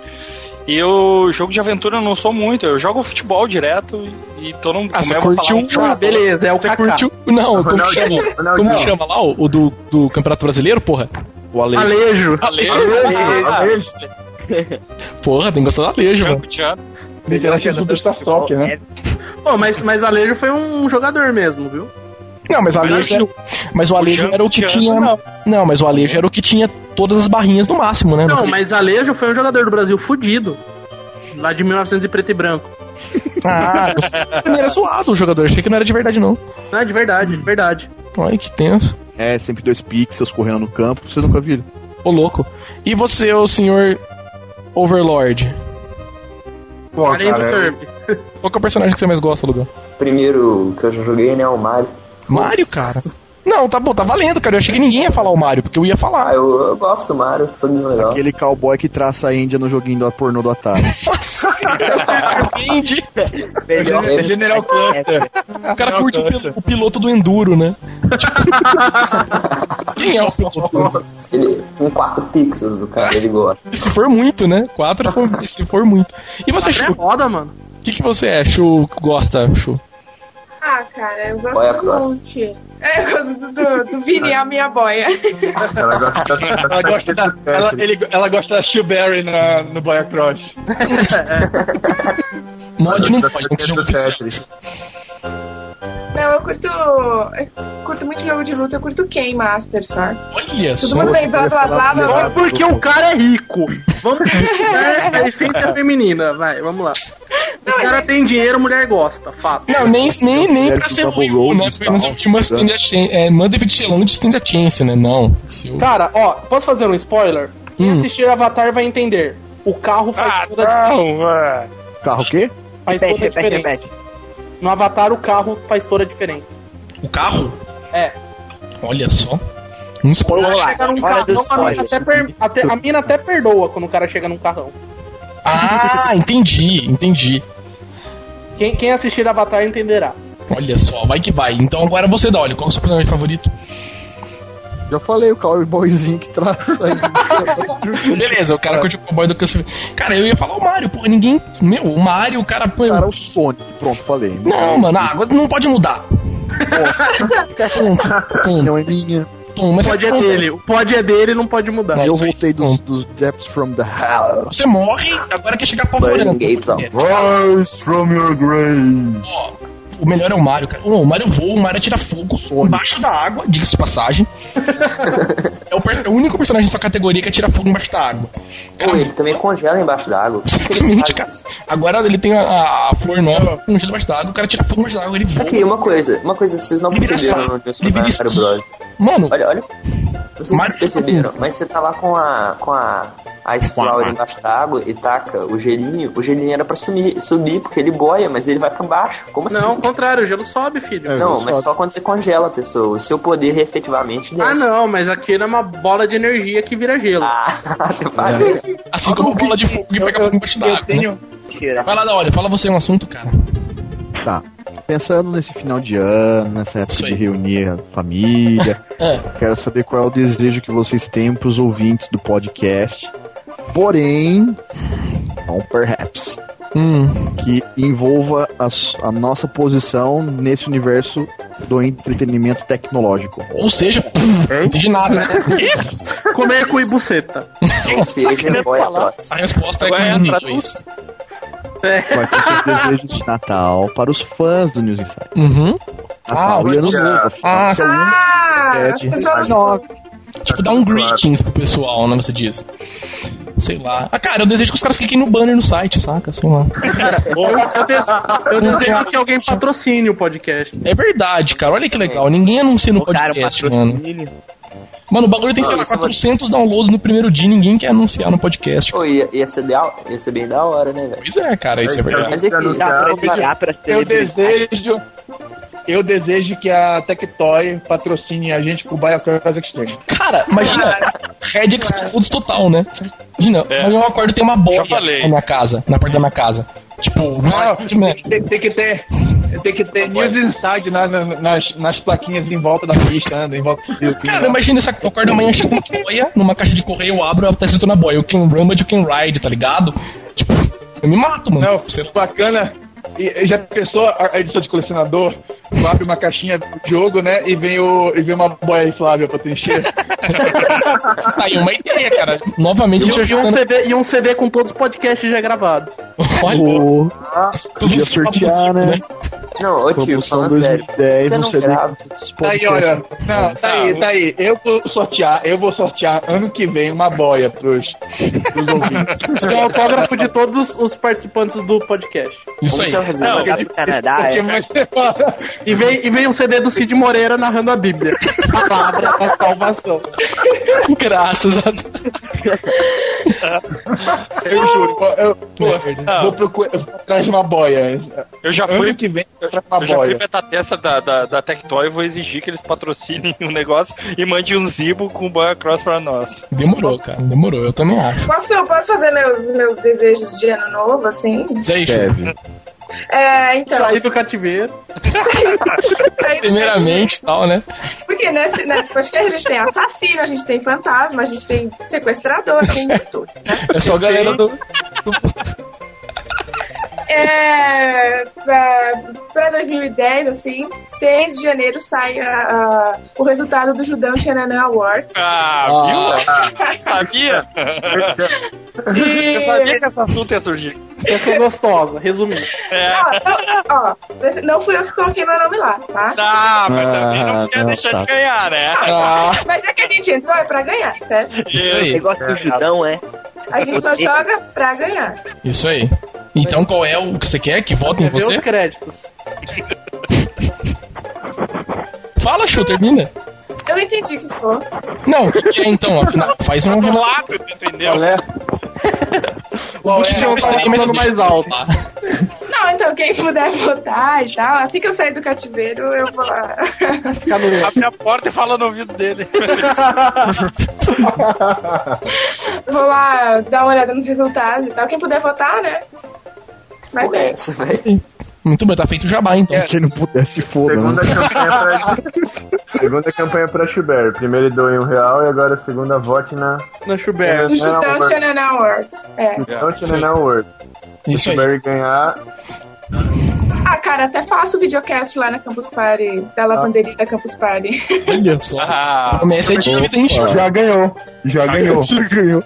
Speaker 4: E eu, jogo de aventura, eu não sou muito. Eu jogo futebol direto e, e tô num.
Speaker 1: Ah, você
Speaker 4: como eu vou
Speaker 1: curtiu
Speaker 4: falar,
Speaker 1: um jogo,
Speaker 5: beleza, é o
Speaker 1: Você
Speaker 5: Kaká.
Speaker 1: curtiu? Não, como que
Speaker 3: Ronaldinho,
Speaker 1: chama? Como que
Speaker 3: Ronaldinho.
Speaker 1: chama lá o, o do, do Campeonato Brasileiro, porra?
Speaker 7: O Ale.
Speaker 5: Alejo.
Speaker 4: Alejo.
Speaker 10: Alejo, Alejo.
Speaker 1: Porra, tem gostado da Lejo, mano.
Speaker 4: Alejo.
Speaker 8: Deixar que do Star Soccer, né?
Speaker 9: É.
Speaker 5: Pô, mas, mas Alejo foi um jogador mesmo, viu?
Speaker 1: Não, mas o Alejo era, mas o Alejo
Speaker 4: Jean
Speaker 1: era o que
Speaker 4: Jean,
Speaker 1: tinha.
Speaker 4: não.
Speaker 1: Não, mas o Alejo era o que tinha todas as barrinhas no máximo, né?
Speaker 5: Não, mas Alejo foi um jogador do Brasil fudido. Lá de 1900 e preto e branco.
Speaker 1: Ah,
Speaker 8: *laughs*
Speaker 1: não era zoado o jogador, achei que não era de verdade, não.
Speaker 5: Não, é de verdade, de verdade.
Speaker 1: Ai, que tenso.
Speaker 7: É, sempre dois pixels correndo no campo, vocês nunca viram.
Speaker 1: Ô, louco. E você, o senhor Overlord?
Speaker 10: Pô,
Speaker 5: Parei é do
Speaker 10: cara, é
Speaker 5: Kirby.
Speaker 1: Qual que é o personagem que você mais gosta, Lugão?
Speaker 2: Primeiro que eu já joguei, né? O Mario.
Speaker 1: Mario, cara. Não, tá bom, tá valendo, cara. Eu achei que ninguém ia falar o Mario, porque eu ia
Speaker 2: Ah,
Speaker 8: *laughs*
Speaker 1: falar.
Speaker 2: eu, eu gosto do Mario, foi muito legal.
Speaker 7: Aquele cowboy que traça a Índia no joguinho do pornô do Atari.
Speaker 1: Entendi.
Speaker 9: Melhor.
Speaker 2: É
Speaker 8: General Custer.
Speaker 1: O cara curte o, pil- o piloto do
Speaker 8: *laughs*
Speaker 1: Enduro, né? Tipo, Quem é o piloto?
Speaker 2: Ele, com 4 pixels do cara, ele gosta.
Speaker 1: Se for muito, né? Quatro, for- se for muito. E você,
Speaker 5: É
Speaker 1: Chu?
Speaker 5: foda, mano.
Speaker 1: O que, que você é, Chu? Gosta, Chu?
Speaker 6: Ah, cara, eu
Speaker 2: Boia
Speaker 6: gosto do
Speaker 2: cross.
Speaker 6: monte. É, eu gosto do, do, do Vini, a minha boia.
Speaker 3: Ela gosta da, da,
Speaker 8: Ela gosta da, ela, ele- ela gosta da Shoeberry na, no Boy Cross.
Speaker 1: Mod *laughs* não
Speaker 3: da-
Speaker 1: pode, tem que ser jogo
Speaker 3: do
Speaker 1: oficial.
Speaker 3: Tetris.
Speaker 6: Não, eu curto. Eu curto muito jogo de luta, eu curto Ken Master, sabe?
Speaker 1: Olha
Speaker 6: Todo
Speaker 1: só.
Speaker 6: mundo vem *laughs* blá blá blá blá blá.
Speaker 5: Só porque o cara é rico. Vamos é, a essência feminina, vai, vamos lá.
Speaker 6: Não,
Speaker 5: O cara
Speaker 6: gente,
Speaker 5: tem dinheiro, mulher gosta, fato.
Speaker 1: Não, nem, nem, nem
Speaker 7: Mulher
Speaker 1: pra
Speaker 7: que
Speaker 1: ser
Speaker 7: usa
Speaker 1: ruim, né?
Speaker 7: Rolls,
Speaker 1: Pelo menos
Speaker 7: tá?
Speaker 1: é um filme Stand a Chance. É, manda David Chelão de Stand a Chance, né? Não. Seu...
Speaker 5: Cara, ó, posso fazer um spoiler? Quem
Speaker 1: Hum.
Speaker 5: assistir Avatar vai entender. O carro faz
Speaker 4: Ah,
Speaker 5: toda a
Speaker 4: não, ué.
Speaker 7: Carro o quê?
Speaker 5: Faz
Speaker 9: Repete,
Speaker 5: toda a
Speaker 9: repete,
Speaker 5: diferença.
Speaker 9: repete.
Speaker 5: No Avatar, o carro faz toda a diferença.
Speaker 1: O carro?
Speaker 5: É.
Speaker 1: Olha só. Um
Speaker 5: O
Speaker 1: spoiler.
Speaker 5: cara
Speaker 1: lá.
Speaker 5: chega num
Speaker 9: Hora
Speaker 5: carrão,
Speaker 9: do
Speaker 5: a mina,
Speaker 9: sonho.
Speaker 5: é até per- até- a mina até perdoa quando o cara chega num carrão.
Speaker 1: Ah, entendi, entendi.
Speaker 5: Quem, quem assistir Avatar entenderá.
Speaker 1: Olha só, vai que vai. Então agora você dá, olha, qual é o seu personagem favorito?
Speaker 7: Já falei, o cowboyzinho que traça a Índia.
Speaker 1: Beleza, o cara curte o cowboy do Câncer. Cara, eu ia falar o Mario, porra, ninguém. Meu, o Mario, o cara.
Speaker 7: *laughs*
Speaker 1: pô,
Speaker 7: Cara, o Sonic. Pronto, falei.
Speaker 1: Não, mano, ah, agora não pode mudar. Pum,
Speaker 7: Não é minha.
Speaker 1: pum, mas
Speaker 5: Pode é
Speaker 1: pum,
Speaker 5: dele. O pode é dele não pode mudar.
Speaker 1: É,
Speaker 7: eu
Speaker 1: isso aí.
Speaker 7: voltei dos, dos Depths from the Hell.
Speaker 1: Você morre, agora quer chegar né? apavorando.
Speaker 2: Burning Gates, ó.
Speaker 10: Rise from your grave.
Speaker 1: Ó, o melhor é o Mario, cara. Ô, o Mario voa, o Mario tira fogo, embaixo da água, diga-se de passagem.
Speaker 7: *laughs*
Speaker 1: é, o per- o único personagem da sua categoria que atira fogo embaixo da água.
Speaker 2: Pô, ele também congela embaixo d'água.
Speaker 1: Exatamente, cara. Agora ele tem a, a flor nova com gelo embaixo d'água, o cara tira fogo embaixo d'água, ele voa.
Speaker 2: Ok, uma coisa, uma coisa vocês não
Speaker 1: Ele vira
Speaker 2: perceberam
Speaker 1: sapo,
Speaker 2: no Super
Speaker 1: ele vira
Speaker 2: Mario
Speaker 1: esquilo.
Speaker 2: Bros.
Speaker 1: Mano,
Speaker 2: Olha, olha. Vocês
Speaker 1: Mas-
Speaker 2: perceberam, *laughs* mas você tá lá com a. com a. A Ice
Speaker 7: Com a-
Speaker 2: Flower embaixo da água e taca o gelinho. O gelinho era pra sumir, subir, porque ele boia, mas ele vai pra baixo. Como
Speaker 5: Não, ao
Speaker 2: assim?
Speaker 5: contrário, o gelo sobe, filho.
Speaker 7: É.
Speaker 2: Não, mas só quando você congela a pessoa. O seu poder efetivamente desce.
Speaker 5: Ah, não, mas aquilo é uma bola de energia que vira gelo.
Speaker 2: Ah, que pariu.
Speaker 1: assim como bola de fogo que pega fogo embaixo
Speaker 8: Eu
Speaker 1: d'água. Né?
Speaker 8: tenho.
Speaker 9: Mentira.
Speaker 1: Vai lá, da olha, fala você um assunto, cara.
Speaker 7: Tá. Pensando nesse final de ano, nessa época
Speaker 1: Isso aí.
Speaker 7: de reunir a família,
Speaker 1: Ah,
Speaker 7: quero saber qual é o desejo que vocês têm pros ouvintes do podcast. Porém, não perhaps,
Speaker 1: hum,
Speaker 7: que envolva a, s- a nossa posição nesse universo do entretenimento tecnológico.
Speaker 1: ou seja, pff, não entendi nada. só-
Speaker 5: Ah, Comer cu e buceta.
Speaker 2: Ou seja, boia próxima.
Speaker 1: A resposta é que
Speaker 4: Ué,
Speaker 1: não
Speaker 4: pra
Speaker 1: entendi isso.
Speaker 7: Quais são seus desejos de Natal para os fãs do News Insight?
Speaker 1: Uhum. Ah, o Anos Lobos.
Speaker 6: Ah,
Speaker 1: São um,
Speaker 6: as
Speaker 1: sete,
Speaker 6: pessoas
Speaker 1: nove. Tipo, dar um greetings pro pessoal, né? Você diz. Sei lá. Ah, cara, eu desejo que os caras cliquem no banner no site, saca? Sei
Speaker 8: *laughs*
Speaker 1: lá.
Speaker 5: Eu, des- eu desejo que alguém patrocine o podcast.
Speaker 1: É verdade, cara. Olha que legal. Ninguém anuncia no podcast, mano. Mano, o bagulho tem, sei
Speaker 2: Não,
Speaker 1: lá,
Speaker 8: é
Speaker 2: isso vai-
Speaker 1: 400 downloads no primeiro dia. Ninguém quer anunciar no podcast.
Speaker 2: Pô, ia, ia, ser, da, ia ser bem da hora, né, velho?
Speaker 1: Pois é, cara, isso é verdade.
Speaker 2: Mas é que, se você comparar pra
Speaker 8: Eu
Speaker 2: celebridade-
Speaker 8: desejo. Eu desejo que a Tectoy patrocine a gente com o Biocasa Extreme.
Speaker 1: Cara, imagina, Red Explodes total, né? Imagina, mas eu acordo e tem uma bola
Speaker 8: É. falei.
Speaker 1: na minha casa, na porta da minha casa. Tipo, um
Speaker 8: Ah,
Speaker 1: site, né?
Speaker 8: tem, tem que ter. Tem que ter News Inside né, na- na- nas, nas plaquinhas em volta da pista, anda, em volta do Rio.
Speaker 1: Cara, imagina essa. Eu acordo amanhã, chega uma boia, numa caixa de correio, eu abro, tá escrito na boia, o Can Rummage, o Can Ride, tá ligado? Tipo, eu me mato, mano.
Speaker 8: Não, bacana. E, e já pensou a a edição de colecionador? Tu abre uma caixinha do jogo, né? E vem, o, e vem uma boia inflável pra tu encher.
Speaker 1: Tá aí uma ideia, cara. Novamente a gente vai
Speaker 5: E, e um
Speaker 1: jogando-
Speaker 5: CD, e um CD com todos os podcasts já gravados.
Speaker 1: Olha,
Speaker 7: Pô, podia
Speaker 1: isso é uma
Speaker 7: sortear,
Speaker 1: música,
Speaker 7: né?
Speaker 2: Não, ô tio,
Speaker 7: Promoção
Speaker 2: falando sério.
Speaker 7: 2010,
Speaker 2: Você
Speaker 7: um
Speaker 2: não
Speaker 7: CD.
Speaker 2: grava.
Speaker 8: Tá aí, olha. Não, tá aí, tá aí. Eu vou sortear, eu vou
Speaker 1: né?
Speaker 8: sortear ano que vem uma boia pros, pros ouvintes.
Speaker 5: Com o autógrafo de todos os participantes do podcast.
Speaker 1: Isso aí.
Speaker 9: é
Speaker 2: Vamos fazer
Speaker 8: Não,
Speaker 2: uma
Speaker 8: porque-
Speaker 9: pro Canadá,
Speaker 8: porque
Speaker 9: é.
Speaker 8: mais você fala.
Speaker 5: E vem, e vem um CD do Cid Moreira narrando a Bíblia. A palavra da salvação.
Speaker 1: Graças a
Speaker 8: Eu juro. Eu, pô, vou procurar eu vou atrás de uma boia.
Speaker 4: Eu já
Speaker 8: Ano
Speaker 4: fui,
Speaker 8: que vem eu vou atrás de
Speaker 4: eu
Speaker 8: uma
Speaker 4: já fui
Speaker 8: boia.
Speaker 4: beta testa da, da, da Tectoy e vou exigir que eles patrocinem *laughs* o negócio e mande um Zibo com o Boy Cross pra nós.
Speaker 1: Demorou, cara. Demorou, eu também acho.
Speaker 6: Posso, posso fazer meus, meus desejos de ano novo, assim?
Speaker 1: Zé Ixu,
Speaker 7: Kevin.
Speaker 6: É, então.
Speaker 5: Sair
Speaker 6: *laughs*
Speaker 5: do cativeiro.
Speaker 1: primeiramente e tal, né?
Speaker 6: Porque nesse, nesse podcast a gente tem assassino, a gente tem fantasma, a gente tem sequestrador, tem tudo.
Speaker 1: É só a galera do.
Speaker 6: É, pra, pra 2010, assim, 6 de janeiro sai a- a- o resultado do Judão Tiananã Awards.
Speaker 4: Ah, viu? Sabia?
Speaker 5: Eu
Speaker 6: E-
Speaker 5: sabia que
Speaker 4: Esse assunto ia surgir.
Speaker 5: eu sou gostosa, resumindo.
Speaker 6: Não, não, ó, não fui eu que coloquei meu nome lá, tá?
Speaker 4: Tá, mas também não
Speaker 7: Ah,
Speaker 4: quer
Speaker 7: não,
Speaker 4: deixar
Speaker 7: tá.
Speaker 4: de ganhar, né?
Speaker 1: *laughs* Ah,
Speaker 6: Mas já que a gente entrou, é pra ganhar, certo?
Speaker 1: isso aí,
Speaker 9: Negócio do Judão, é.
Speaker 6: A gente só joga pra ganhar.
Speaker 1: isso aí. Então qual é o que você quer que vote em
Speaker 5: Quer ver
Speaker 1: você?
Speaker 5: os créditos.
Speaker 1: Fala, Chu, termina.
Speaker 6: Eu entendi que isso foi.
Speaker 1: Não, o que é então? Afinal, faz um
Speaker 8: Tá
Speaker 1: relato.
Speaker 4: Entendeu?
Speaker 5: O Tião
Speaker 1: Isso aí,
Speaker 5: tá falando
Speaker 1: mas
Speaker 5: mais alto.
Speaker 6: Não, então quem puder *laughs* votar e tal, assim que eu sair do cativeiro, eu vou lá. *laughs*
Speaker 4: Abre a porta e fala no ouvido dele.
Speaker 6: vou lá dar uma olhada nos resultados e tal. Quem puder votar, né? Vai
Speaker 2: Porra, é
Speaker 6: bem.
Speaker 2: essa, velho?
Speaker 1: Muito bem, tá feito o jabá
Speaker 8: É,
Speaker 1: então.
Speaker 7: Quem não pudesse, foda,
Speaker 3: Segunda
Speaker 7: né?
Speaker 3: campanha
Speaker 7: *laughs*
Speaker 3: pra. segunda campanha pra Schubert. Primeiro doe um real e agora a segunda vote na.
Speaker 5: Na Schubert.
Speaker 6: Do Judão
Speaker 3: Não, mas-
Speaker 6: Xanana Awards. É.
Speaker 3: Então, China World.
Speaker 1: Isso
Speaker 3: Se o
Speaker 1: aí.
Speaker 3: Schubert ganhar,
Speaker 6: Ah, cara, até faço videocast lá na Campus Party, da lavanderia da Campus Party.
Speaker 1: Olha só.
Speaker 4: Ah,
Speaker 1: Promessa é dívida, hein, Chu?
Speaker 10: Já ganhou. *laughs* Já ganhou.
Speaker 7: Já ganhou.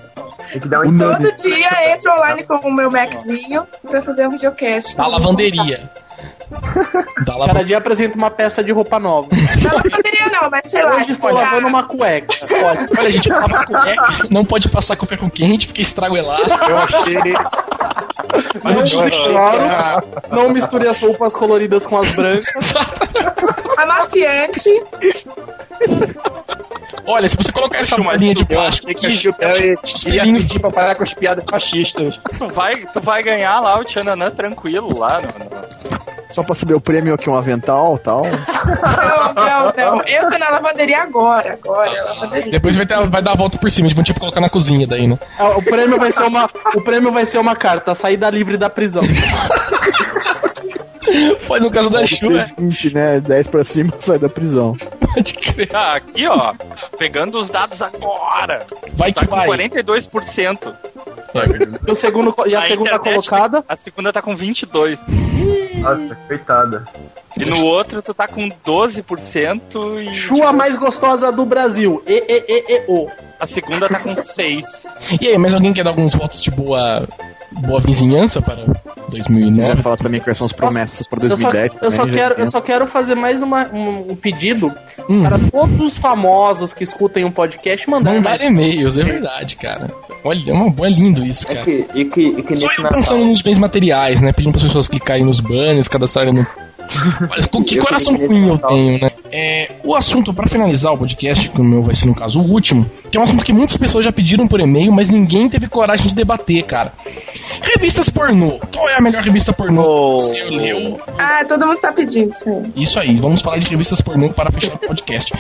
Speaker 3: tem que dar um
Speaker 7: O
Speaker 3: incentivo.
Speaker 7: nome.
Speaker 6: Todo dia entro online com o meu Maczinho pra fazer um videocast.
Speaker 1: Da lavanderia. Da
Speaker 5: Cada
Speaker 1: lavanderia.
Speaker 5: dia apresenta uma peça de roupa nova.
Speaker 6: Não, lavanderia não, mas sei lá.
Speaker 5: Hoje
Speaker 6: tipo,
Speaker 5: estou
Speaker 6: da-
Speaker 5: lavando uma cueca. Pode.
Speaker 1: Olha, gente, lavar cueca
Speaker 4: *laughs*
Speaker 1: não pode passar com ferro quente porque estraga o elástico.
Speaker 8: Eu achei.
Speaker 4: mas,
Speaker 5: Claro,
Speaker 4: Ah.
Speaker 5: não misture as roupas coloridas com as brancas.
Speaker 6: Amaciante.
Speaker 1: Olha, se você colocar essa
Speaker 4: Chu, mas
Speaker 1: bolinha de
Speaker 4: tu- eu
Speaker 1: plástico
Speaker 4: achei né, que
Speaker 1: aqui,
Speaker 8: Eu
Speaker 1: os
Speaker 8: queria
Speaker 1: pelinhos
Speaker 8: pedir pra parar com as piadas fascistas.
Speaker 4: assim, tu vai, tu vai ganhar lá o Tchananã tranquilo lá. No, no-
Speaker 7: Só pra saber o prêmio aqui, um avental tal.
Speaker 6: Não, não, não. Eu tô na lavanderia agora. Agora, lavanderia.
Speaker 1: depois vai, ter- vai dar a volta por cima, tipo, tipo colocar na cozinha daí, né?
Speaker 5: Ah, O prêmio vai ser uma, o prêmio vai ser uma carta, saída livre da prisão.
Speaker 1: *laughs* Foi no caso da Chu, né?
Speaker 7: 20, né? 10 pra cima, *laughs* sai da prisão.
Speaker 1: Pode crer.
Speaker 4: Ah, aqui, ó. Pegando os dados agora.
Speaker 1: Vai
Speaker 4: Tá
Speaker 1: que
Speaker 4: com tá
Speaker 1: vai.
Speaker 4: 42%.
Speaker 5: E, o segundo, co- e a,
Speaker 4: A
Speaker 5: segunda
Speaker 4: internet-
Speaker 5: colocada,
Speaker 4: A segunda tá com 22%.
Speaker 3: Nossa, coitada.
Speaker 4: E no outro tu tá com 12% e
Speaker 5: chua mais gostosa do Brasil. E, e, e, e, o.
Speaker 4: a segunda tá com 6.
Speaker 1: E aí, mas alguém quer dar alguns votos de boa, boa vizinhança para
Speaker 7: 2009.
Speaker 1: É.
Speaker 7: Quiser falar também quais são as promessas para
Speaker 5: Eu só,
Speaker 7: 2010.
Speaker 5: eu, só
Speaker 7: também, já
Speaker 5: quero,
Speaker 7: tem.
Speaker 5: eu só quero fazer mais uma- um, um pedido
Speaker 1: Hum.
Speaker 5: para todos os famosos que escutem o podcast mandar
Speaker 1: Mandar e-mails, é verdade, cara. Olha, é, uma, boa- é lindo isso, cara.
Speaker 2: que- e que, e que
Speaker 1: Só
Speaker 2: nesse
Speaker 1: eu
Speaker 2: Natal.
Speaker 1: pensando nos bens materiais, né? Pedindo para as pessoas clicarem nos banners, cadastrarem no.
Speaker 2: *laughs*
Speaker 1: Olha, com que
Speaker 2: Eu
Speaker 1: coração
Speaker 2: queria
Speaker 1: ruim eu tenho, né? É, o assunto, para finalizar o podcast, que o meu vai ser, no caso, o último, que é um assunto que muitas pessoas já pediram por e-mail, mas ninguém teve coragem de debater, cara. Revistas pornô. Qual é a melhor revista
Speaker 2: Oh.
Speaker 1: pornô? que Você leu.
Speaker 6: Ah, todo mundo tá pedindo isso aí.
Speaker 1: Isso aí, vamos falar de revistas pornô para fechar o podcast.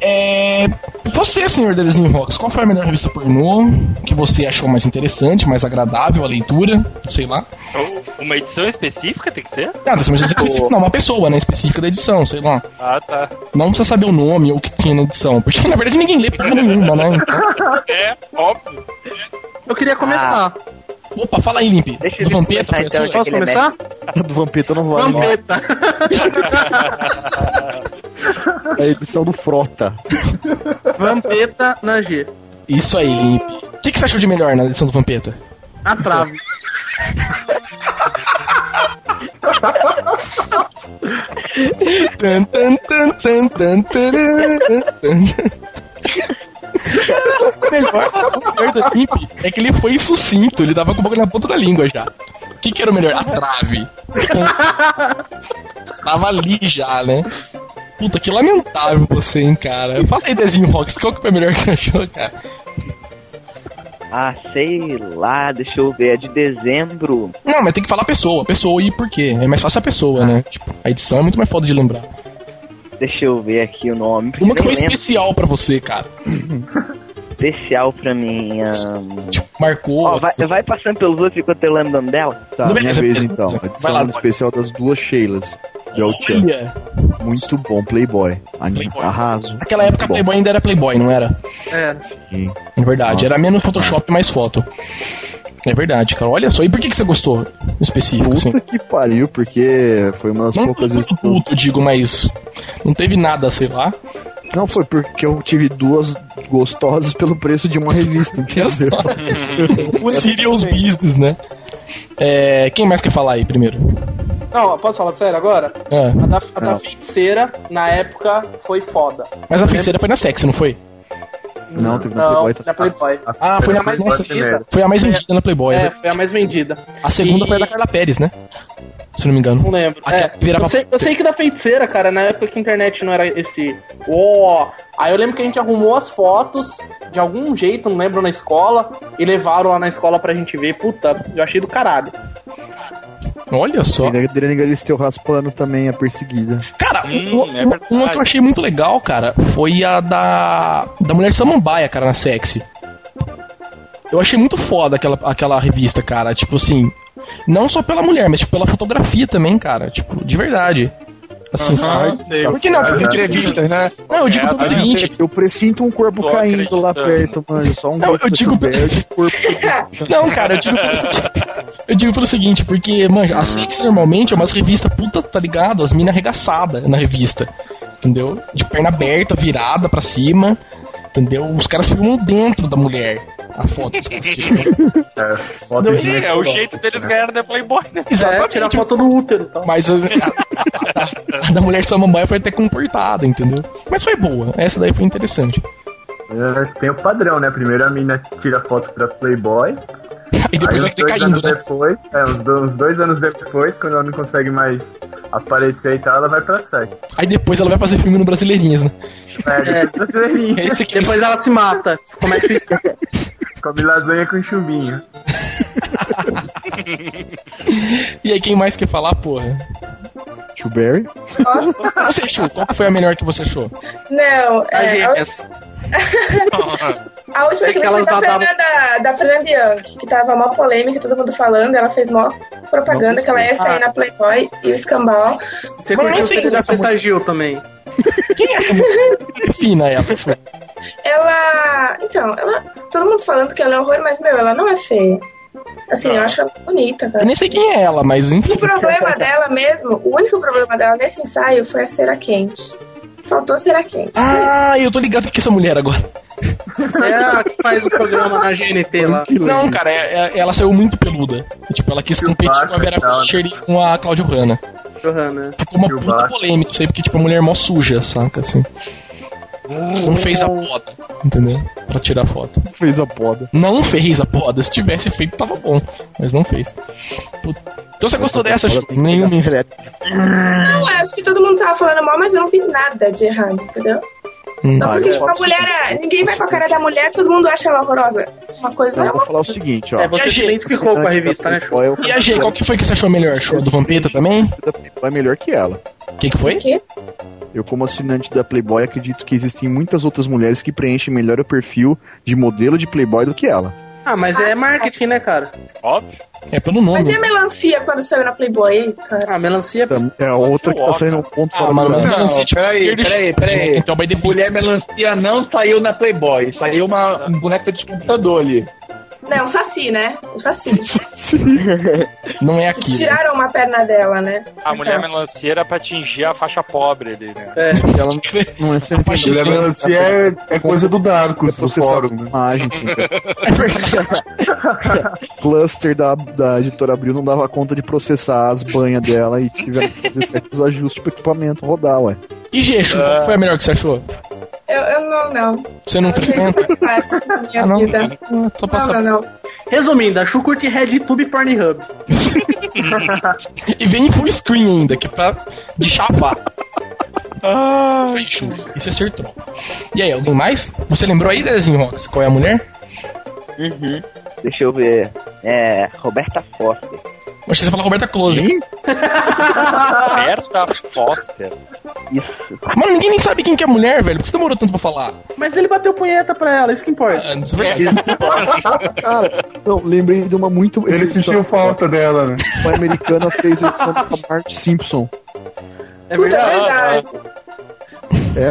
Speaker 1: É, Você, senhor Delezinho Rocks, qual foi a melhor revista pornô que você achou mais interessante, mais agradável a leitura? Sei lá.
Speaker 4: Uma edição específica tem que ser?
Speaker 1: Ah, você precisa específica, não, uma pessoa, né? Específica da edição, sei lá.
Speaker 4: Ah, tá.
Speaker 1: Não precisa saber o nome ou o que tinha na edição, porque na verdade ninguém lê porra nenhuma, né?
Speaker 4: É, óbvio.
Speaker 5: Eu queria começar.
Speaker 1: Então, Opa, fala aí, Limpe. Do Vampeta, foi a sua?
Speaker 5: Posso começar?
Speaker 7: A do Vampeta eu não vou lá, não.
Speaker 5: Vampeta.
Speaker 7: A edição do Frota.
Speaker 5: *laughs* Vampeta na G.
Speaker 1: Isso aí, Limpe. O que, que você achou de melhor na edição do Vampeta?
Speaker 5: A trave.
Speaker 1: Tan, tan, tan, tan, tan, tarã, tan, tan. O melhor o melhor do Limpe é que ele foi sucinto, ele tava com o bagulho na ponta da língua já. O que, que era o melhor? A trave. *laughs* tava ali já, né? Puta, que lamentável você, hein, cara. Fala aí, Dezinho Rocks, qual que foi a melhor que você achou, cara?
Speaker 9: Ah, sei lá, deixa eu ver, é de dezembro.
Speaker 1: Não, mas tem que falar pessoa, pessoa e por quê. É mais fácil a pessoa, né? Tipo, a edição é muito mais foda de lembrar.
Speaker 9: Deixa eu ver aqui o nome. porque
Speaker 1: Uma que
Speaker 9: nem
Speaker 1: foi
Speaker 9: lembro.
Speaker 1: especial pra você, cara.
Speaker 9: especial pra mim. ahn.
Speaker 1: Marcou.
Speaker 9: Ó, vai, vai passando pelos outros enquanto eu lembro o nome dela.
Speaker 7: Tá, minha vez então.
Speaker 1: vai
Speaker 7: Edição
Speaker 1: lá,
Speaker 7: especial das duas Sheilas. De Altian.
Speaker 1: Olha!
Speaker 7: Muito bom, Playboy. Anime Arraso.
Speaker 1: Naquela época,
Speaker 7: Muito bom.
Speaker 1: Playboy ainda era Playboy, não era?
Speaker 5: É.
Speaker 7: Sim.
Speaker 1: É verdade,
Speaker 7: Nossa.
Speaker 1: era menos Photoshop e mais foto. É verdade, cara. Olha só, e por que, que você gostou específico, assim?
Speaker 7: Puta que pariu, porque foi uma das
Speaker 1: Não
Speaker 7: poucas
Speaker 1: muito puto, digo, mas. Não teve nada, sei lá.
Speaker 7: Não, foi porque eu tive duas gostosas pelo preço de uma revista, entendeu?
Speaker 1: o Serious Business, né? É, quem mais quer falar aí primeiro?
Speaker 5: Não, posso falar sério agora?
Speaker 1: Ah,
Speaker 5: A da, a da feiticeira, na época, foi foda.
Speaker 1: mas a feiticeira foi na sexy, não foi?
Speaker 7: *laughs* Não, teve na
Speaker 5: Não,
Speaker 7: Playboy. tá-
Speaker 5: na Playboy.
Speaker 1: Ah, foi na mais
Speaker 5: Nossa,
Speaker 1: vendida. Foi a mais vendida na Playboy.
Speaker 5: É,
Speaker 1: né?
Speaker 5: foi a mais vendida.
Speaker 8: *laughs*
Speaker 1: A segunda foi a da Carla Pérez, né? Se não me engano.
Speaker 5: Não lembro.
Speaker 1: Aquela
Speaker 5: É,
Speaker 1: que virava
Speaker 5: eu, sei, eu sei que da feiticeira, cara, na época que a internet não era esse. Ó. Aí eu lembro que a gente arrumou as fotos de algum jeito, não lembro, na escola, e levaram lá na escola pra gente ver. Puta, eu achei do caralho.
Speaker 1: Olha só.
Speaker 7: Tem a Adriana Galisteu raspando também, a perseguida.
Speaker 1: Cara,
Speaker 4: Hum,
Speaker 1: um-
Speaker 4: é
Speaker 1: um-
Speaker 4: verdade.
Speaker 1: uma que eu achei muito legal, cara, foi a da. Da mulher de samambaia, cara, na sexy. Eu achei muito foda aquela, aquela revista, cara. Tipo assim. Não só pela mulher, mas tipo, pela fotografia também, cara. Tipo, de verdade. Assim, sabe? Por que não? Porque eu digo-
Speaker 8: Entrevistas, né?
Speaker 1: não, eu digo pelo
Speaker 4: Ah, É,
Speaker 1: seguinte.
Speaker 7: Eu presinto um corpo
Speaker 4: Tô
Speaker 7: caindo lá
Speaker 4: acreditando.
Speaker 7: perto, mano. Só um
Speaker 1: Não,
Speaker 7: corpo
Speaker 1: eu digo-
Speaker 7: coberto, corpo.
Speaker 1: Não, cara, eu digo pelo seguinte. *laughs* Eu digo pelo seguinte, porque, manja, a sexy normalmente é umas revistas puta, tá ligado? As minas arregaçadas na revista. Entendeu? De perna aberta, virada pra cima. Entendeu? Os caras filmam dentro da mulher. A foto dos caras tiram.
Speaker 3: É, foto de
Speaker 4: É, o jeito deles ganharem da Playboy,
Speaker 8: *laughs*
Speaker 4: né?
Speaker 5: *laughs* É, tirar foto do útero. Então.
Speaker 1: Mas a, a- a *laughs* da mulher samambaia foi até comportada, entendeu? Mas foi boa. Essa daí foi interessante.
Speaker 3: É, Tem o padrão, né? Primeiro a mina tira foto pra Playboy.
Speaker 1: E depois
Speaker 3: aí
Speaker 1: vai
Speaker 3: uns dois
Speaker 1: decaindo,
Speaker 3: anos
Speaker 1: né?
Speaker 3: depois, é, uns, do- uns dois anos depois, quando ela não consegue mais aparecer e tal, ela vai pra sexo.
Speaker 1: Aí depois ela vai fazer filme no Brasileirinhas,
Speaker 5: *laughs*
Speaker 1: né?
Speaker 3: É, depois
Speaker 1: É
Speaker 3: brasileirinha.
Speaker 1: esse aqui.
Speaker 5: Depois ela se mata. Como é que isso?
Speaker 3: Come lasanha com chumbinho.
Speaker 1: E aí, quem mais quer falar, porra?
Speaker 7: Tio Barry.
Speaker 6: Nossa.
Speaker 1: Você achou? Qual que foi a melhor que você achou?
Speaker 6: Não,
Speaker 5: As
Speaker 6: é, a,
Speaker 5: gêmeas.
Speaker 6: a última que
Speaker 5: Aquelas
Speaker 6: fez da
Speaker 5: da- da-
Speaker 6: Fernanda, da Fernanda Young, que tava mó polêmica, todo mundo falando, ela fez mó propaganda que ela ia sair na Playboy e o escambau.
Speaker 5: Você
Speaker 1: Mas nem
Speaker 5: curtiu
Speaker 1: sei
Speaker 5: o da
Speaker 1: dessa
Speaker 5: Preta Gil também.
Speaker 1: Quem é essa mulher? Defina ela. Foi.
Speaker 6: Ela. Então, ela. Todo mundo falando que ela é um horror, mas, meu, ela não é feia. Assim, eu acho ela bonita,
Speaker 1: Eu
Speaker 6: cara.
Speaker 1: nem sei quem é ela, mas enfim.
Speaker 6: O problema dela mesmo, o único problema dela nesse ensaio foi a cera quente. Faltou cera quente.
Speaker 1: Ah, eu tô ligado que é essa mulher agora.
Speaker 5: É a que faz o programa na GNT lá.
Speaker 1: Não, cara, é- é- ela saiu muito peluda. Tipo, ela quis competir com a Vera
Speaker 5: cara.
Speaker 1: Fischer e com a Claudio Hanna.
Speaker 5: Johanna.
Speaker 1: Ficou uma puta polêmica isso aí, porque, tipo, a mulher é mó suja, saca, assim. Não fez a poda, entendeu? Pra tirar foto.
Speaker 7: Fez a poda.
Speaker 1: Não fez a poda. Se tivesse feito, tava bom. Mas não fez. Puta. Então você gostou dessa, Ju? Nenhuma.
Speaker 6: Não, eu acho que todo mundo tava falando mal, mas eu não vi nada de errado, entendeu?
Speaker 7: Hum.
Speaker 6: Só
Speaker 7: Ah,
Speaker 6: porque
Speaker 7: eu
Speaker 6: tipo, a
Speaker 7: acho
Speaker 6: mulher, é- ninguém vai com a cara da mulher, todo mundo acha ela horrorosa. Uma coisa
Speaker 7: Então,
Speaker 6: é
Speaker 7: eu vou
Speaker 6: uma...
Speaker 7: falar o seguinte, ó.
Speaker 6: É, você se identificou com a revista, né,
Speaker 7: Show?
Speaker 1: E a G, qual que foi que você achou melhor? A Show do Vampeta também?
Speaker 7: É melhor que ela.
Speaker 1: O que, que foi?
Speaker 7: Eu, como assinante da Playboy, acredito que existem muitas outras mulheres que preenchem melhor o perfil de modelo de Playboy do que ela.
Speaker 5: Ah, mas é marketing, né, cara?
Speaker 4: Óbvio.
Speaker 1: É pelo nome.
Speaker 6: Mas e a melancia quando saiu na Playboy, hein, cara?
Speaker 5: Ah, melancia.
Speaker 7: É a outra que tá saindo um ponto
Speaker 1: Ah, mano, mas
Speaker 8: Não,
Speaker 1: melancia, tipo,
Speaker 8: peraí,
Speaker 1: esquerda e
Speaker 8: peraí,
Speaker 1: esquerda,
Speaker 8: peraí.
Speaker 1: gente, Então vai depois.
Speaker 8: Mulher melancia não saiu na Playboy, saiu uma um boneca de computador ali.
Speaker 6: Não, um saci, né? Um saci.
Speaker 1: Não é aqui.
Speaker 6: Tiraram uma perna dela, né?
Speaker 4: A mulher melancia era pra atingir a faixa pobre ali, né?
Speaker 8: É.
Speaker 7: Ela não é sempre
Speaker 1: faixa
Speaker 10: Mulher
Speaker 1: cinza.
Speaker 10: melancia é, é coisa do Darkus, do fórum. né?
Speaker 7: imagem. *laughs* Cluster da, da editora Abril não dava conta de processar as banhas dela e tiveram que fazer certos ajustes pro equipamento rodar, ué.
Speaker 1: E Geixo, qual foi a melhor que você achou?
Speaker 6: Eu, eu não, não.
Speaker 1: Você não
Speaker 6: Eu achei
Speaker 1: frequenta?
Speaker 6: que faz parte da minha
Speaker 1: Ah, não.
Speaker 6: vida.
Speaker 1: Ah, Tô
Speaker 6: Não, não,
Speaker 1: passando.
Speaker 6: não.
Speaker 5: Resumindo, a Chu curte RedTube e Pornhub.
Speaker 1: E vem em full screen ainda, que é pra de chapar. *laughs*
Speaker 4: Ah.
Speaker 1: Isso aí, Chu. Isso é acertou. E aí, alguém mais? Você lembrou aí, Dezinho Rox, qual é a mulher?
Speaker 9: Uhum. Deixa eu ver. É. Roberta Foster.
Speaker 1: Acho que você fala Roberta Close.
Speaker 4: Roberta Foster.
Speaker 9: Isso.
Speaker 1: Mano, ninguém nem sabe quem que é a mulher, velho. Por que você demorou tanto pra falar?
Speaker 5: Mas ele bateu punheta pra ela, isso que
Speaker 8: É,
Speaker 5: importa.
Speaker 1: Ah, não sei por quê.
Speaker 7: Cara, não, lembrei de uma muito.
Speaker 10: Ele sentiu falta dela, né?
Speaker 7: Uma americana fez a edição da Bart Simpson.
Speaker 5: É
Speaker 6: Puta, é
Speaker 5: verdade.
Speaker 6: verdade.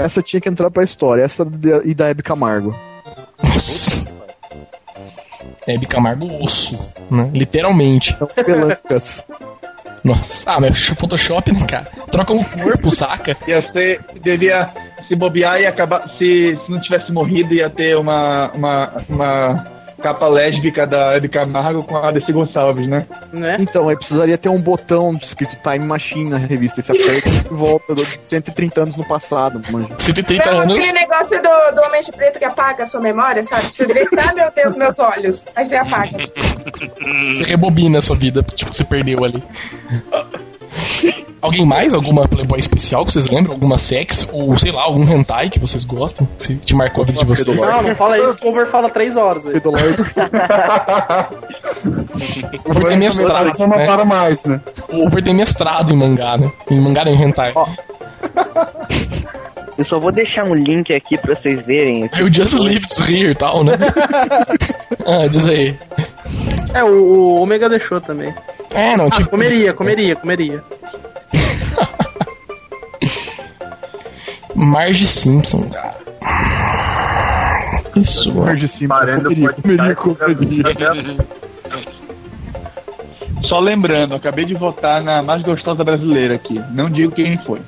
Speaker 7: Essa tinha que entrar pra história, essa de- e da Hebe Camargo.
Speaker 1: Nossa. É Bicamargo osso, né? Literalmente.
Speaker 7: Então, pelancas.
Speaker 1: Nossa. Ah, mas Photoshop, né, cara? Troca o corpo, saca?
Speaker 8: Ia ser, devia se bobear e acabar. Se, se não tivesse morrido, ia ter uma, uma, uma capa lésbica da Hebe Camargo com a DC Gonçalves, né?
Speaker 5: Né?
Speaker 7: Então, aí precisaria ter um botão escrito Time Machine na revista. Esse aperta e volta do- 130 anos no passado, manja.
Speaker 1: 130
Speaker 6: Não,
Speaker 1: anos.
Speaker 6: aquele negócio do, do homem de preto que apaga a sua memória, sabe? Você vê, ah, meu Deus, meus olhos. Aí você apaga.
Speaker 1: Você rebobina a sua vida, tipo, você perdeu ali. Alguém mais? Alguma Playboy especial que vocês lembram? Alguma sex? Ou, sei lá, algum hentai que vocês gostam? Se te marcou a vida de vocês?
Speaker 5: Não, não fala isso, o cover fala três horas aí.
Speaker 1: Over
Speaker 3: é
Speaker 1: tem mestrado,
Speaker 10: Não
Speaker 1: né?
Speaker 10: para mais, né?
Speaker 1: Over tem mestrado em mangá, né? Em mangá não, em hentai.
Speaker 9: Eu só vou deixar um link aqui pra vocês verem.
Speaker 1: Aí o Just Lifts Here e tal, né? ah, diz aí.
Speaker 5: É, o, o Omega deixou também.
Speaker 1: É, não,
Speaker 5: Ah,
Speaker 1: tipo...
Speaker 5: comeria, comeria, comeria.
Speaker 1: Marge Simpson, cara. Isso, mano.
Speaker 7: Mar de cima.
Speaker 3: Parando o
Speaker 7: Perico, perico,
Speaker 8: Tá
Speaker 7: perico.
Speaker 3: podcast.
Speaker 8: Só lembrando, acabei de votar na mais gostosa brasileira aqui. Não digo quem foi.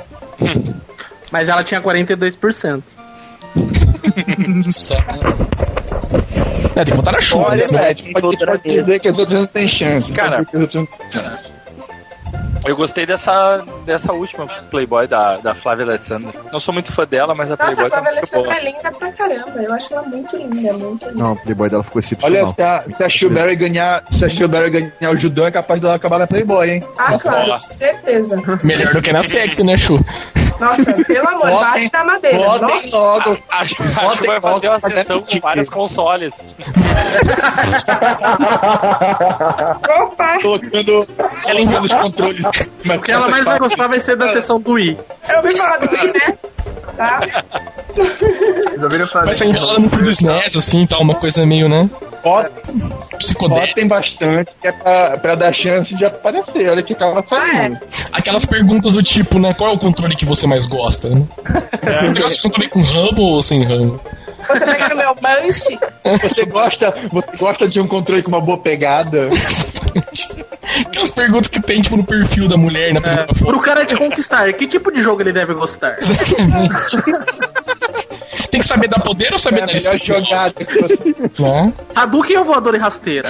Speaker 5: Mas ela tinha 42%.
Speaker 1: Nossa. né? É, tem que botar na chuva.
Speaker 8: Olha,
Speaker 1: né?
Speaker 8: velho, pode, pode,
Speaker 9: outra vez.
Speaker 8: dizer que as outras não têm chance.
Speaker 4: Cara,
Speaker 8: Porque as outras não-
Speaker 4: Eu gostei dessa, dessa última Playboy da, da Flávia Alessandra. Não sou muito fã dela, mas a
Speaker 6: Nossa,
Speaker 4: Playboy
Speaker 6: a
Speaker 4: tá
Speaker 6: Flávia
Speaker 4: muito boa.
Speaker 6: Alessandra é linda pra caramba. Eu acho ela muito linda, muito linda.
Speaker 7: Não, o Playboy dela ficou excepcional.
Speaker 8: Olha, se a, se a Shilberry ganhar, se a Shilberry ganhar o judô, é capaz dela acabar na Playboy, hein?
Speaker 6: Ah, claro,
Speaker 4: Nossa.
Speaker 6: certeza.
Speaker 1: Melhor do que na sexy, né, Chu?
Speaker 6: Nossa, pelo amor,
Speaker 8: Votem,
Speaker 6: bate na madeira.
Speaker 8: Votem
Speaker 6: Nossa,
Speaker 1: Ah,
Speaker 8: logo.
Speaker 4: Acho, acho que vai fazer uma sessão com vários consoles.
Speaker 6: opa!
Speaker 8: Colocando, colocando os controles. Mas
Speaker 5: O que ela mais vai gostar vai ser da sessão do I.
Speaker 6: Eu ouvi falar do Wii, né? Tá?
Speaker 3: Vocês ouviram falar
Speaker 1: Vai sair enrolando no fundo do SNES, assim, tal, uma coisa meio, né? Psicodélica.
Speaker 8: Votem bastante, que é pra, pra dar chance de aparecer. Olha que
Speaker 1: Ah,
Speaker 8: cara
Speaker 1: é.
Speaker 8: saindo.
Speaker 6: É.
Speaker 1: Aquelas perguntas do tipo, né? Qual é o controle que você mais gosta? Né? Você gosta de controle com ramo ou sem ramo?
Speaker 6: Você pega no meu manche.
Speaker 8: Você gosta, você gosta de um controle com uma boa
Speaker 1: *laughs*
Speaker 8: pegada?
Speaker 1: Aquelas perguntas que tem, tipo, no perfil da mulher, na primeira *laughs* foto.
Speaker 5: Pro cara te conquistar, que tipo de jogo ele deve gostar?
Speaker 1: Exatamente. Tem que saber dar poder ou saber dar
Speaker 8: É melhor jogada.
Speaker 1: *laughs* Bom.
Speaker 5: Hadouken ou voador e rasteira?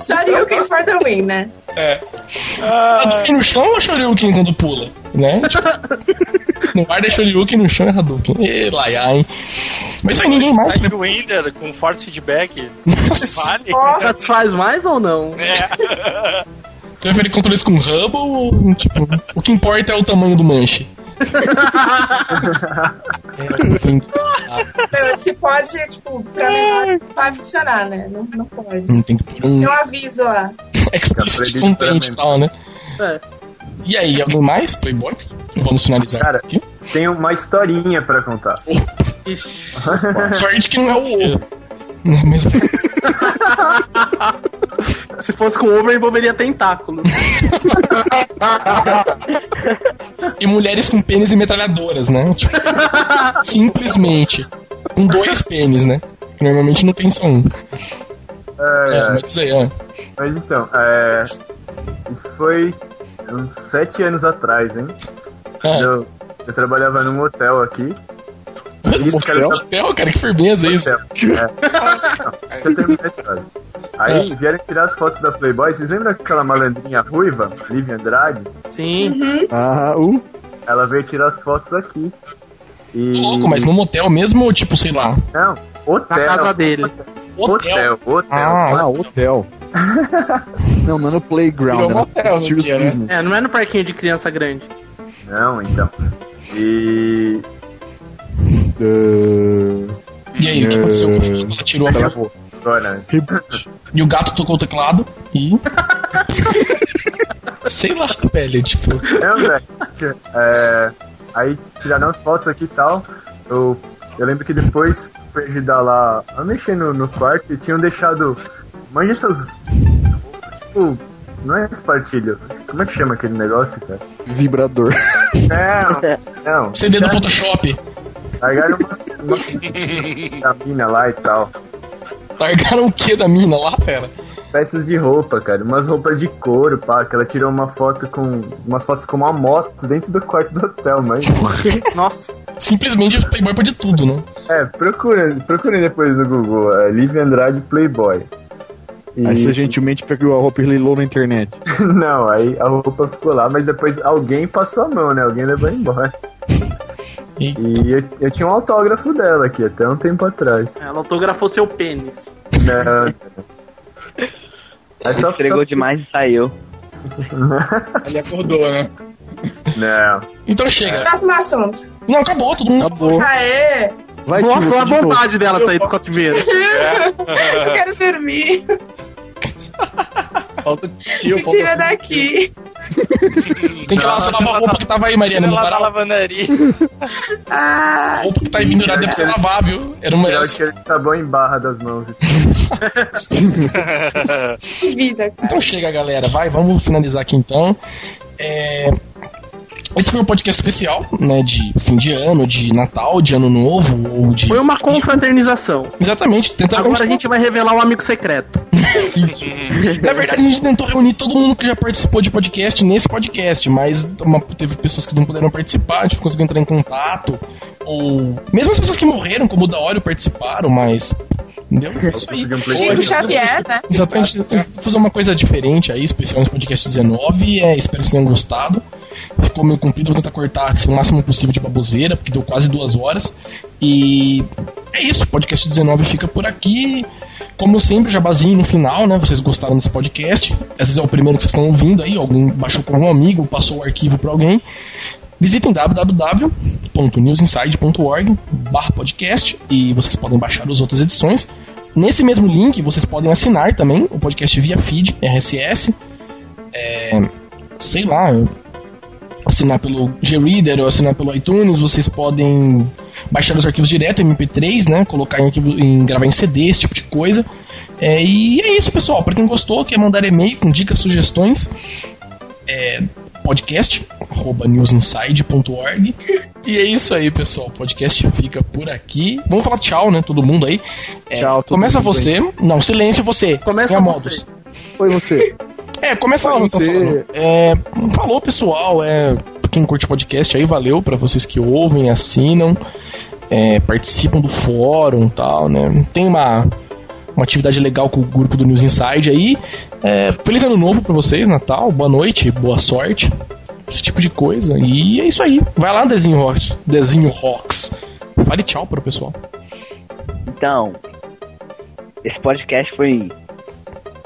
Speaker 6: Shoryuken for the win, né?
Speaker 1: É. Hadouken Tá no chão ou Shoryuken quando pula? Né? Tipo, no ar é Shoryuken, no chão é Hadouken. Ê, laiá, hein? Mas aí ninguém mais.
Speaker 8: né?
Speaker 4: Sai do Winder Ah. com forte feedback. Vale?
Speaker 5: Mas faz mais ou não?
Speaker 4: É.
Speaker 1: Tu prefere controlar isso com Hubble ou. Tipo, o que importa é o tamanho
Speaker 3: *laughs*
Speaker 1: do manche.
Speaker 6: É, Se pode, tipo, pra
Speaker 8: É.
Speaker 6: mim não vai funcionar, né? Não, não pode.
Speaker 1: Não tem que pôr um
Speaker 6: Eu aviso lá.
Speaker 1: explicit content e tal, né? E aí, alguém mais? Playboy? Vamos finalizar
Speaker 3: Cara,
Speaker 1: aqui.
Speaker 3: Tem uma historinha pra contar.
Speaker 5: Ixi.
Speaker 1: Sorte que não é o ovo. Não é mesmo?
Speaker 5: Se fosse com o Over, envolveria tentáculos.
Speaker 1: E mulheres com pênis e metralhadoras, né? Tipo, simplesmente. Com dois pênis, né? Que normalmente não tem só um.
Speaker 3: É,
Speaker 1: É, mas isso aí, ó.
Speaker 3: Mas então, é. Isso foi uns sete anos atrás, hein?
Speaker 1: É.
Speaker 3: Eu, eu trabalhava num hotel aqui. Isso, cara,
Speaker 1: Hotel? Hotel, cara, que firmeza isso.
Speaker 3: Hotel. É. Não, deixa eu terminar a história.
Speaker 1: Ah.
Speaker 3: Aí vieram tirar as fotos da Playboy. Vocês lembram aquela malandrinha ruiva, Lívia Andrade?
Speaker 5: Sim.
Speaker 7: Ah, uh,
Speaker 3: Ela veio tirar as fotos aqui. E...
Speaker 1: Tô Louco, mas num motel mesmo, ou tipo, sei lá.
Speaker 3: Não, hotel.
Speaker 5: Na casa dele.
Speaker 1: Hotel.
Speaker 3: Hotel, hotel.
Speaker 7: ah, hotel. não, não era playground, é
Speaker 8: Virou
Speaker 7: era
Speaker 8: motel no
Speaker 7: serious
Speaker 8: dia, né?
Speaker 7: business.
Speaker 5: É, não é no parquinho de criança grande.
Speaker 3: Não, então. E.
Speaker 7: Uh,
Speaker 1: E aí, o que
Speaker 7: É.
Speaker 1: aconteceu com o filho? Ela tirou a foto
Speaker 7: travou.
Speaker 3: Olha,
Speaker 7: Reboot.
Speaker 1: e o gato tocou o teclado
Speaker 5: *laughs*
Speaker 1: e. sei lá, velho, tipo.
Speaker 3: Não, velho. É, aí tiraram as fotos aqui e tal. Eu, eu lembro que depois perdi dar lá. Eu mexi no, no quarto e tinham deixado. Manja essas. Tipo, não é espartilho. Como é que chama aquele negócio, cara?
Speaker 7: Vibrador.
Speaker 3: Não, não.
Speaker 1: CD do Photoshop.
Speaker 3: Largaram uma, uma da mina lá e tal.
Speaker 1: Largaram o que da mina lá, fera?
Speaker 3: Peças de roupa, cara. Umas roupas de couro, pá. Que ela tirou uma foto com. Umas fotos com uma moto dentro do quarto do hotel, mas.
Speaker 5: Nossa.
Speaker 1: Simplesmente o Playboy pode tudo, né?
Speaker 3: É, procura, procurem depois no Google. É, Liv Andrade Playboy. E-
Speaker 7: Aí você gentilmente pegou a roupa e leilou na internet.
Speaker 3: *laughs* Não, aí a roupa ficou lá, mas depois alguém passou a mão, né? Alguém levou embora.
Speaker 1: E-
Speaker 3: E eu, eu tinha um autógrafo dela aqui, até um tempo atrás.
Speaker 5: Ela autografou seu pênis.
Speaker 3: Né? É só-
Speaker 9: Entregou
Speaker 3: só-
Speaker 9: demais e saiu.
Speaker 8: Ele acordou, né?
Speaker 3: Não.
Speaker 1: Então chega.
Speaker 6: Próximo assunto.
Speaker 5: É.
Speaker 1: Não, acabou, todo mundo.
Speaker 7: Acabou.
Speaker 8: *laughs*
Speaker 6: Aê!
Speaker 7: Vai,
Speaker 5: Nossa,
Speaker 7: tio,
Speaker 5: olha a
Speaker 7: de novo.
Speaker 5: vontade dela de sair do cativeiro.
Speaker 6: Eu quero dormir.
Speaker 8: Falta tio,
Speaker 6: Me
Speaker 8: falta
Speaker 6: tira daqui.
Speaker 1: Tem que ir lá, você lava a roupa que tava aí, Mariana, no
Speaker 4: Ela na
Speaker 1: varal.
Speaker 4: lavanderia.
Speaker 1: A
Speaker 6: Ah,
Speaker 1: roupa que tá aí pendurada é pra você lavar, viu? Era um uma.
Speaker 3: Eu
Speaker 1: Era
Speaker 3: tirei sabão tá em barra das mãos.
Speaker 6: que vida, cara.
Speaker 1: Então chega, galera. Vai, vamos finalizar aqui então. É, Esse foi um podcast especial, né? De fim de ano, de Natal, de Ano Novo, ou de.
Speaker 5: Foi uma confraternização.
Speaker 1: Exatamente, tentar
Speaker 5: Agora a gente vai revelar um amigo secreto.
Speaker 1: Na verdade, a gente tentou reunir todo mundo que já participou de podcast nesse podcast, mas uma- teve pessoas que não puderam participar, a gente não conseguiu entrar em contato. Ou. Mesmo as pessoas que morreram, como o Daório, participaram, mas. Entendeu? É isso aí.
Speaker 3: De um
Speaker 6: Chico
Speaker 3: Playboy.
Speaker 6: Xavier, né?
Speaker 1: *laughs* Exatamente, tentar fazer uma coisa diferente aí, especial nesse podcast 19. É, espero que vocês tenham gostado. Ficou meio comprido, vou tentar cortar assim, o máximo possível de baboseira, porque deu quase duas horas. E é isso, o podcast 19 fica por aqui. Como sempre, jabazinho no final, né? Vocês gostaram desse podcast. Às vezes é o primeiro que vocês estão ouvindo aí, alguém baixou com algum amigo, passou o arquivo para alguém. Visitem www.newsinside.org barra podcast e vocês podem baixar as outras edições. Nesse mesmo link, vocês podem assinar também o podcast via feed, RSS. É, sei lá, assinar pelo G-Reader ou assinar pelo iTunes. Vocês podem baixar os arquivos direto, MP3, né? Colocar em, arquivo, em gravar em CD, esse tipo de coisa. É, e é isso, pessoal. Pra quem gostou, quer mandar e-mail com dicas, sugestões, é podcast arroba newsinside.org e é isso aí pessoal o podcast fica por aqui vamos falar tchau né todo mundo aí É,
Speaker 7: Tchau, todo
Speaker 1: começa
Speaker 7: mundo
Speaker 1: você não silêncio você
Speaker 5: Começa
Speaker 1: Minha
Speaker 5: você.
Speaker 1: modus.
Speaker 7: Foi você.
Speaker 1: É, começa lá,
Speaker 7: Fala
Speaker 1: então,
Speaker 7: você.
Speaker 1: falando. É, falou, pessoal. É, pra quem curte podcast aí, valeu pra vocês que ouvem, assinam. é, participam do fórum e tal, né? Tem uma, uma atividade legal com o grupo do News Inside aí. É, feliz ano novo pra vocês, Natal, boa noite, boa sorte, esse tipo de coisa. E é isso aí. Vai lá, Dezinho Rocks. Dezinho Rocks. Fale tchau pro pessoal.
Speaker 9: Então, esse podcast foi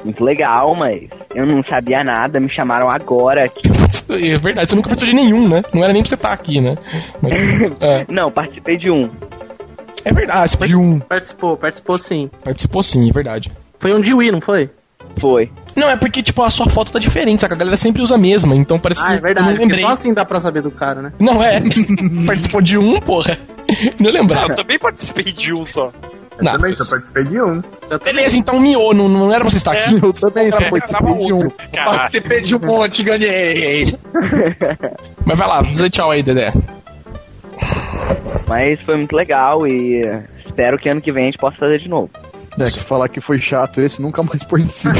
Speaker 9: muito legal, mas eu não sabia nada, me chamaram agora aqui.
Speaker 1: É verdade, você nunca participou de nenhum, né? Não era nem pra você estar aqui, né? Mas, é.
Speaker 9: Não, participei de um.
Speaker 1: É verdade, você participou,
Speaker 5: um. Participou, participou sim.
Speaker 1: participou sim, é verdade.
Speaker 5: Foi um de Wii, não foi?
Speaker 9: Foi.
Speaker 1: Não, é porque, tipo, a sua foto tá diferente, saca? A galera sempre usa a mesma, então parece
Speaker 5: Ah, é
Speaker 1: que eu
Speaker 5: verdade,
Speaker 1: não
Speaker 5: porque
Speaker 1: lembrei.
Speaker 5: só assim dá pra saber do cara, né?
Speaker 1: Não é. *laughs* participou de um, porra. *laughs*
Speaker 4: Ah, *laughs*
Speaker 1: Não
Speaker 4: eu
Speaker 1: lembrava.
Speaker 4: também participei de um só.
Speaker 5: É,
Speaker 3: Eu
Speaker 1: Não,
Speaker 3: também só participei de um.
Speaker 1: Beleza, então miou, não, não era pra você estar
Speaker 8: É,
Speaker 1: aqui.
Speaker 11: Eu também só
Speaker 1: Era pra gravar
Speaker 11: participei de um.
Speaker 1: outro.
Speaker 4: Caralho.
Speaker 8: Você pediu um monte, ganhei.
Speaker 1: Mas vai lá, dizer tchau aí, Dedé.
Speaker 9: Mas foi muito legal e espero que ano que vem a gente possa fazer de novo.
Speaker 7: É, que se falar que foi chato esse, nunca mais
Speaker 3: *laughs*
Speaker 7: participa.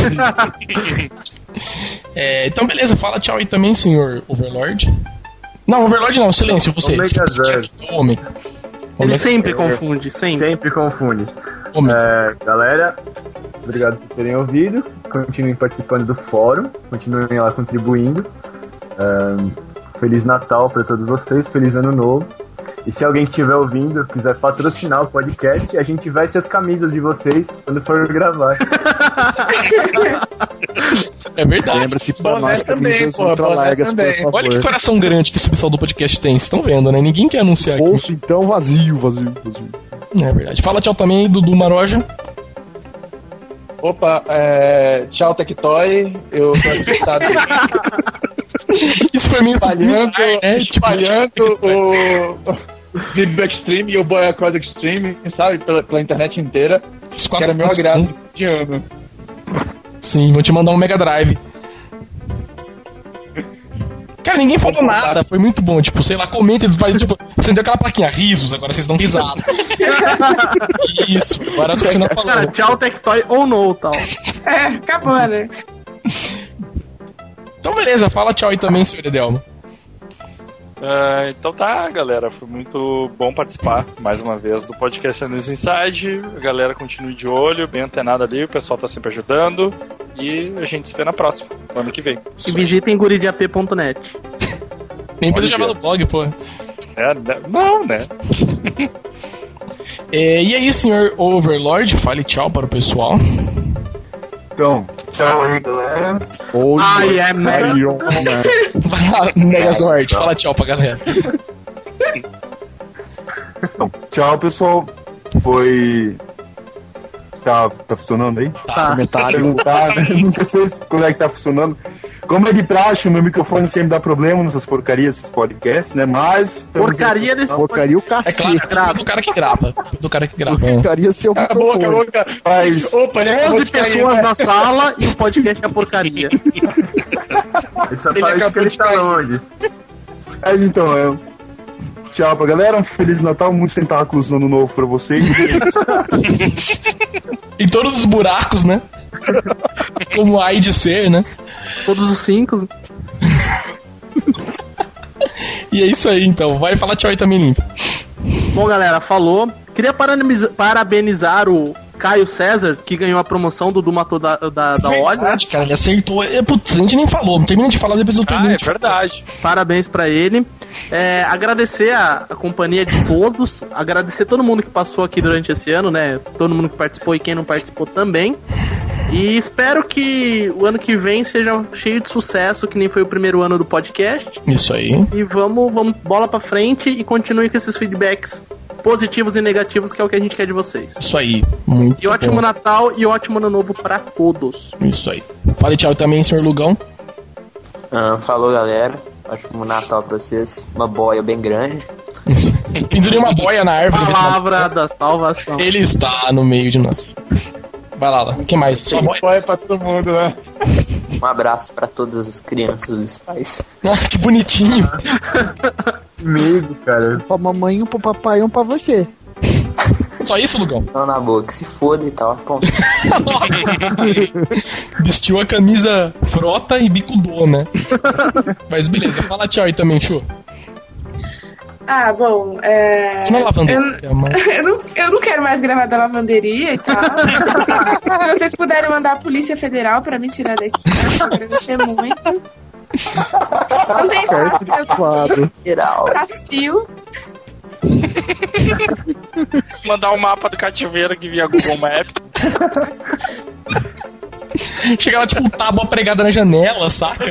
Speaker 1: É, então, beleza, fala tchau aí também, senhor Overlord. Não, Overlord não, silêncio, você.
Speaker 3: Omega Zero.
Speaker 1: Homem.
Speaker 5: Ele
Speaker 1: Omega-
Speaker 5: sempre confunde, sempre.
Speaker 3: Sempre confunde.
Speaker 1: Homem.
Speaker 3: É, galera, obrigado por terem ouvido. Continuem participando do fórum, continuem lá contribuindo. É, Feliz Natal para todos vocês, feliz ano novo. E se alguém que estiver ouvindo quiser patrocinar o podcast, a gente veste as camisas de vocês quando for gravar.
Speaker 1: É verdade.
Speaker 7: Lembra-se pra
Speaker 8: Boné
Speaker 7: nós
Speaker 8: também,
Speaker 7: camisas
Speaker 8: pô, boné
Speaker 7: ultralargas, por
Speaker 8: também.
Speaker 7: favor.
Speaker 1: Olha que coração grande que esse pessoal do podcast tem, vocês estão vendo, né? Ninguém quer anunciar aqui.
Speaker 7: Bolso então vazio, vazio, vazio.
Speaker 1: É verdade. Fala tchau também aí, Dudu Maroja. *laughs*
Speaker 8: Opa, é... tchau, Tectoy. Eu tô assustado.
Speaker 1: Isso pra mim *laughs* é
Speaker 8: espalhando,
Speaker 1: subliminar, né? Tipo,
Speaker 8: espalhando o Vibe Extreme e o Boy Across Extreme, sabe? Pela, pela internet inteira.
Speaker 1: os
Speaker 8: Que
Speaker 1: quatro
Speaker 8: era meu
Speaker 1: pontos,
Speaker 8: agrado
Speaker 1: né?
Speaker 8: de ano.
Speaker 1: Sim, vou te mandar um Mega Drive. Cara, ninguém falou nada, foi muito bom. Tipo, sei lá, comenta, faz, tipo, você deu aquela plaquinha, risos, agora vocês dão risada. Isso, agora você continua
Speaker 5: Cara,
Speaker 1: falando.
Speaker 5: tchau Tectoy ou não, tal.
Speaker 6: É, acabou, né?
Speaker 1: Então, beleza, fala tchau aí também, senhor Edelmo.
Speaker 4: Ah, então tá, galera. Foi muito bom participar mais uma vez do podcast News Inside. A galera continue de olho, bem antenada ali, o pessoal tá sempre ajudando. E a gente se vê na próxima, ano que vem.
Speaker 5: *laughs* E visitem guridiap.net.
Speaker 1: Nem precisa
Speaker 4: Olha.
Speaker 1: chamar no blog, pô.
Speaker 4: É, né? não, né?
Speaker 1: É, e aí, senhor Overlord, fale tchau para o pessoal. *laughs*
Speaker 10: Então, tchau aí, galera.
Speaker 7: Ou
Speaker 5: I am Mega.
Speaker 7: Iron Man.
Speaker 1: Vai lá, Megazord, fala tchau pra galera.
Speaker 10: Então, tchau, pessoal. Foi. Tá, tá funcionando aí?
Speaker 5: Tá.
Speaker 10: *laughs* Não tá, né? Nunca sei se- como é que tá funcionando. Como é de praxe, o meu microfone sempre dá problema nessas porcarias, esses podcasts, né? Mas. tamo
Speaker 5: Porcaria desse
Speaker 7: Porcaria o
Speaker 1: É claro, é
Speaker 7: cacete.
Speaker 1: culpa do cara que grava. culpa Do cara que grava.
Speaker 7: Porcaria seu
Speaker 8: Acabou,
Speaker 7: microfone.
Speaker 8: acabou, acabou.
Speaker 10: Faz-
Speaker 8: Opa, ele acabou
Speaker 5: 11
Speaker 8: de cair,
Speaker 5: pessoas
Speaker 8: né?
Speaker 5: na sala e o podcast é porcaria.
Speaker 3: Ele só
Speaker 8: Ele
Speaker 3: fala que
Speaker 8: acabou
Speaker 3: ele
Speaker 8: de
Speaker 3: está
Speaker 8: cair.
Speaker 3: longe.
Speaker 10: *laughs* Mas então, é. Tchau pra galera, um Feliz Natal, muitos tentáculos no ano novo
Speaker 2: *laughs*
Speaker 10: pra vocês.
Speaker 1: Em todos os buracos, né? Como há de ser, né?
Speaker 5: *laughs* Todos os cinco.
Speaker 1: E é isso aí, então. Vai falar tchau aí também, limpo.
Speaker 5: Bom, galera, falou. Queria paraniz- parabenizar o Caio César, que ganhou a promoção do Dumato da, da, da Oz.
Speaker 1: Verdade, cara, ele acertou. É, Putz, a gente nem falou. Termina de falar, depois eu
Speaker 4: Ah,
Speaker 1: termino.
Speaker 4: é
Speaker 1: de-
Speaker 4: verdade.
Speaker 5: Parabéns pra ele. É, agradecer a, a companhia de todos, agradecer todo mundo que passou aqui durante esse ano, né? Todo mundo que participou e quem não participou também. E espero que o ano que vem seja cheio de sucesso, que nem foi o primeiro ano do podcast.
Speaker 1: Isso aí.
Speaker 5: E vamos, vamos bola pra frente e continue com esses feedbacks positivos e negativos, que é o que a gente quer de vocês.
Speaker 1: Isso aí. Muito
Speaker 5: E ótimo
Speaker 1: Tá bom.
Speaker 5: Natal e ótimo Ano Novo pra todos.
Speaker 1: Isso aí. Fale tchau também, senhor Lugão.
Speaker 2: Ah, falou, galera. Ótimo Natal pra vocês. Uma boia bem grande.
Speaker 1: Pendurei uma boia na árvore.
Speaker 5: Palavra da salvação.
Speaker 1: Ele está no meio de nós. Vai lá, lá. O que mais? Só boia?
Speaker 8: Foi pra todo mundo, né?
Speaker 2: Um abraço pra todas as crianças dos pais.
Speaker 1: *laughs* Ah, que bonitinho.
Speaker 3: Comigo, cara.
Speaker 11: Pra mamãe, um pro papai e um pra você.
Speaker 1: Só isso,
Speaker 4: *laughs*
Speaker 1: Lugão?
Speaker 2: Não na boca, se foda e tal. Bom,
Speaker 1: Vestiu a camisa frota e bicudou, né? Mas beleza, fala tchau aí também, Chu.
Speaker 6: Ah, bom, é...
Speaker 1: Não é lavanderia,
Speaker 6: Eu,
Speaker 1: é uma-
Speaker 6: eu não, eu não quero mais gravar da lavanderia e tal. Se vocês puderem mandar a Polícia Federal pra me tirar daqui, eu vou agradecer muito. Não tem espaço pra eu- tá frio.
Speaker 4: Mandar o mapa do cativeiro que via Google Maps.
Speaker 1: Chega lá, tipo, um tábua pregada na janela, saca?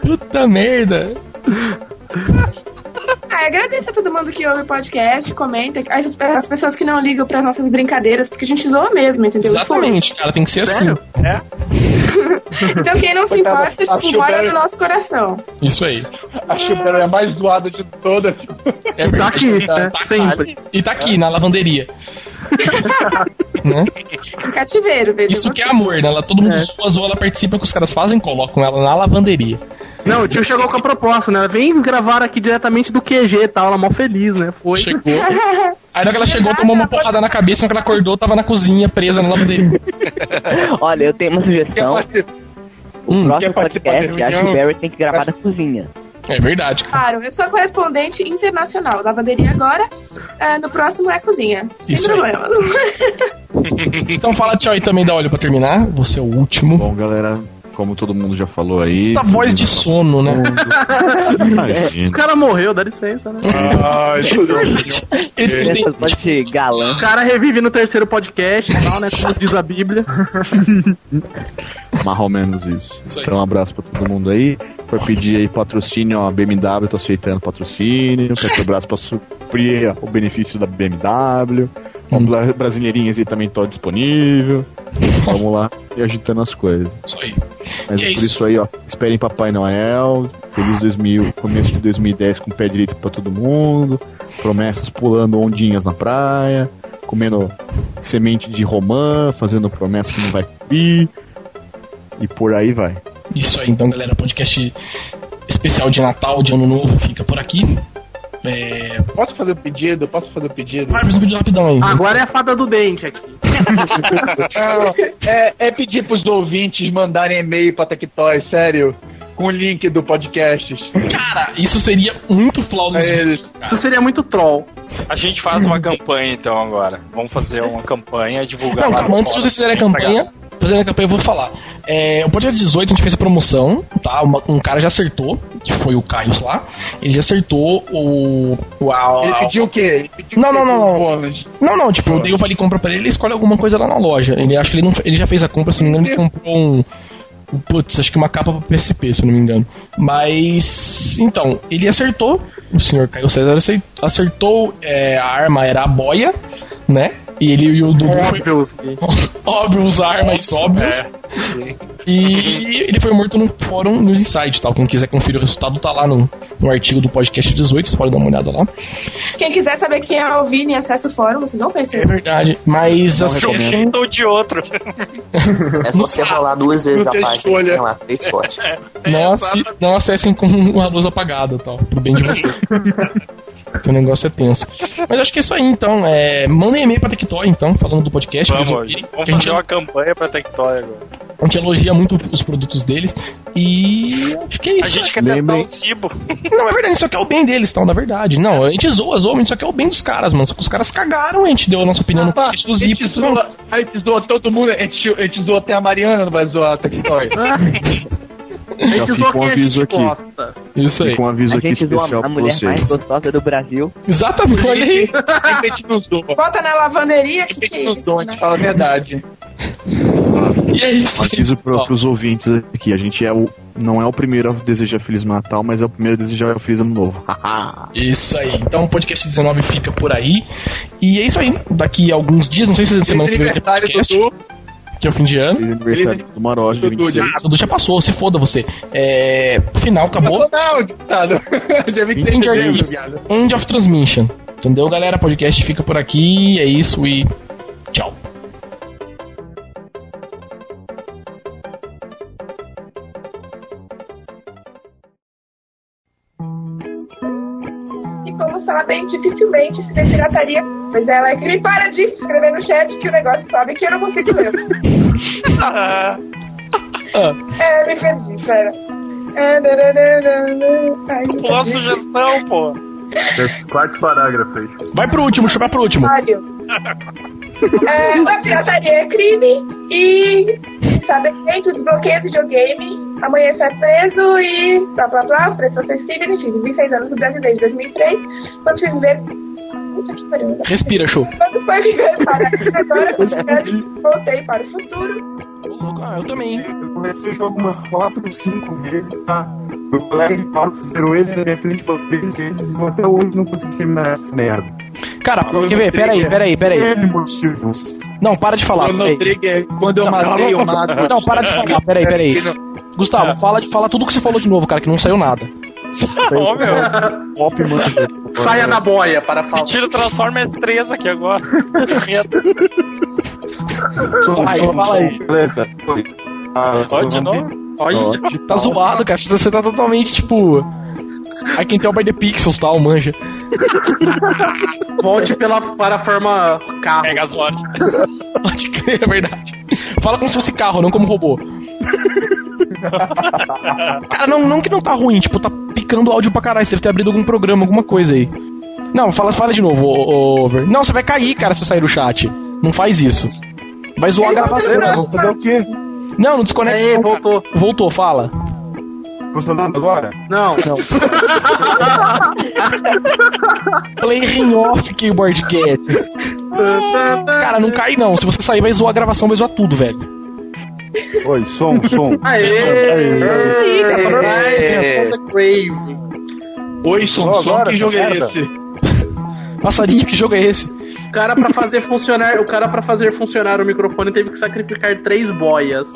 Speaker 1: Puta merda.
Speaker 6: Ah, agradeço a todo mundo que ouve o podcast, comenta. As, as pessoas que não ligam pras nossas brincadeiras, porque a gente zoa mesmo, entendeu?
Speaker 1: Exatamente, cara, tem que ser
Speaker 6: Sério?
Speaker 1: assim.
Speaker 6: Foda-se. Então quem não se
Speaker 8: Coitada,
Speaker 6: importa,
Speaker 8: acho
Speaker 6: tipo,
Speaker 8: que o
Speaker 6: mora
Speaker 8: Barry-
Speaker 6: no
Speaker 1: é
Speaker 6: nosso coração.
Speaker 1: Isso aí.
Speaker 8: A chuteira é a mais zoada de todas.
Speaker 1: É
Speaker 5: Tá
Speaker 1: verdade.
Speaker 5: aqui,
Speaker 1: *laughs*
Speaker 5: né?
Speaker 1: Tá
Speaker 5: Sempre.
Speaker 1: E tá aqui, na lavanderia. Né?
Speaker 6: Em Um cativeiro, veja.
Speaker 1: Isso
Speaker 6: você.
Speaker 1: que é amor, né? Ela, todo mundo zoa, zoa, ela participa que os caras fazem, colocam ela na lavanderia.
Speaker 5: Não, o tio chegou com a proposta, né? Vem gravar aqui diretamente do QG e tal. Ela mó feliz, né? Foi.
Speaker 1: Chegou. Aí na hora que ela chegou, tomou uma porrada na cabeça, na hora que ela acordou, tava na cozinha, presa na lavanderia.
Speaker 9: *laughs* Olha, eu tenho uma
Speaker 8: Quer
Speaker 9: sugestão.
Speaker 8: participar-
Speaker 1: Hum,
Speaker 9: Próximo
Speaker 8: Quer participar da
Speaker 9: podcast, acho que
Speaker 8: reunião?
Speaker 9: o Barry tem que gravar da cozinha.
Speaker 1: é verdade.
Speaker 6: Claro, eu sou correspondente internacional. Lavanderia agora, ah, no próximo é cozinha. Sem
Speaker 1: Isso aí.
Speaker 6: problema.
Speaker 1: Então fala tchau aí também da óleo pra terminar. Você é o último.
Speaker 7: Bom, galera, como todo mundo já falou aí.
Speaker 10: Tá
Speaker 1: Da voz de sono, né?
Speaker 10: né?
Speaker 5: O cara morreu, dá licença, né?
Speaker 8: Ai,
Speaker 1: Ele tem-
Speaker 9: Crianças, pode ser galã.
Speaker 5: O cara revive no terceiro podcast e tal, né? Como diz a Bíblia.
Speaker 7: Mais ou menos isso.
Speaker 1: Isso aí.
Speaker 7: Então, um abraço pra todo mundo aí. Pra pedir aí patrocínio, ó, a BMW tá aceitando patrocínio. Petrobras pra suprir ó, o benefício da
Speaker 11: Hum.
Speaker 7: BMW. Vamos lá, Brasileirinhas aí também tá disponível. Vamos lá, e agitando as coisas.
Speaker 1: Isso aí.
Speaker 7: Mas
Speaker 1: E é
Speaker 7: por
Speaker 1: isso.
Speaker 7: isso. aí, ó, esperem Papai Noel. Feliz 2000, começo de 2010 com o pé direito pra todo mundo. Promessas pulando ondinhas na praia, comendo semente de romã, fazendo promessa que não vai cumprir. E por aí vai.
Speaker 1: Isso aí, então, galera. Podcast especial de Natal, de Ano Novo, fica por aqui. É...
Speaker 8: Posso fazer o pedido? Posso fazer o pedido?
Speaker 1: Vai, faz um vídeo rapidão aí.
Speaker 5: Agora é a fada do dente aqui.
Speaker 8: Não, é, é pedir pros ouvintes mandarem e-mail pra Tectoy, sério. Com o link do podcast.
Speaker 1: Cara, isso seria muito flau
Speaker 8: Aí
Speaker 1: nesse
Speaker 8: eles-
Speaker 5: Isso seria muito troll.
Speaker 4: A gente faz uma campanha então agora. Vamos fazer uma campanha, divulgar
Speaker 1: Não,
Speaker 4: lá no
Speaker 1: calma, antes de
Speaker 4: fórum.
Speaker 1: vocês fizerem a campanha, fazerem a campanha, eu vou falar. É, o podcast 18 a gente fez a promoção, tá? Uma- um cara já acertou, que foi o Caio lá. Ele já acertou o. o a-
Speaker 8: Ele
Speaker 1: a-
Speaker 8: pediu o quê? Ele pediu
Speaker 1: Não,
Speaker 8: o quê
Speaker 1: não, não,
Speaker 8: com
Speaker 1: não.
Speaker 8: bônus?
Speaker 1: não, não, tipo, eu dei o Vale Compra pra ele, ele escolhe alguma coisa lá na loja. Ele acho que ele, não, ele já fez a compra, se não me engano, ele comprou um. um- Putz, acho que uma capa pra PSP, se eu não me engano. Mas. Então, ele acertou. O senhor Caio César acei- acertou. é, a arma era a boia, né? E ele e o Dudu foi *laughs*
Speaker 5: Óbvios.
Speaker 1: óbvios, armas
Speaker 4: é,
Speaker 1: óbvios. E ele foi morto no fórum News Insight, tal. tá? Quem quiser conferir o resultado tá lá no, no artigo do podcast 18, vocês podem dar uma olhada lá.
Speaker 6: Quem quiser saber quem é o Vini e acessa o fórum, vocês vão
Speaker 1: É
Speaker 6: perceber.
Speaker 1: verdade. Mas
Speaker 4: De
Speaker 1: assim,
Speaker 4: um jeito ou de outro.
Speaker 2: É só você rolar duas vezes a
Speaker 8: tem
Speaker 2: página.
Speaker 8: escolha.
Speaker 2: Tem lá, três cortes.
Speaker 4: É,
Speaker 1: não, assi- não acessem é assim, com a luz apagada, tal, pro bem
Speaker 4: *laughs*
Speaker 1: de vocês. Porque o negócio é tenso. Mas acho que é isso aí, então. É, mandem e-mail pra Tectoy, então, falando do podcast. pra
Speaker 4: Vamos,
Speaker 1: eles
Speaker 4: vamos
Speaker 1: ouvirem, que a,
Speaker 4: fazer
Speaker 1: gente,
Speaker 4: uma campanha pra Tectoy agora.
Speaker 1: a gente elogia muito os produtos deles. E acho que é
Speaker 4: A
Speaker 1: isso.
Speaker 4: gente quer
Speaker 7: Lembrem-
Speaker 4: testar o Cibo. *laughs*
Speaker 1: Não, é verdade, a gente só quer o bem deles, tal, na verdade. Não, a gente zoa, zoa, mas a gente só quer o bem dos caras, mano. Só que os caras cagaram, a gente deu a nossa opinião no
Speaker 8: Rapaz,
Speaker 1: podcast do
Speaker 8: a
Speaker 1: Zip.
Speaker 8: gente zoa- a gente zoa todo mundo, a gente, a gente zoa até a Mariana, não vai zoar a Tectoy.
Speaker 5: A gente
Speaker 7: Já
Speaker 5: zoa
Speaker 7: fica um
Speaker 5: quem a
Speaker 7: aviso
Speaker 5: gente
Speaker 7: aqui.
Speaker 5: gosta.
Speaker 1: Isso
Speaker 7: E
Speaker 1: aí.
Speaker 7: com um aviso
Speaker 9: A
Speaker 7: aqui
Speaker 9: gente zoa
Speaker 7: especial
Speaker 9: a
Speaker 7: pra
Speaker 9: mulher mais
Speaker 7: vocês.
Speaker 9: gostosa do Brasil.
Speaker 1: Exatamente. Olha aí.
Speaker 8: a gente não zoa.
Speaker 6: Bota na lavanderia,
Speaker 8: A
Speaker 6: que que
Speaker 8: gente
Speaker 6: é
Speaker 1: um
Speaker 8: não
Speaker 6: isso,
Speaker 8: zoa, a
Speaker 6: né?
Speaker 8: gente fala a verdade.
Speaker 1: E é isso.
Speaker 7: Um aviso pro,
Speaker 1: Ó,
Speaker 7: pros ouvintes aqui. A gente é o, não é o primeiro a desejar Feliz Natal, mas é o primeiro a desejar Feliz Ano Novo.
Speaker 1: Isso aí. Então o podcast 19 fica por aí. E é isso aí. Daqui a alguns dias, não sei se é semana
Speaker 8: Feliz
Speaker 1: que vem vai ter
Speaker 8: aniversário,
Speaker 1: podcast,
Speaker 8: Dudu.
Speaker 1: que é o fim de ano.
Speaker 7: Feliz aniversário do Maroja, de
Speaker 8: Dudu,
Speaker 7: 26.
Speaker 1: Ah, Dudu já passou, se foda você. É. Final, acabou.
Speaker 8: Não, ditado. Dia 26 de
Speaker 1: Entendi.
Speaker 8: dezembro, viado.
Speaker 1: End of transmission. Entendeu, galera? Podcast fica por aqui. É isso e. Tchau.
Speaker 6: E como sabem, dificilmente se tem pirataria. Pois ela é crime. Para de escrever no chat que o negócio sobe que eu não consigo ler. é, me perdi, pera.
Speaker 4: Pula a sugestão, pô.
Speaker 3: Os quatro parágrafos.
Speaker 1: Vai pro último, chupa pro último.
Speaker 6: É, a pirataria é crime e estabelecimento, desbloqueia videogame, amanhã sai preso e blá blá blá, preço acessível, enfim, 26 anos do brasileiro de 2003, quando fiz ver... Puta que pariu.
Speaker 1: Respira, show.
Speaker 6: Quando foi viver para agora, voltei para o futuro.
Speaker 1: Ah, eu também.
Speaker 10: Eu comecei o jogo umas 4, 5 vezes, tá? Meu colega de quarto zerou ele na minha frente umas 3 vezes e até hoje não consegui terminar essa merda.
Speaker 1: Cara, quer ver? Peraí, peraí, peraí.
Speaker 10: N motivos.
Speaker 1: Não, para de falar.
Speaker 8: Chrono
Speaker 1: peraí.
Speaker 8: Trigger, quando eu
Speaker 1: Não,
Speaker 8: matei, eu mato.
Speaker 1: Não, para de falar, peraí, peraí. Gustavo, fala, de- fala tudo que você falou de novo, cara, que não saiu nada.
Speaker 4: Ó, meu.
Speaker 7: Top, *laughs* mano.
Speaker 5: Saia na boia para
Speaker 4: Se
Speaker 5: falar.
Speaker 4: tira, transforma as três aqui *laughs* agora.
Speaker 10: Só,
Speaker 1: Vai,
Speaker 10: só,
Speaker 1: fala
Speaker 10: só,
Speaker 1: aí.
Speaker 10: Beleza. Foi. Ah,
Speaker 4: Pode de
Speaker 10: só-
Speaker 4: novo?
Speaker 5: Olha,
Speaker 1: Tá zoado, cara. Você tá totalmente tipo. Aí quem tem é o by the Pixels tal, manja. *laughs*
Speaker 5: volte pela, para a forma carro.
Speaker 4: Pega a sorte.
Speaker 1: Pode crer, é verdade. Fala como se fosse carro, não como robô. Cara, não, não que não tá ruim, tipo, tá picando áudio pra caralho. Você deve ter abrido algum programa, alguma coisa aí. Não, fala, fala de novo, ô, ô, Over. Não, você vai cair, cara, se sair do chat. Não faz isso. Vai zoar a gravação.
Speaker 10: Beleza, Vou fazer o quê?
Speaker 1: Não, não desconecta.
Speaker 5: Aí, voltou.
Speaker 1: Voltou, fala.
Speaker 10: Funcionando agora?
Speaker 5: Não,
Speaker 1: Playing off keyboard cat. Cara, não cai não. Se você sair, vai zoar a gravação, vai zoar tudo, velho.
Speaker 10: Oi, som, som.
Speaker 5: Aê! Aê! Crave.
Speaker 8: Oi, Som,
Speaker 10: Ó,
Speaker 8: Som,
Speaker 10: agora,
Speaker 8: que jogo é
Speaker 10: merda.
Speaker 8: esse?
Speaker 1: Passarinho, que jogo é esse?
Speaker 5: O cara para fazer funcionar, o cara para fazer funcionar o microfone teve que sacrificar três boias.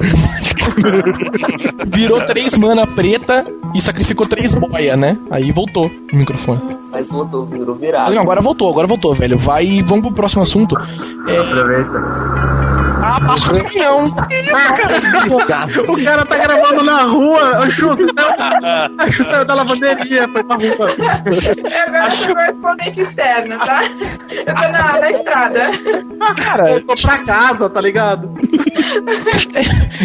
Speaker 1: Virou três mana preta e sacrificou três boia, né? Aí voltou o microfone.
Speaker 2: Mas voltou, virou
Speaker 1: Ah,
Speaker 2: virado.
Speaker 1: não, agora voltou, agora voltou, velho. Vai, vamos pro próximo assunto. É,
Speaker 3: Aproveita.
Speaker 1: ah, passa o caminhão.
Speaker 5: O cara tá gravando na rua. Ô, Chu, você saiu, a Chu saiu da lavanderia, foi pra rua.
Speaker 6: Agora eu sou correspondente externo, tá? Eu tô na, na estrada. É,
Speaker 1: Cara,
Speaker 5: Voltou pra casa, tá ligado?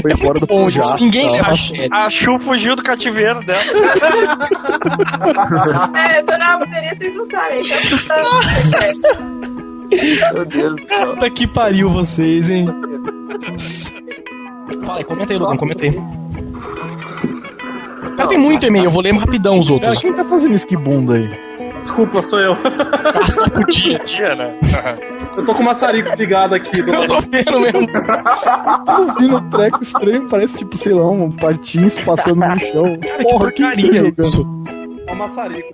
Speaker 7: Foi embora do
Speaker 1: bom, isso
Speaker 7: Punjab.
Speaker 1: ninguém
Speaker 7: tá?
Speaker 1: leva a sério.
Speaker 4: A Chu fugiu do cativeiro dela.
Speaker 6: É, eu tô na bateria, vocês não sabem. Então, tá-
Speaker 2: Meu Deus do céu.
Speaker 1: Puta que pariu vocês, hein? Fala aí, comenta aí, Lucão, comenta aí. Cara, tem muito
Speaker 2: tá
Speaker 1: e-mail, eu vou ler rapidão os
Speaker 7: Cara,
Speaker 1: outros.
Speaker 7: quem tá fazendo isso que bunda aí?
Speaker 5: Desculpa, sou eu.
Speaker 4: Passa pro dia a dia, né? *laughs*
Speaker 5: Eu tô com o maçarico ligado aqui. do
Speaker 1: *laughs* Eu
Speaker 5: lado.
Speaker 2: tá
Speaker 1: tô vendo mesmo.
Speaker 7: Tô vindo um treco estranho, parece tipo, sei lá, um patins passando no chão.
Speaker 1: Cara, que porcaria isso.
Speaker 5: É um maçarico.